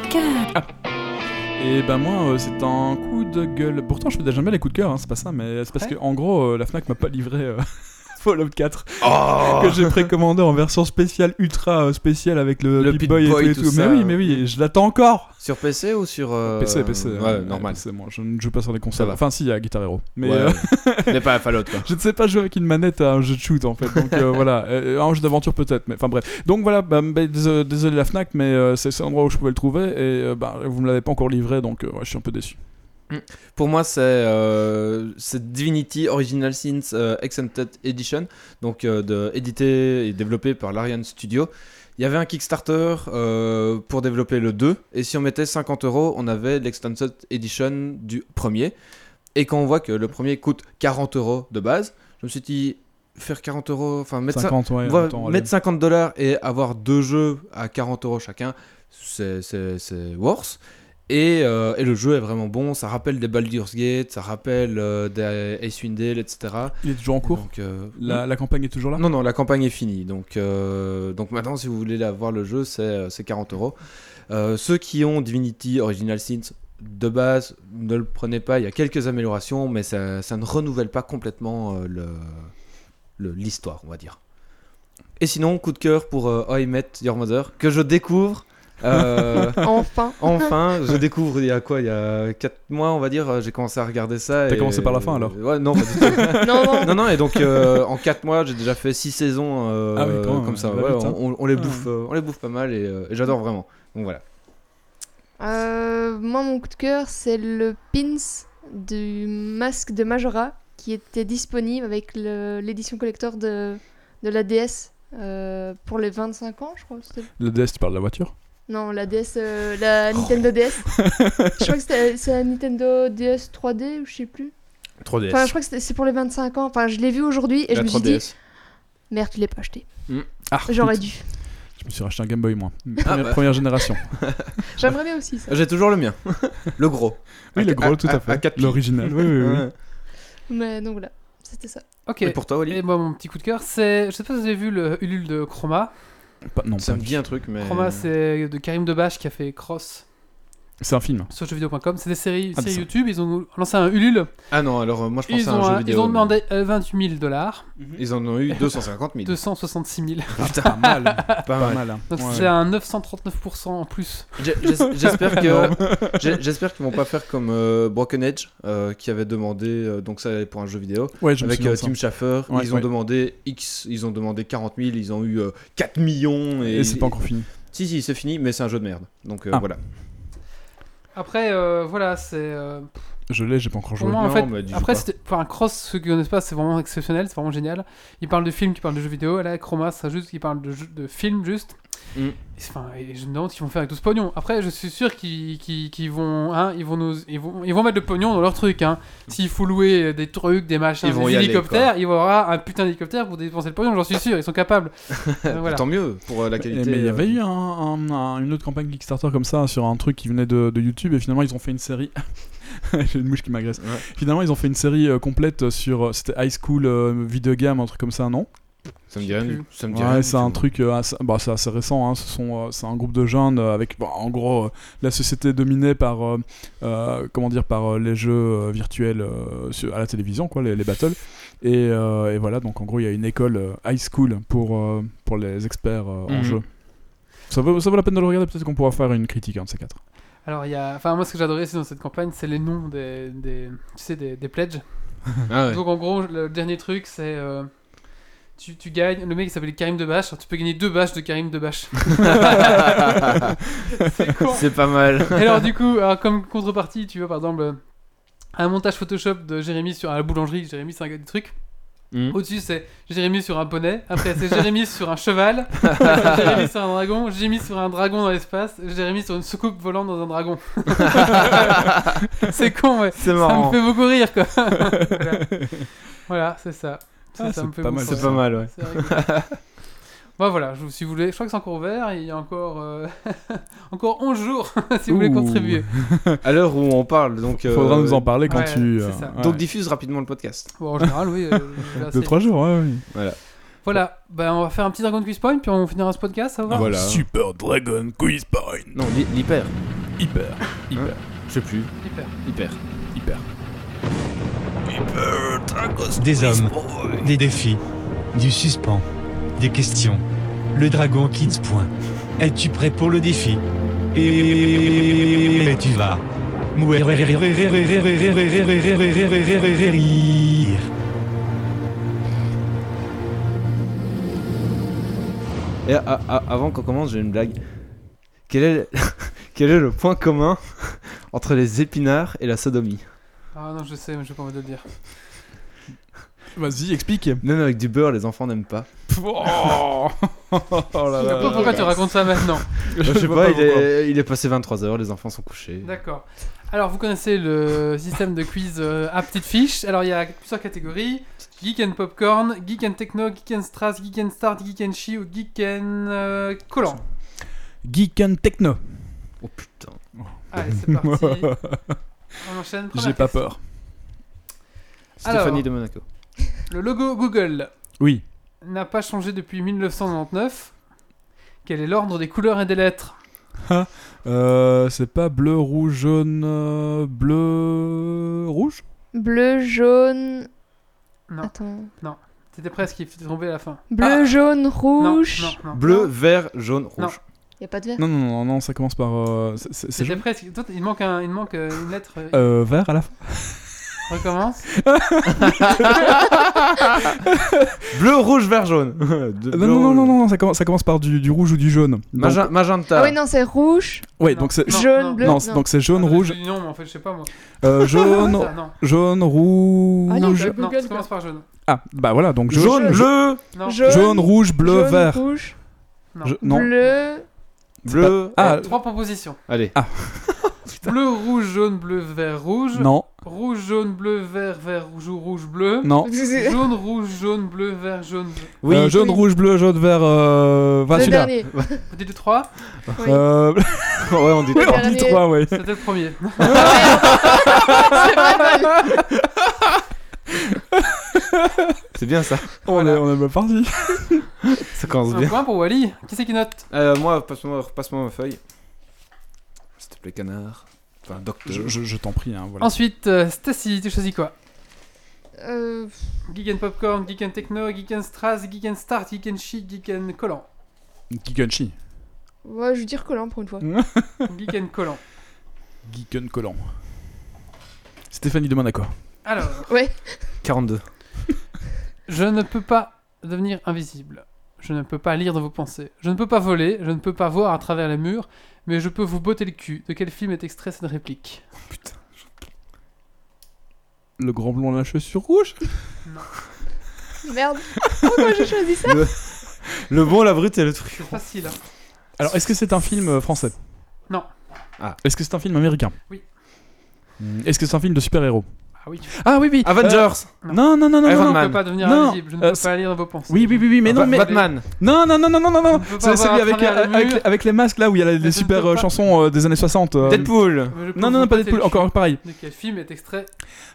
Speaker 2: Et ben moi, euh, c'est un coup de gueule. Pourtant, je fais jamais les coups de cœur, hein, c'est pas ça, mais c'est parce
Speaker 1: Ouais.
Speaker 2: que en gros, euh, la Fnac m'a pas livré euh, Fallout 4
Speaker 4: Oh
Speaker 2: que j'ai précommandé en version spéciale, ultra euh, spéciale avec le,
Speaker 4: Le
Speaker 2: Pip
Speaker 4: Pip
Speaker 2: Boy,
Speaker 4: Boy,
Speaker 2: et tout.
Speaker 4: tout
Speaker 2: et tout.
Speaker 4: ça.
Speaker 2: Mais oui, mais oui, et je l'attends encore.
Speaker 4: Sur PC ou sur. euh,
Speaker 2: PC, PC.
Speaker 4: Ouais,
Speaker 2: euh,
Speaker 4: normal.
Speaker 2: PC, moi, je ne joue pas sur les consoles.
Speaker 4: va.
Speaker 2: Enfin, si, il y a Guitar Hero. Mais
Speaker 4: Ouais.
Speaker 2: euh,
Speaker 4: Mais pas à Fallout, quoi.
Speaker 2: je ne sais pas jouer avec une manette à un jeu de shoot en fait. Donc euh, voilà, Euh, un jeu d'aventure peut-être, mais enfin bref. Donc voilà, bah, bah, désolé, désolé la Fnac, mais euh, c'est c'est l'endroit où je pouvais le trouver et euh, bah, vous me l'avez pas encore livré, donc euh, ouais, je suis un peu déçu.
Speaker 4: Pour moi, c'est euh, c'est Divinity Original Sins euh, Accented Edition, donc euh, de- édité et développé par l'Ariane Studio. Il y avait un Kickstarter euh, pour développer le 2, et si on mettait 50 euros, on avait l'Extended Edition du premier. Et quand on voit que le premier coûte 40 euros de base, je me suis dit, faire 40 euros, enfin mettre, ça-
Speaker 2: 50, ouais,
Speaker 4: voilà,
Speaker 2: attends, allez.
Speaker 4: mettre 50 dollars et avoir deux jeux à 40 euros chacun, c'est- c'est c'est worth. Et, euh, et le jeu est vraiment bon, ça rappelle des Baldur's Gate, ça rappelle euh, des Ace Wind Dale, etc.
Speaker 2: Il est toujours en cours.
Speaker 4: Donc, euh,
Speaker 2: La, la campagne est toujours là
Speaker 4: Non, non, la campagne est finie. Donc, euh, donc maintenant, si vous voulez la- voir le jeu, c'est euh, c'est 40 euros. Euh, Ceux qui ont Divinity Original Sins de base, ne le prenez pas. Il y a quelques améliorations, mais ça, ça ne renouvelle pas complètement euh, le- le- l'histoire, on va dire. Et sinon, coup de cœur pour euh, How I Met Your Mother, que je découvre. euh,
Speaker 3: Enfin.
Speaker 4: Enfin, je découvre il y a quoi Il y a 4 mois, on va dire, j'ai commencé à regarder ça.
Speaker 2: T'as
Speaker 4: et-
Speaker 2: commencé par la fin, alors
Speaker 4: Ouais, non, pas du tout.
Speaker 3: non, non.
Speaker 4: non, non, et donc euh, en 4 mois, j'ai déjà fait 6 saisons euh,
Speaker 2: Ah oui, quand même,
Speaker 4: comme ça.
Speaker 2: elle
Speaker 4: Ouais,
Speaker 2: va vite, hein.
Speaker 4: on, on- on les bouffe, euh, on les bouffe pas mal et, euh, et j'adore vraiment. Donc voilà.
Speaker 3: Euh, moi, mon coup de cœur, c'est le pins du masque de Majora qui était disponible avec le- l'édition collector de, de la DS euh, pour les 25 ans, je crois. c'était-
Speaker 2: Le DS, tu parles de la voiture
Speaker 3: Non, la DS, euh,
Speaker 2: Oh.
Speaker 3: la Nintendo DS. je crois que c'était- c'est la Nintendo DS 3D ou je sais plus.
Speaker 4: 3DS.
Speaker 3: Enfin, je crois que c'était- c'est pour les 25 ans. Enfin, je l'ai vu aujourd'hui et je
Speaker 4: La
Speaker 3: me suis
Speaker 4: 3DS.
Speaker 3: dit, merde, je l'ai pas acheté.
Speaker 2: Ah,
Speaker 3: J'aurais
Speaker 2: putain,
Speaker 3: dû.
Speaker 2: Je me suis racheté un Game Boy, moi. Première,
Speaker 4: bah.
Speaker 2: première génération.
Speaker 3: J'aimerais bien aussi ça.
Speaker 4: Euh, J'ai toujours le mien. le gros.
Speaker 2: Oui,
Speaker 4: À-
Speaker 2: le gros, tout à
Speaker 4: À
Speaker 2: fait.
Speaker 4: 4
Speaker 2: L'original, oui, oui, oui.
Speaker 3: Mais donc voilà, c'était ça.
Speaker 1: Ok.
Speaker 4: Et pour toi, Oli
Speaker 1: Et moi, mon petit coup de cœur, c'est. Je sais pas si vous avez vu le Ulule de Chroma.
Speaker 2: Pas- non,
Speaker 4: Ça
Speaker 2: pas-
Speaker 4: me dit un truc, mais.
Speaker 1: Chroma, c'est de Karim Debache qui a fait Cross
Speaker 2: c'est un film.
Speaker 1: sur jeuxvideo.com. C'est des séries,
Speaker 2: Ah,
Speaker 1: séries
Speaker 2: mais ça-
Speaker 1: YouTube. Ils ont lancé un Ulule.
Speaker 4: Ah non, alors euh, moi je pensais
Speaker 1: Ils
Speaker 4: à un
Speaker 1: ont,
Speaker 4: jeu
Speaker 1: un-
Speaker 4: vidéo.
Speaker 1: ils ont
Speaker 4: mais-
Speaker 1: demandé euh, 28 000 dollars,
Speaker 4: Ils en ont eu 250 000.
Speaker 1: 266 000.
Speaker 2: Pas mal.
Speaker 4: Pas
Speaker 2: Pas
Speaker 4: mal.
Speaker 2: mal. hein.
Speaker 1: Donc
Speaker 2: Ouais.
Speaker 1: c'est un 939% en plus.
Speaker 4: J'ai- j'es- J'espère que j'ai- j'espère qu'ils vont pas faire comme euh, Broken Edge euh, qui avait demandé euh, donc ça pour un jeu vidéo
Speaker 2: Ouais, je me
Speaker 4: avec
Speaker 2: souviens
Speaker 4: euh,
Speaker 2: de ça.
Speaker 4: Tim Schafer
Speaker 2: Ouais,
Speaker 4: ils ont
Speaker 2: ouais.
Speaker 4: demandé X ils ont demandé 40 000 ils ont eu euh, 4 millions et,
Speaker 2: Et c'est pas encore fini.
Speaker 4: si si c'est fini mais c'est un jeu de merde donc euh,
Speaker 2: Ah.
Speaker 4: voilà
Speaker 1: Après, euh, voilà, c'est. euh,
Speaker 2: Je l'ai, j'ai pas encore
Speaker 1: Pour
Speaker 2: joué.
Speaker 1: moi, en
Speaker 4: Non,
Speaker 1: fait,
Speaker 4: mais dis-je
Speaker 1: après,
Speaker 4: pas.
Speaker 1: c'était- pour un cross, ceux qui connaissent pas, c'est vraiment exceptionnel, c'est vraiment génial. Il parle de films, qui parle de jeux vidéo, là, Chroma, ça juste, il parle de, jeux- de films juste.
Speaker 4: Mm.
Speaker 1: Et, c'est- enfin, et je me demande ce qu'ils vont faire avec tout ce pognon. Après, je suis sûr qu'ils qu'ils- qu'ils vont, hein, ils vont nous, ils vont, ils vont mettre le pognon dans leur truc. Hein. S'il faut louer des trucs, des machins,
Speaker 4: Ils vont
Speaker 1: des
Speaker 4: y aller,
Speaker 1: hélicoptères, il y aura un putain d'hélicoptère pour dépenser le pognon. J'en suis sûr, ils sont capables. Euh, voilà.
Speaker 4: tant mieux pour euh, la
Speaker 2: Mais
Speaker 4: qualité
Speaker 2: mais il y
Speaker 4: euh,
Speaker 2: avait eu un- un- un- une autre campagne Kickstarter comme ça sur un truc qui venait de, de YouTube et finalement ils ont fait une série. J'ai une mouche qui m'agresse.
Speaker 4: Ouais.
Speaker 2: Finalement ils ont fait une série euh, complète sur euh, c'était High School euh, Video Game un truc comme ça non
Speaker 4: ça me dit rien du- ça me dit rien
Speaker 2: Ouais
Speaker 4: du
Speaker 2: c'est un
Speaker 4: tout.
Speaker 2: truc euh, assez, bah, c'est assez récent hein. Ce sont, euh, c'est un groupe de jeunes euh, avec bah, en gros euh, la société dominée par euh, euh, comment dire par euh, les jeux euh, virtuels euh, sur- à la télévision quoi les, les battles et, euh, et voilà donc en gros il y a une école euh, High School pour euh, pour les experts euh, en
Speaker 4: Mhm.
Speaker 2: jeu. Ça vaut, ça vaut la peine de le regarder, peut-être qu'on pourra faire une critique, un de ces quatre.
Speaker 1: Alors, il y a, enfin, moi, ce que j'adorais aussi dans cette campagne, c'est les noms des, des, tu sais, des, des pledges.
Speaker 4: Ah ouais.
Speaker 1: Donc en gros, le dernier truc, c'est... euh, tu, tu gagnes, le mec il s'appelle Karim Debache, alors tu peux gagner deux bâches de Karim Debache. c'est con.
Speaker 4: c'est pas mal
Speaker 1: Et alors du coup, alors, comme contrepartie, tu vois par exemple euh, un montage Photoshop de Jérémy sur à la boulangerie, Jérémy c'est un gars du truc.
Speaker 4: Mhm.
Speaker 1: Au-dessus c'est Jérémy sur un poney, après c'est Jérémy sur un cheval, après, c'est Jérémy sur un dragon, Jérémy sur un dragon dans l'espace, Jérémy sur une soucoupe volante dans un dragon. c'est con ouais.
Speaker 4: c'est
Speaker 1: Ça me
Speaker 4: marrant
Speaker 1: fait beaucoup rire, quoi. voilà, Voilà, c'est ça. Ça,
Speaker 2: Ah,
Speaker 1: ça
Speaker 2: c'est
Speaker 1: me fait
Speaker 2: pas
Speaker 1: beaucoup
Speaker 2: mal,
Speaker 1: rire.
Speaker 4: c'est pas mal ouais
Speaker 1: C'est rigolo. Bon, voilà, je- si vous voulez, je crois que c'est encore ouvert. Il y a encore, euh, encore 11 jours si vous voulez
Speaker 2: Ouh.
Speaker 1: contribuer.
Speaker 4: à l'heure où on parle donc euh,
Speaker 2: Faudra nous en parler quand
Speaker 1: ouais,
Speaker 2: tu.
Speaker 1: c'est
Speaker 2: euh,
Speaker 1: ça.
Speaker 2: ouais.
Speaker 4: donc diffuse rapidement le podcast
Speaker 1: Bon, en général, oui. euh, je vais assez
Speaker 2: Deux, trois
Speaker 1: vite.
Speaker 2: jours, ouais, oui.
Speaker 1: Voilà, ben, on va faire un petit Dragon Quiz Point, puis on finira ce podcast, ça vous va
Speaker 2: Ah,
Speaker 4: Voilà.
Speaker 2: Super Dragon Quiz Point.
Speaker 4: non l'hy- l'hyper
Speaker 2: Hyper, hyper,
Speaker 4: je sais plus
Speaker 1: Super.
Speaker 4: hyper
Speaker 2: hyper.
Speaker 7: Des hommes, des défis, du suspens, des questions. Le dragon Kids point. Es-tu prêt pour le défi Et tu vas. mourir.
Speaker 4: Et a- a- avant qu'on commence, j'ai une blague. Quel est, quel est le point commun entre les épinards et la sodomie
Speaker 1: Ah non, je sais, mais je vais pas envie de le dire.
Speaker 2: Vas-y, explique.
Speaker 4: Même avec du beurre, les enfants n'aiment pas.
Speaker 2: Oh, Oh là là.
Speaker 1: Pourquoi tu racontes ça maintenant
Speaker 4: Je sais pas, il,
Speaker 2: pourquoi.
Speaker 4: est, il est passé 23h, les enfants sont couchés.
Speaker 1: D'accord. Alors, vous connaissez le système de quiz euh, à petite fiche. Alors, il y a plusieurs catégories Geek and Popcorn, Geek and Techno, Geek and Strass, Geek and Start, Geek and Chi ou Geek and euh, Collant.
Speaker 2: Geek and Techno.
Speaker 4: Oh putain.
Speaker 1: Allez, c'est parti. On enchaîne. Première
Speaker 2: J'ai pas
Speaker 1: question.
Speaker 2: peur.
Speaker 1: Alors.
Speaker 4: Stéphanie de Monaco.
Speaker 1: Le logo Google
Speaker 2: Oui.
Speaker 1: n'a pas changé depuis 1999. Quel est l'ordre des couleurs et des lettres
Speaker 2: Euh, c'est pas bleu, rouge, jaune, euh, bleu, rouge
Speaker 3: Bleu, jaune.
Speaker 1: Non.
Speaker 3: Attends.
Speaker 1: C'était presque, il était tombé à la fin.
Speaker 3: Bleu, jaune,
Speaker 1: Non,
Speaker 3: rouge.
Speaker 1: non, non.
Speaker 4: Bleu, vert, jaune,
Speaker 1: Non.
Speaker 4: rouge.
Speaker 3: Il y a pas de vert.
Speaker 2: Non, non, non, non, ça commence par. euh, c'est- c'est c'est
Speaker 1: C'était
Speaker 2: jaune.
Speaker 1: presque. Toi, il manque, un- il manque euh, une lettre. euh,
Speaker 2: Euh, vert à la fin. Euh,
Speaker 1: Recommence.
Speaker 4: Bleu, rouge, vert, jaune. De- bleu,
Speaker 2: Ah bah Euh, Non, non, non,
Speaker 4: rouge.
Speaker 2: non, non, ça commence, ça commence par du, du rouge ou du jaune. Donc-
Speaker 4: Maja- Magenta.
Speaker 3: Ah oui, non, c'est rouge.
Speaker 2: Ouais,
Speaker 1: Non,
Speaker 2: donc c'est.
Speaker 1: non,
Speaker 3: jaune,
Speaker 1: non.
Speaker 3: bleu.
Speaker 2: Non, c'est- donc c'est jaune,
Speaker 1: Ah,
Speaker 2: rouge,
Speaker 1: j'ai dit Non, mais en fait, je sais pas moi. Ah,
Speaker 2: euh,
Speaker 3: Ah,
Speaker 2: jaune,
Speaker 1: Ça, non.
Speaker 2: jaune,
Speaker 3: Allez,
Speaker 2: rouge.
Speaker 3: Ah, je-
Speaker 1: Non,
Speaker 3: Google,
Speaker 1: ça commence par jaune.
Speaker 2: Ah, bah voilà, donc jaune,
Speaker 4: Jaune, bleu,
Speaker 1: Non.
Speaker 3: Jaune,
Speaker 2: jaune, rouge, bleu,
Speaker 3: jaune,
Speaker 2: vert.
Speaker 3: Rouge,
Speaker 1: Non.
Speaker 2: Je- non.
Speaker 3: bleu.
Speaker 4: bleu.
Speaker 2: Ah,
Speaker 1: Trois propositions.
Speaker 4: Allez.
Speaker 1: Bleu, rouge, jaune, bleu, vert, rouge.
Speaker 2: non,
Speaker 1: Rouge, jaune, bleu, vert, vert, rouge, rouge, bleu.
Speaker 2: non.
Speaker 3: Le
Speaker 1: Jaune, rouge, jaune, bleu, vert, jaune, bleu.
Speaker 4: Oui.
Speaker 2: Euh, jaune,
Speaker 3: oui.
Speaker 2: rouge, bleu, jaune, vert. Euh... Va celui-là.
Speaker 3: dernier.
Speaker 1: Vous dites les trois
Speaker 3: oui.
Speaker 2: Euh...
Speaker 4: ouais, on dit.
Speaker 3: Le
Speaker 2: on dit
Speaker 3: dernier.
Speaker 2: trois, ouais.
Speaker 1: C'était le premier.
Speaker 4: C'est bien ça.
Speaker 2: On est,
Speaker 1: Voilà.
Speaker 2: on est bien parti.
Speaker 4: Ça commence
Speaker 1: Un
Speaker 4: bien.
Speaker 1: point pour Wally. Qui c'est qui note
Speaker 2: Ah.
Speaker 4: Euh, moi, passe-moi repasse-moi ma feuille. S'il te plaît, canard. Enfin, docteur.
Speaker 2: Je, je- je t'en prie, hein, voilà.
Speaker 1: Ensuite, euh, Stacy, tu choisis quoi
Speaker 3: Euh,
Speaker 1: Geek and Popcorn, Geek and Techno, Geek and Strass, Geek and Start, Geek and Chic, Geek and Collant.
Speaker 2: Geekunchi.
Speaker 3: ouais, je veux dire collant pour une fois.
Speaker 1: Geek and Collant.
Speaker 2: Geekun collant. Stéphanie de Monaco.
Speaker 1: Alors,
Speaker 4: 42.
Speaker 1: je ne peux pas devenir invisible. Je ne peux pas lire dans vos pensées. Je ne peux pas voler. Je ne peux pas voir à travers les murs. Mais je peux vous botter le cul. De quel film est extrait cette réplique
Speaker 2: Le grand blond à la chaussure rouge
Speaker 3: Merde. Pourquoi j'ai choisi ça
Speaker 4: Le bon, la brute et le truc.
Speaker 1: C'est facile. hein.
Speaker 2: Alors, est-ce que c'est un film euh, français
Speaker 1: Non.
Speaker 4: Ah.
Speaker 2: Est-ce que c'est un film américain
Speaker 1: Oui.
Speaker 2: Mm, Est-ce que c'est un film de super-héros
Speaker 1: Ah oui.
Speaker 2: Ah oui,
Speaker 4: Euh,
Speaker 2: oui.
Speaker 4: Avengers.
Speaker 1: Euh,
Speaker 2: Non, non, non, non.
Speaker 1: Je
Speaker 4: Iron
Speaker 2: non.
Speaker 1: ne
Speaker 4: Man.
Speaker 1: peux pas devenir
Speaker 2: Non.
Speaker 1: invisible. Je ne
Speaker 2: Euh,
Speaker 1: peux
Speaker 2: c'est-
Speaker 1: pas lire dans vos pensées.
Speaker 2: Oui, oui, oui, oui, mais non,
Speaker 4: Ba-
Speaker 2: mais.
Speaker 4: Batman.
Speaker 2: Non, non, non, non, non, non, non.
Speaker 1: ne peut pas
Speaker 2: C'est
Speaker 1: avoir
Speaker 2: celui
Speaker 1: à
Speaker 2: avec,
Speaker 1: travers le
Speaker 2: avec,
Speaker 1: mur.
Speaker 2: avec les masques là où il y a les, les
Speaker 1: Je ne
Speaker 2: super
Speaker 1: peux
Speaker 2: euh,
Speaker 1: pas.
Speaker 2: chansons euh, des années 60. euh,
Speaker 4: Deadpool.
Speaker 1: Mais je peux
Speaker 2: Non,
Speaker 1: vous
Speaker 2: non, non, pas
Speaker 1: botter le
Speaker 2: Deadpool,
Speaker 1: cul.
Speaker 2: encore pareil.
Speaker 1: De quel film est extrait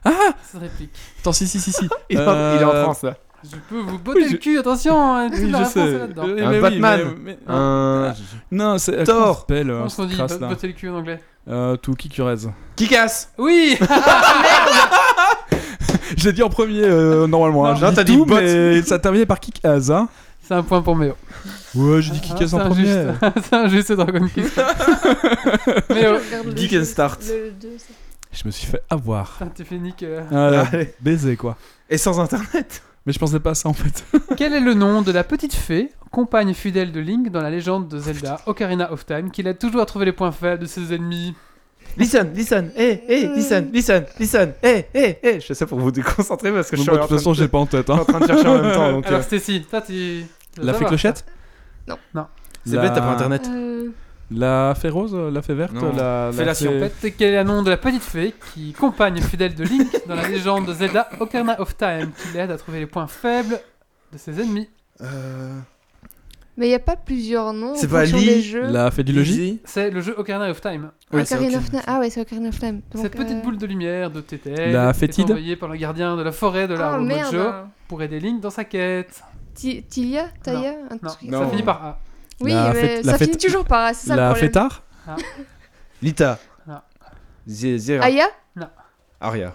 Speaker 2: Ah
Speaker 1: cette réplique
Speaker 2: Attends, si, si, si, si.
Speaker 4: Il, est en-
Speaker 2: Euh,
Speaker 4: il est en France là.
Speaker 1: Je peux vous botter
Speaker 2: Oui, je-
Speaker 1: le cul, attention hein, toute
Speaker 2: Oui,
Speaker 1: la
Speaker 2: je
Speaker 1: réponse est
Speaker 2: sais.
Speaker 1: là-dedans.
Speaker 2: Euh,
Speaker 4: Un
Speaker 2: mais oui,
Speaker 4: Batman.
Speaker 2: mais- mais-
Speaker 4: Un...
Speaker 2: Non, c'est.
Speaker 4: Thor.
Speaker 2: comment ça s'appelle, euh,
Speaker 1: Comment on
Speaker 2: cette
Speaker 1: dit
Speaker 2: crasse, là
Speaker 1: botter le cul en anglais
Speaker 2: Euh, Tout Kikurez.
Speaker 4: Qui casse
Speaker 1: Oui
Speaker 2: J'ai dit en premier, euh, normalement. hein.
Speaker 1: Non,
Speaker 2: J'ai
Speaker 4: t'as dit
Speaker 2: tout,
Speaker 4: bot.
Speaker 2: mais ça terminait par Kikaz, hein
Speaker 1: C'est un point pour Méo.
Speaker 2: Ouais, j'ai dit
Speaker 1: Ah,
Speaker 2: Kikaz
Speaker 1: c'est
Speaker 2: en premier.
Speaker 1: injuste. C'est injuste, Dragon Quest. Méo,
Speaker 3: Je regarde le
Speaker 4: Geek
Speaker 3: jeu.
Speaker 4: and Start.
Speaker 3: Le deux, ça.
Speaker 2: Je me suis fait avoir.
Speaker 1: putain, t'es euh. fini que...
Speaker 2: Ah, là,
Speaker 4: Allez.
Speaker 2: baiser, quoi.
Speaker 4: Et sans internet.
Speaker 2: Mais je pensais pas à ça, en fait.
Speaker 1: Quel est le nom de la petite fée, compagne fidèle de Link dans la légende de Zelda Ocarina of Time, qu'il a toujours à trouver les points faibles de ses ennemis
Speaker 4: Listen, listen, hey, hey, listen, listen, listen, hey, hey, hey. Je fais ça pour vous déconcentrer parce que je
Speaker 2: Bon,
Speaker 4: suis
Speaker 2: bah,
Speaker 4: en
Speaker 2: de toute
Speaker 4: train
Speaker 2: façon,
Speaker 4: de-
Speaker 2: j'ai pas en tête,
Speaker 4: je suis
Speaker 2: hein.
Speaker 4: en train de chercher en même temps. donc, euh,
Speaker 1: Alors Stacy, toi tu... tu vas
Speaker 2: La fée
Speaker 1: savoir,
Speaker 2: clochette
Speaker 4: C'est bête, t'as pas internet.
Speaker 3: Euh,
Speaker 2: La fée rose, euh, la fée verte,
Speaker 4: Non.
Speaker 2: la. la
Speaker 4: Fellation.
Speaker 1: En
Speaker 2: fée-
Speaker 1: fait, quel est le nom de la petite fée qui compagne fidèle de Link dans la légende de Zelda Ocarina of Time, qui l'aide à trouver les points faibles de ses ennemis
Speaker 4: Euh,
Speaker 3: Mais il n'y a pas plusieurs noms. en
Speaker 4: C'est pas
Speaker 3: fonction
Speaker 4: Lee,
Speaker 3: des jeux.
Speaker 2: La fée du logis
Speaker 4: Lizzie
Speaker 1: C'est le jeu Ocarina of Time.
Speaker 4: Oui, c'est
Speaker 3: Ocarina
Speaker 4: ok.
Speaker 3: of Time. Ah ouais, c'est Ocarina of Time. Donc,
Speaker 1: Cette petite
Speaker 3: euh,
Speaker 1: boule de lumière de Tétel
Speaker 2: La
Speaker 1: est
Speaker 2: fétide
Speaker 1: envoyée par le gardien de la forêt de
Speaker 3: Ah
Speaker 1: l'arbre
Speaker 3: merde.
Speaker 1: Mojo
Speaker 3: hein.
Speaker 1: pour aider Link dans sa quête.
Speaker 3: Ti- Tilia Taya un
Speaker 1: Non,
Speaker 3: truc-
Speaker 4: Non.
Speaker 1: ça finit par A.
Speaker 3: Oui,
Speaker 2: La
Speaker 3: mais
Speaker 2: fête- la
Speaker 3: ça
Speaker 2: fête-
Speaker 3: finit toujours par A, c'est ça
Speaker 2: La
Speaker 3: le problème.
Speaker 2: fêtard
Speaker 4: Lita.
Speaker 1: Non.
Speaker 4: Zi- Zira.
Speaker 3: Aya
Speaker 4: Aria.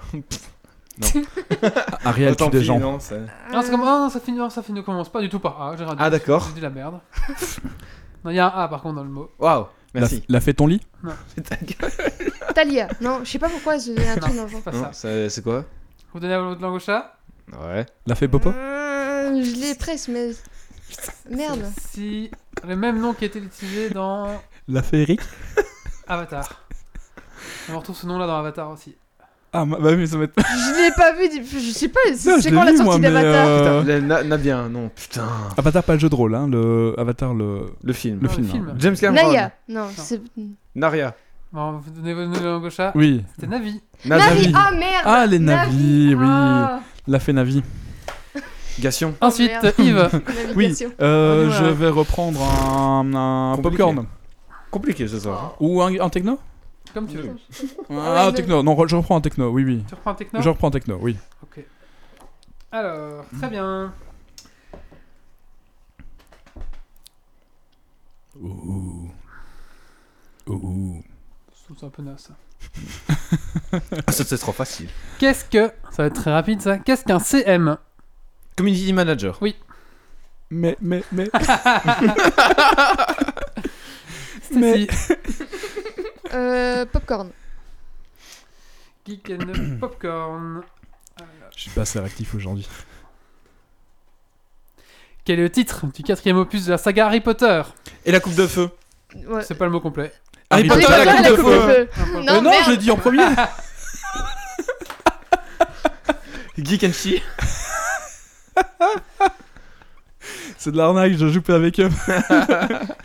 Speaker 2: Ariel
Speaker 4: Autant
Speaker 2: tue des
Speaker 4: pis,
Speaker 2: gens.
Speaker 4: non, c'est-
Speaker 1: Non, c'est comme,
Speaker 3: Euh.
Speaker 1: ah, ça, finit, non, ça finit- ne commence pas du tout par A. J'ai raté.
Speaker 4: Ah,
Speaker 3: Oh.
Speaker 4: d'accord.
Speaker 1: J'ai dit la merde. non, il y a un A par contre dans le mot.
Speaker 4: Waouh.
Speaker 2: La,
Speaker 4: Merci.
Speaker 2: la fée ton lit
Speaker 4: Ta gueule.
Speaker 3: Talia. Euh, Non, je sais pas pourquoi j'ai donné un truc dans le genre.
Speaker 1: C'est pas
Speaker 4: Non,
Speaker 1: ça.
Speaker 4: C'est c'est quoi
Speaker 1: Vous donnez la langue au chat
Speaker 4: Ouais.
Speaker 2: La fée popo
Speaker 3: Euh, Je l'ai presque, mais. Merde.
Speaker 1: Si le même nom qui a été utilisé dans
Speaker 2: La fée Eric
Speaker 1: Avatar. On retrouve ce nom-là dans Avatar aussi.
Speaker 2: Ah ma- bah oui, mais ça va être...
Speaker 3: Je l'ai pas vu. du- Je sais pas.
Speaker 2: Non,
Speaker 3: C'est
Speaker 2: je
Speaker 3: c'est
Speaker 2: l'ai
Speaker 3: quand la
Speaker 2: vu,
Speaker 3: sortie
Speaker 2: moi, mais,
Speaker 3: d'Avatar
Speaker 2: euh,
Speaker 4: Putain, na- Nabien, non, putain.
Speaker 2: Avatar pas le jeu de rôle, hein, le... Avatar le...
Speaker 4: Le film.
Speaker 2: Le
Speaker 1: Dans
Speaker 2: film, hein.
Speaker 4: James Cameron.
Speaker 3: Naya. Non, c'est.
Speaker 4: Naria.
Speaker 1: Bon, vous donnez vos noms au chat.
Speaker 2: Oui.
Speaker 1: C'était Navi.
Speaker 4: Navi.
Speaker 3: Navi. Ah merde.
Speaker 2: Ah les navis, oui.
Speaker 3: Ah.
Speaker 2: La fée Navi.
Speaker 4: Gation.
Speaker 3: Oh,
Speaker 1: Ensuite,
Speaker 3: merde.
Speaker 1: Yves.
Speaker 2: Oui,
Speaker 3: Navigation.
Speaker 1: On
Speaker 2: euh,
Speaker 1: y va.
Speaker 2: je vais reprendre un, un
Speaker 4: Compliqué.
Speaker 2: popcorn.
Speaker 4: Compliqué ce soir.
Speaker 2: Ou un, un techno
Speaker 1: Comme tu veux.
Speaker 2: Ah, un
Speaker 3: non.
Speaker 2: techno, non, re- je reprends un techno, oui, oui.
Speaker 1: Tu reprends un techno
Speaker 2: Je reprends un techno, oui.
Speaker 1: Ok. Alors, très bien.
Speaker 2: Ouh. Ouh.
Speaker 1: Je trouve ça un peu naze. ça.
Speaker 4: Ah, ça, c'est trop facile.
Speaker 1: Qu'est-ce que. Ça va être très rapide ça. Qu'est-ce qu'un CM
Speaker 4: Community Manager.
Speaker 2: Mais, mais, mais.
Speaker 1: Stacy.
Speaker 3: Euh, popcorn.
Speaker 1: Geek and Popcorn.
Speaker 2: Je suis pas assez réactif aujourd'hui.
Speaker 1: Quel est le titre du quatrième opus de la saga Harry Potter
Speaker 4: Et la coupe de feu.
Speaker 3: Ouais.
Speaker 1: C'est pas le mot complet.
Speaker 2: Ah,
Speaker 4: Harry
Speaker 3: Harry
Speaker 4: Potter, la coupe de feu.
Speaker 1: Un point.
Speaker 3: Non,
Speaker 2: mais Euh, non,
Speaker 3: merde.
Speaker 2: je l'ai dit en premier
Speaker 4: Geek and Chi.
Speaker 2: C'est de l'arnaque, je joue pas avec eux.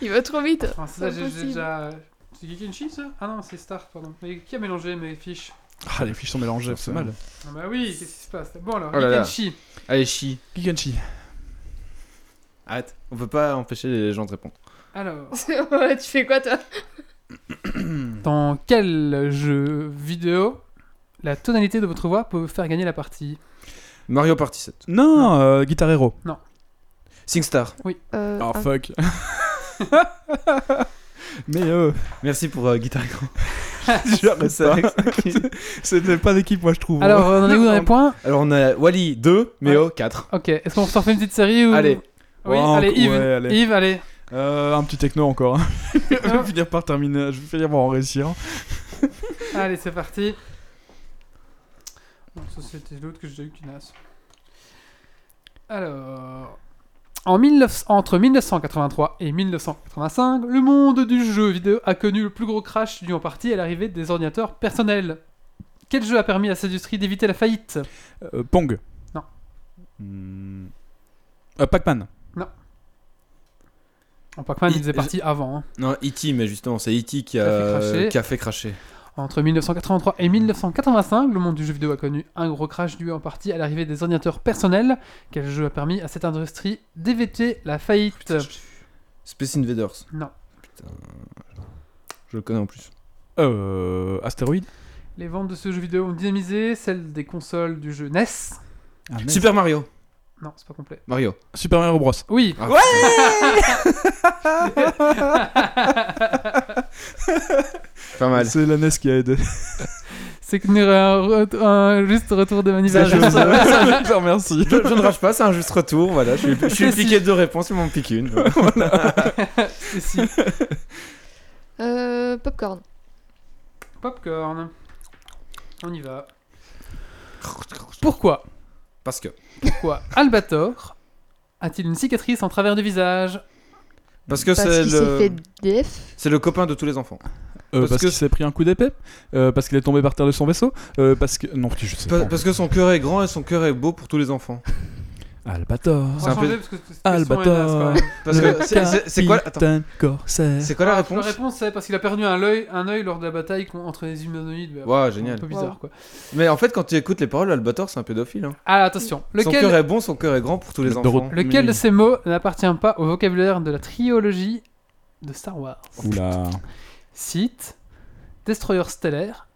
Speaker 3: Il va trop vite.
Speaker 1: Ah, ça, j'ai- j'ai
Speaker 3: Impossible.
Speaker 1: déjà, euh, C'est Geek and Chill, ça Ah non, c'est Star, pardon. Mais qui a mélangé mes fiches
Speaker 2: Ah, les fiches sont mélangées, c'est mal.
Speaker 1: Ah bah oui, qu'est-ce qui se passe Bon alors,
Speaker 4: Oh là
Speaker 1: Geek
Speaker 4: là.
Speaker 1: and Chill.
Speaker 4: Allez, Chi.
Speaker 2: Giganchi.
Speaker 4: Arrête. On peut pas empêcher les gens de répondre.
Speaker 1: Alors,
Speaker 3: Ouais, tu fais quoi toi
Speaker 4: Mm.
Speaker 1: dans quel jeu vidéo la tonalité de votre voix peut vous faire gagner la partie
Speaker 4: Mario Party 7.
Speaker 2: Non, euh, Guitar Hero.
Speaker 4: SingStar.
Speaker 3: euh,
Speaker 2: Oh
Speaker 4: Ah.
Speaker 3: un-
Speaker 2: fuck. Mais euh,
Speaker 4: Merci pour euh, Guitar Hero.
Speaker 2: j'arrête
Speaker 4: Ça,
Speaker 2: pas. C'était pas d'équipe, moi je trouve. hein.
Speaker 1: Alors, on en est où dans les
Speaker 4: Non.
Speaker 1: points
Speaker 4: Alors on a Wally 2, Méo 4.
Speaker 1: Ok, est-ce qu'on se refait une petite série ou...
Speaker 4: Allez.
Speaker 1: Oui,
Speaker 2: Ouais,
Speaker 1: allez,
Speaker 2: enc-
Speaker 1: Yves.
Speaker 2: ouais, allez.
Speaker 1: Yves, allez.
Speaker 2: Euh, un petit techno encore. hein. je vais finir par terminer. Je vais finir par en réussir.
Speaker 1: Allez, c'est parti. Bon, ça, c'était l'autre que j'ai eu qui nasse. Alors. En 19 entre 1983 et 1985, le monde du jeu vidéo a connu le plus gros crash dû en partie à l'arrivée des ordinateurs personnels. Quel jeu a permis à cette industrie d'éviter la faillite
Speaker 2: Euh, Pong.
Speaker 1: Non.
Speaker 2: Hmm. Euh, Pac-Man.
Speaker 1: En Pac-Man, il
Speaker 4: Il-
Speaker 1: faisait partie avant. hein.
Speaker 4: Non, E.T., mais justement, c'est E.T. qui
Speaker 1: Qui a
Speaker 4: a,
Speaker 1: fait
Speaker 4: euh,
Speaker 1: cracher.
Speaker 4: qui a fait cracher.
Speaker 1: Entre 1983 et 1985, le monde du jeu vidéo a connu un gros crash dû en partie à l'arrivée des ordinateurs personnels. Quel jeu a permis à cette industrie d'éviter la faillite
Speaker 4: Space Invaders.
Speaker 1: Non.
Speaker 4: Je le connais en plus.
Speaker 2: Euh, Astéroïde.
Speaker 1: Les ventes de ce jeu vidéo ont dynamisé celles des consoles du jeu NES. Ah,
Speaker 4: Super Mario.
Speaker 1: Non, c'est pas complet.
Speaker 4: Mario.
Speaker 2: Super Mario Bros.
Speaker 1: Oui,
Speaker 4: Ah, Pas mal.
Speaker 2: C'est la NES qui a aidé.
Speaker 1: c'est que nous un, re- un juste retour de manivelle.
Speaker 4: Ça, je-
Speaker 2: Je te remercie.
Speaker 4: Je, je ne rage pas, c'est un juste retour. Voilà, je suis, je suis
Speaker 1: Si,
Speaker 4: piqué de deux réponses, ils m'en piquent une. voilà.
Speaker 1: C'est si.
Speaker 3: Euh, popcorn.
Speaker 1: Popcorn. On y va. Pourquoi
Speaker 4: Parce que.
Speaker 1: Pourquoi Albator a-t-il une cicatrice en travers du visage
Speaker 4: Parce que
Speaker 3: Parce
Speaker 4: c'est
Speaker 3: qu'il s'est fait
Speaker 4: le,
Speaker 3: DF.
Speaker 4: c'est le copain de tous les enfants.
Speaker 2: Euh,
Speaker 4: Parce
Speaker 2: parce
Speaker 4: que-
Speaker 2: qu'il s'est pris un coup d'épée, euh, parce qu'il est tombé par terre de son vaisseau, euh, parce que. Non, je sais
Speaker 4: Pa-
Speaker 2: pas.
Speaker 4: parce que son cœur est grand et son cœur est beau pour tous les enfants.
Speaker 2: Albator.
Speaker 1: On
Speaker 4: C'est
Speaker 1: va
Speaker 4: un
Speaker 1: changer
Speaker 4: peu-
Speaker 1: parce que c'est
Speaker 2: Albator.
Speaker 4: Parce que c'est- c'est c'est quoi, attends,
Speaker 2: Capitaine Corsair.
Speaker 4: c'est quoi la réponse
Speaker 1: La réponse, c'est parce qu'il a perdu un œil, un œil lors de la bataille qu'on- entre les humanoïdes.
Speaker 4: Waouh,
Speaker 1: C'est Un
Speaker 4: génial.
Speaker 1: peu bizarre,
Speaker 3: Wow.
Speaker 1: quoi.
Speaker 4: Mais en fait, quand tu écoutes les paroles, Albator, c'est un pédophile. hein.
Speaker 1: Ah, attention.
Speaker 4: Son
Speaker 1: Lequel
Speaker 4: cœur est bon, son cœur est grand pour tous les
Speaker 2: De
Speaker 4: enfants.
Speaker 2: retour.
Speaker 1: Lequel
Speaker 4: Mais-
Speaker 1: de ces mots n'appartient pas au vocabulaire de la trilogie de Star Wars
Speaker 2: Oula.
Speaker 1: Sith, Destroyer stellaire,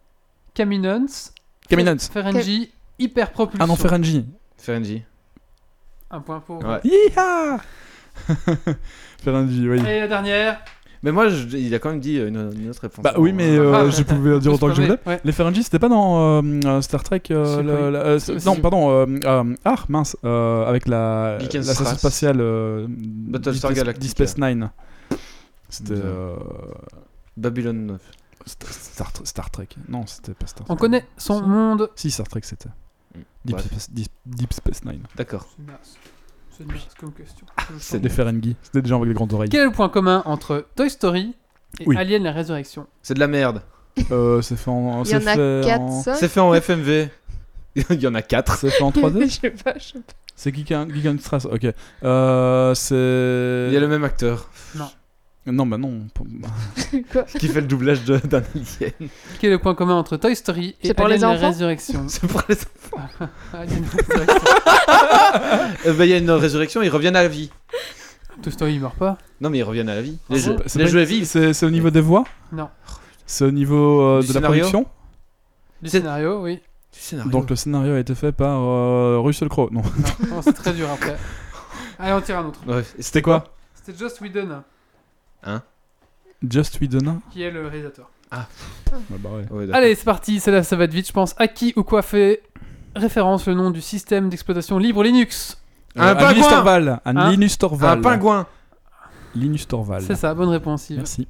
Speaker 1: Caminons,
Speaker 2: Caminance.
Speaker 1: Ferengi, Hyperpropulsion.
Speaker 2: Ah non, Ferengi.
Speaker 4: Ferengi.
Speaker 1: Un point pour.
Speaker 4: Ouais.
Speaker 2: Yeeha Ferengi, oui.
Speaker 1: Et la dernière.
Speaker 4: Mais moi, je- il a quand même dit une, une autre réponse.
Speaker 2: Bah oui, mais euh,
Speaker 1: Ah.
Speaker 2: je pouvais dire autant que je voulais.
Speaker 1: Ouais.
Speaker 2: Les Ferengi, c'était pas dans euh, euh, Star Trek. euh,
Speaker 1: Je sais
Speaker 2: le-
Speaker 1: pas.
Speaker 2: la- euh,
Speaker 1: Si,
Speaker 2: non,
Speaker 1: si.
Speaker 2: pardon. euh, euh, ah, mince. euh, avec la,
Speaker 4: Geek and
Speaker 2: la station
Speaker 4: Strass.
Speaker 2: spatiale. euh,
Speaker 4: Battlestar
Speaker 2: Deep-
Speaker 4: Galactica.
Speaker 2: Deep Space Nine. C'était.
Speaker 4: Bien.
Speaker 2: euh,
Speaker 4: Babylon 9.
Speaker 2: St- Star, Star Trek. Non, c'était pas Star Trek.
Speaker 1: On connaît son monde.
Speaker 2: Si, Star Trek, c'était. Deep,
Speaker 4: Bref,
Speaker 2: Space, Deep, Deep Space Nine.
Speaker 4: D'accord.
Speaker 1: C'est naze. C'est naze comme question. Je
Speaker 4: c'est
Speaker 1: sens.
Speaker 2: Les Ferengi. C'était des gens avec des grandes oreilles.
Speaker 1: Quel est le point commun entre Toy Story et
Speaker 2: Oui.
Speaker 1: Alien la résurrection
Speaker 4: C'est de la merde.
Speaker 2: Euh, c'est fait en.
Speaker 3: Il y en
Speaker 2: c'est
Speaker 3: a
Speaker 2: fait
Speaker 3: 4,
Speaker 2: en-
Speaker 3: 5.
Speaker 4: C'est fait en FMV. il y en a 4.
Speaker 2: C'est fait en 3D
Speaker 3: Je sais pas, je sais pas.
Speaker 2: C'est Geek and Geek and Strass, ok. Euh, c'est.
Speaker 4: Il y a le même acteur
Speaker 2: Non, bah non. p-
Speaker 3: Quoi
Speaker 4: qui fait le doublage de- d'un alien.
Speaker 1: Quel est le point commun entre Toy Story et
Speaker 3: C'est pour
Speaker 1: Alien
Speaker 3: les
Speaker 1: la
Speaker 3: enfants
Speaker 1: résurrection
Speaker 4: C'est pour les-
Speaker 1: Alien la résurrection.
Speaker 4: Euh, bah, il y a une résurrection, ils reviennent à la vie.
Speaker 1: Toy Story, il meurt pas.
Speaker 4: Non, mais ils reviennent à la vie.
Speaker 1: Ah
Speaker 4: Les
Speaker 1: bon
Speaker 4: jeux,
Speaker 2: c'est
Speaker 4: les
Speaker 2: pas-
Speaker 4: jeux vivent.
Speaker 2: C'est c'est au niveau des voix
Speaker 1: Non.
Speaker 2: C'est au niveau euh,
Speaker 4: Du
Speaker 2: de la
Speaker 4: scénario
Speaker 2: production
Speaker 1: Du
Speaker 4: C'est-
Speaker 1: scénario, oui.
Speaker 2: Donc le scénario a été fait par euh, Russell Crowe. Non.
Speaker 1: Non, non, c'est très dur après. Allez, on tire un autre.
Speaker 4: Bref, c'était quoi
Speaker 1: C'était Joss Whedon
Speaker 2: Just Whedon
Speaker 1: qui est le réalisateur.
Speaker 2: ah, bah ouais.
Speaker 4: Ouais, d'accord.
Speaker 1: Allez, c'est parti, celle-là ça va être vite, je pense. À qui ou quoi fait référence le nom du système d'exploitation libre Linux
Speaker 4: Un
Speaker 2: à Linus
Speaker 4: pingouin
Speaker 2: Torvald. Un
Speaker 1: Hein
Speaker 2: Linus Torvald.
Speaker 4: Un Ah, pingouin
Speaker 2: Linus Torvald.
Speaker 1: C'est ça, bonne réponse, Yves.
Speaker 2: Merci.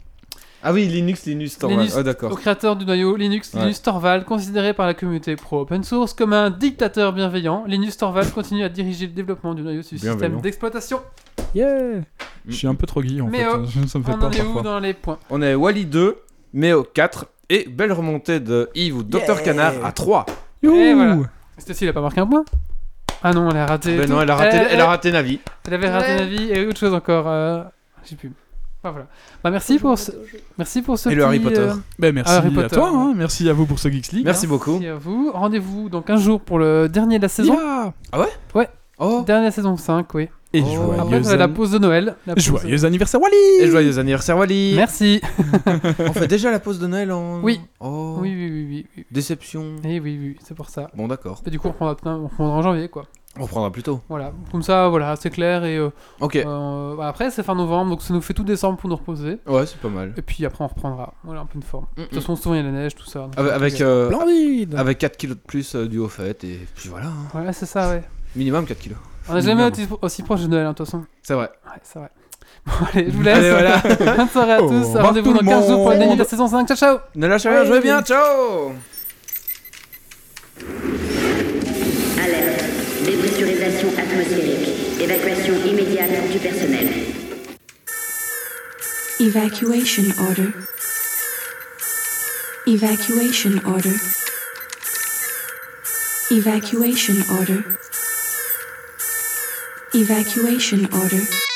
Speaker 4: Ah oui, Linux, Linux, Torvald.
Speaker 1: Linus-
Speaker 4: Ah,
Speaker 1: Au
Speaker 4: d'accord.
Speaker 1: créateur du noyau Linux,
Speaker 4: Ouais.
Speaker 1: Linus Torvald, considéré par la communauté pro-open source comme un dictateur bienveillant, Linus Torvald continue à diriger le développement du noyau sur le système
Speaker 4: Bienveillant.
Speaker 1: d'exploitation.
Speaker 2: Yeah Je suis un peu trop guillon en
Speaker 1: Mais
Speaker 2: fait.
Speaker 1: oh,
Speaker 2: ça me fait
Speaker 1: On
Speaker 2: peur
Speaker 1: en est où
Speaker 2: parfois.
Speaker 1: dans les points
Speaker 4: On est Wally 2, Méo 4 et belle remontée de Yves ou Docteur Canard à 3.
Speaker 1: Et
Speaker 2: Youhou
Speaker 1: Eh, voilà. Stécie, il a pas marqué un point Ah non, elle a raté.
Speaker 4: Ben
Speaker 1: tout. Eh,
Speaker 4: non, elle a raté,
Speaker 1: Elle,
Speaker 4: elle a raté Navi.
Speaker 1: elle avait raté
Speaker 3: Ouais.
Speaker 1: la vie et autre chose encore. euh, J'ai plus. Bah, voilà. Bah, merci pour ce, merci pour ce
Speaker 4: Et le Harry
Speaker 1: petit,
Speaker 4: Potter.
Speaker 1: euh,
Speaker 2: Ben, merci
Speaker 1: Harry
Speaker 2: à
Speaker 1: Potter,
Speaker 2: toi, hein, merci à vous pour ce Geeks League.
Speaker 4: Merci beaucoup.
Speaker 1: merci à vous. Rendez-vous donc un jour pour le dernier de la saison.
Speaker 2: Yeah.
Speaker 4: Ah Oh,
Speaker 1: Dernière saison 5, oui.
Speaker 2: hein. Et
Speaker 4: Oh.
Speaker 2: joyeux,
Speaker 1: Après, ça va être la
Speaker 2: an-
Speaker 1: pause de Noël. La pause-
Speaker 2: joyeux anniversaire Wally
Speaker 4: et joyeux anniversaire Wally.
Speaker 1: Merci.
Speaker 4: On fait déjà la pause de Noël en.
Speaker 1: Oui.
Speaker 4: Oh.
Speaker 1: Oui, oui, oui, oui, oui.
Speaker 4: Déception.
Speaker 1: Eh oui, oui, c'est pour ça.
Speaker 4: Bon, d'accord.
Speaker 1: Et du coup, on reprendra, on reprendra en janvier, quoi.
Speaker 4: On reprendra plus tôt.
Speaker 1: Voilà. Comme ça, voilà, c'est clair. Et euh,
Speaker 4: Ok.
Speaker 1: euh, bah, après, c'est fin novembre, donc ça nous fait tout décembre pour nous reposer.
Speaker 4: Ouais, c'est pas mal.
Speaker 1: Et puis après, on reprendra. Voilà, un peu de forme.
Speaker 4: Mm,
Speaker 1: De toute façon, souvent, il y a la neige, tout ça. donc-
Speaker 4: Avec, avec, euh,
Speaker 2: Splendide
Speaker 4: avec 4 kilos de plus euh, du haut fait, et puis voilà. hein.
Speaker 1: Voilà, c'est ça, ouais.
Speaker 4: Minimum 4 kilos.
Speaker 1: On n'est jamais aussi, aussi proche de Noël, hein, de toute façon.
Speaker 4: C'est vrai.
Speaker 1: Ouais, c'est vrai. Bon, allez, je vous laisse.
Speaker 4: Allez, voilà.
Speaker 1: Bonne soirée à
Speaker 2: Au
Speaker 1: tous.
Speaker 2: revoir
Speaker 1: Rendez-vous
Speaker 2: tout
Speaker 1: dans
Speaker 2: le
Speaker 1: 15 jours pour le début de la
Speaker 2: monde.
Speaker 1: saison 5. Ciao, ciao
Speaker 4: Ne lâche rien, jouez bien, ciao
Speaker 8: Alerte. Dépressurisation atmosphérique. Évacuation immédiate du personnel.
Speaker 9: Evacuation order. Evacuation order. Evacuation order. Evacuation order.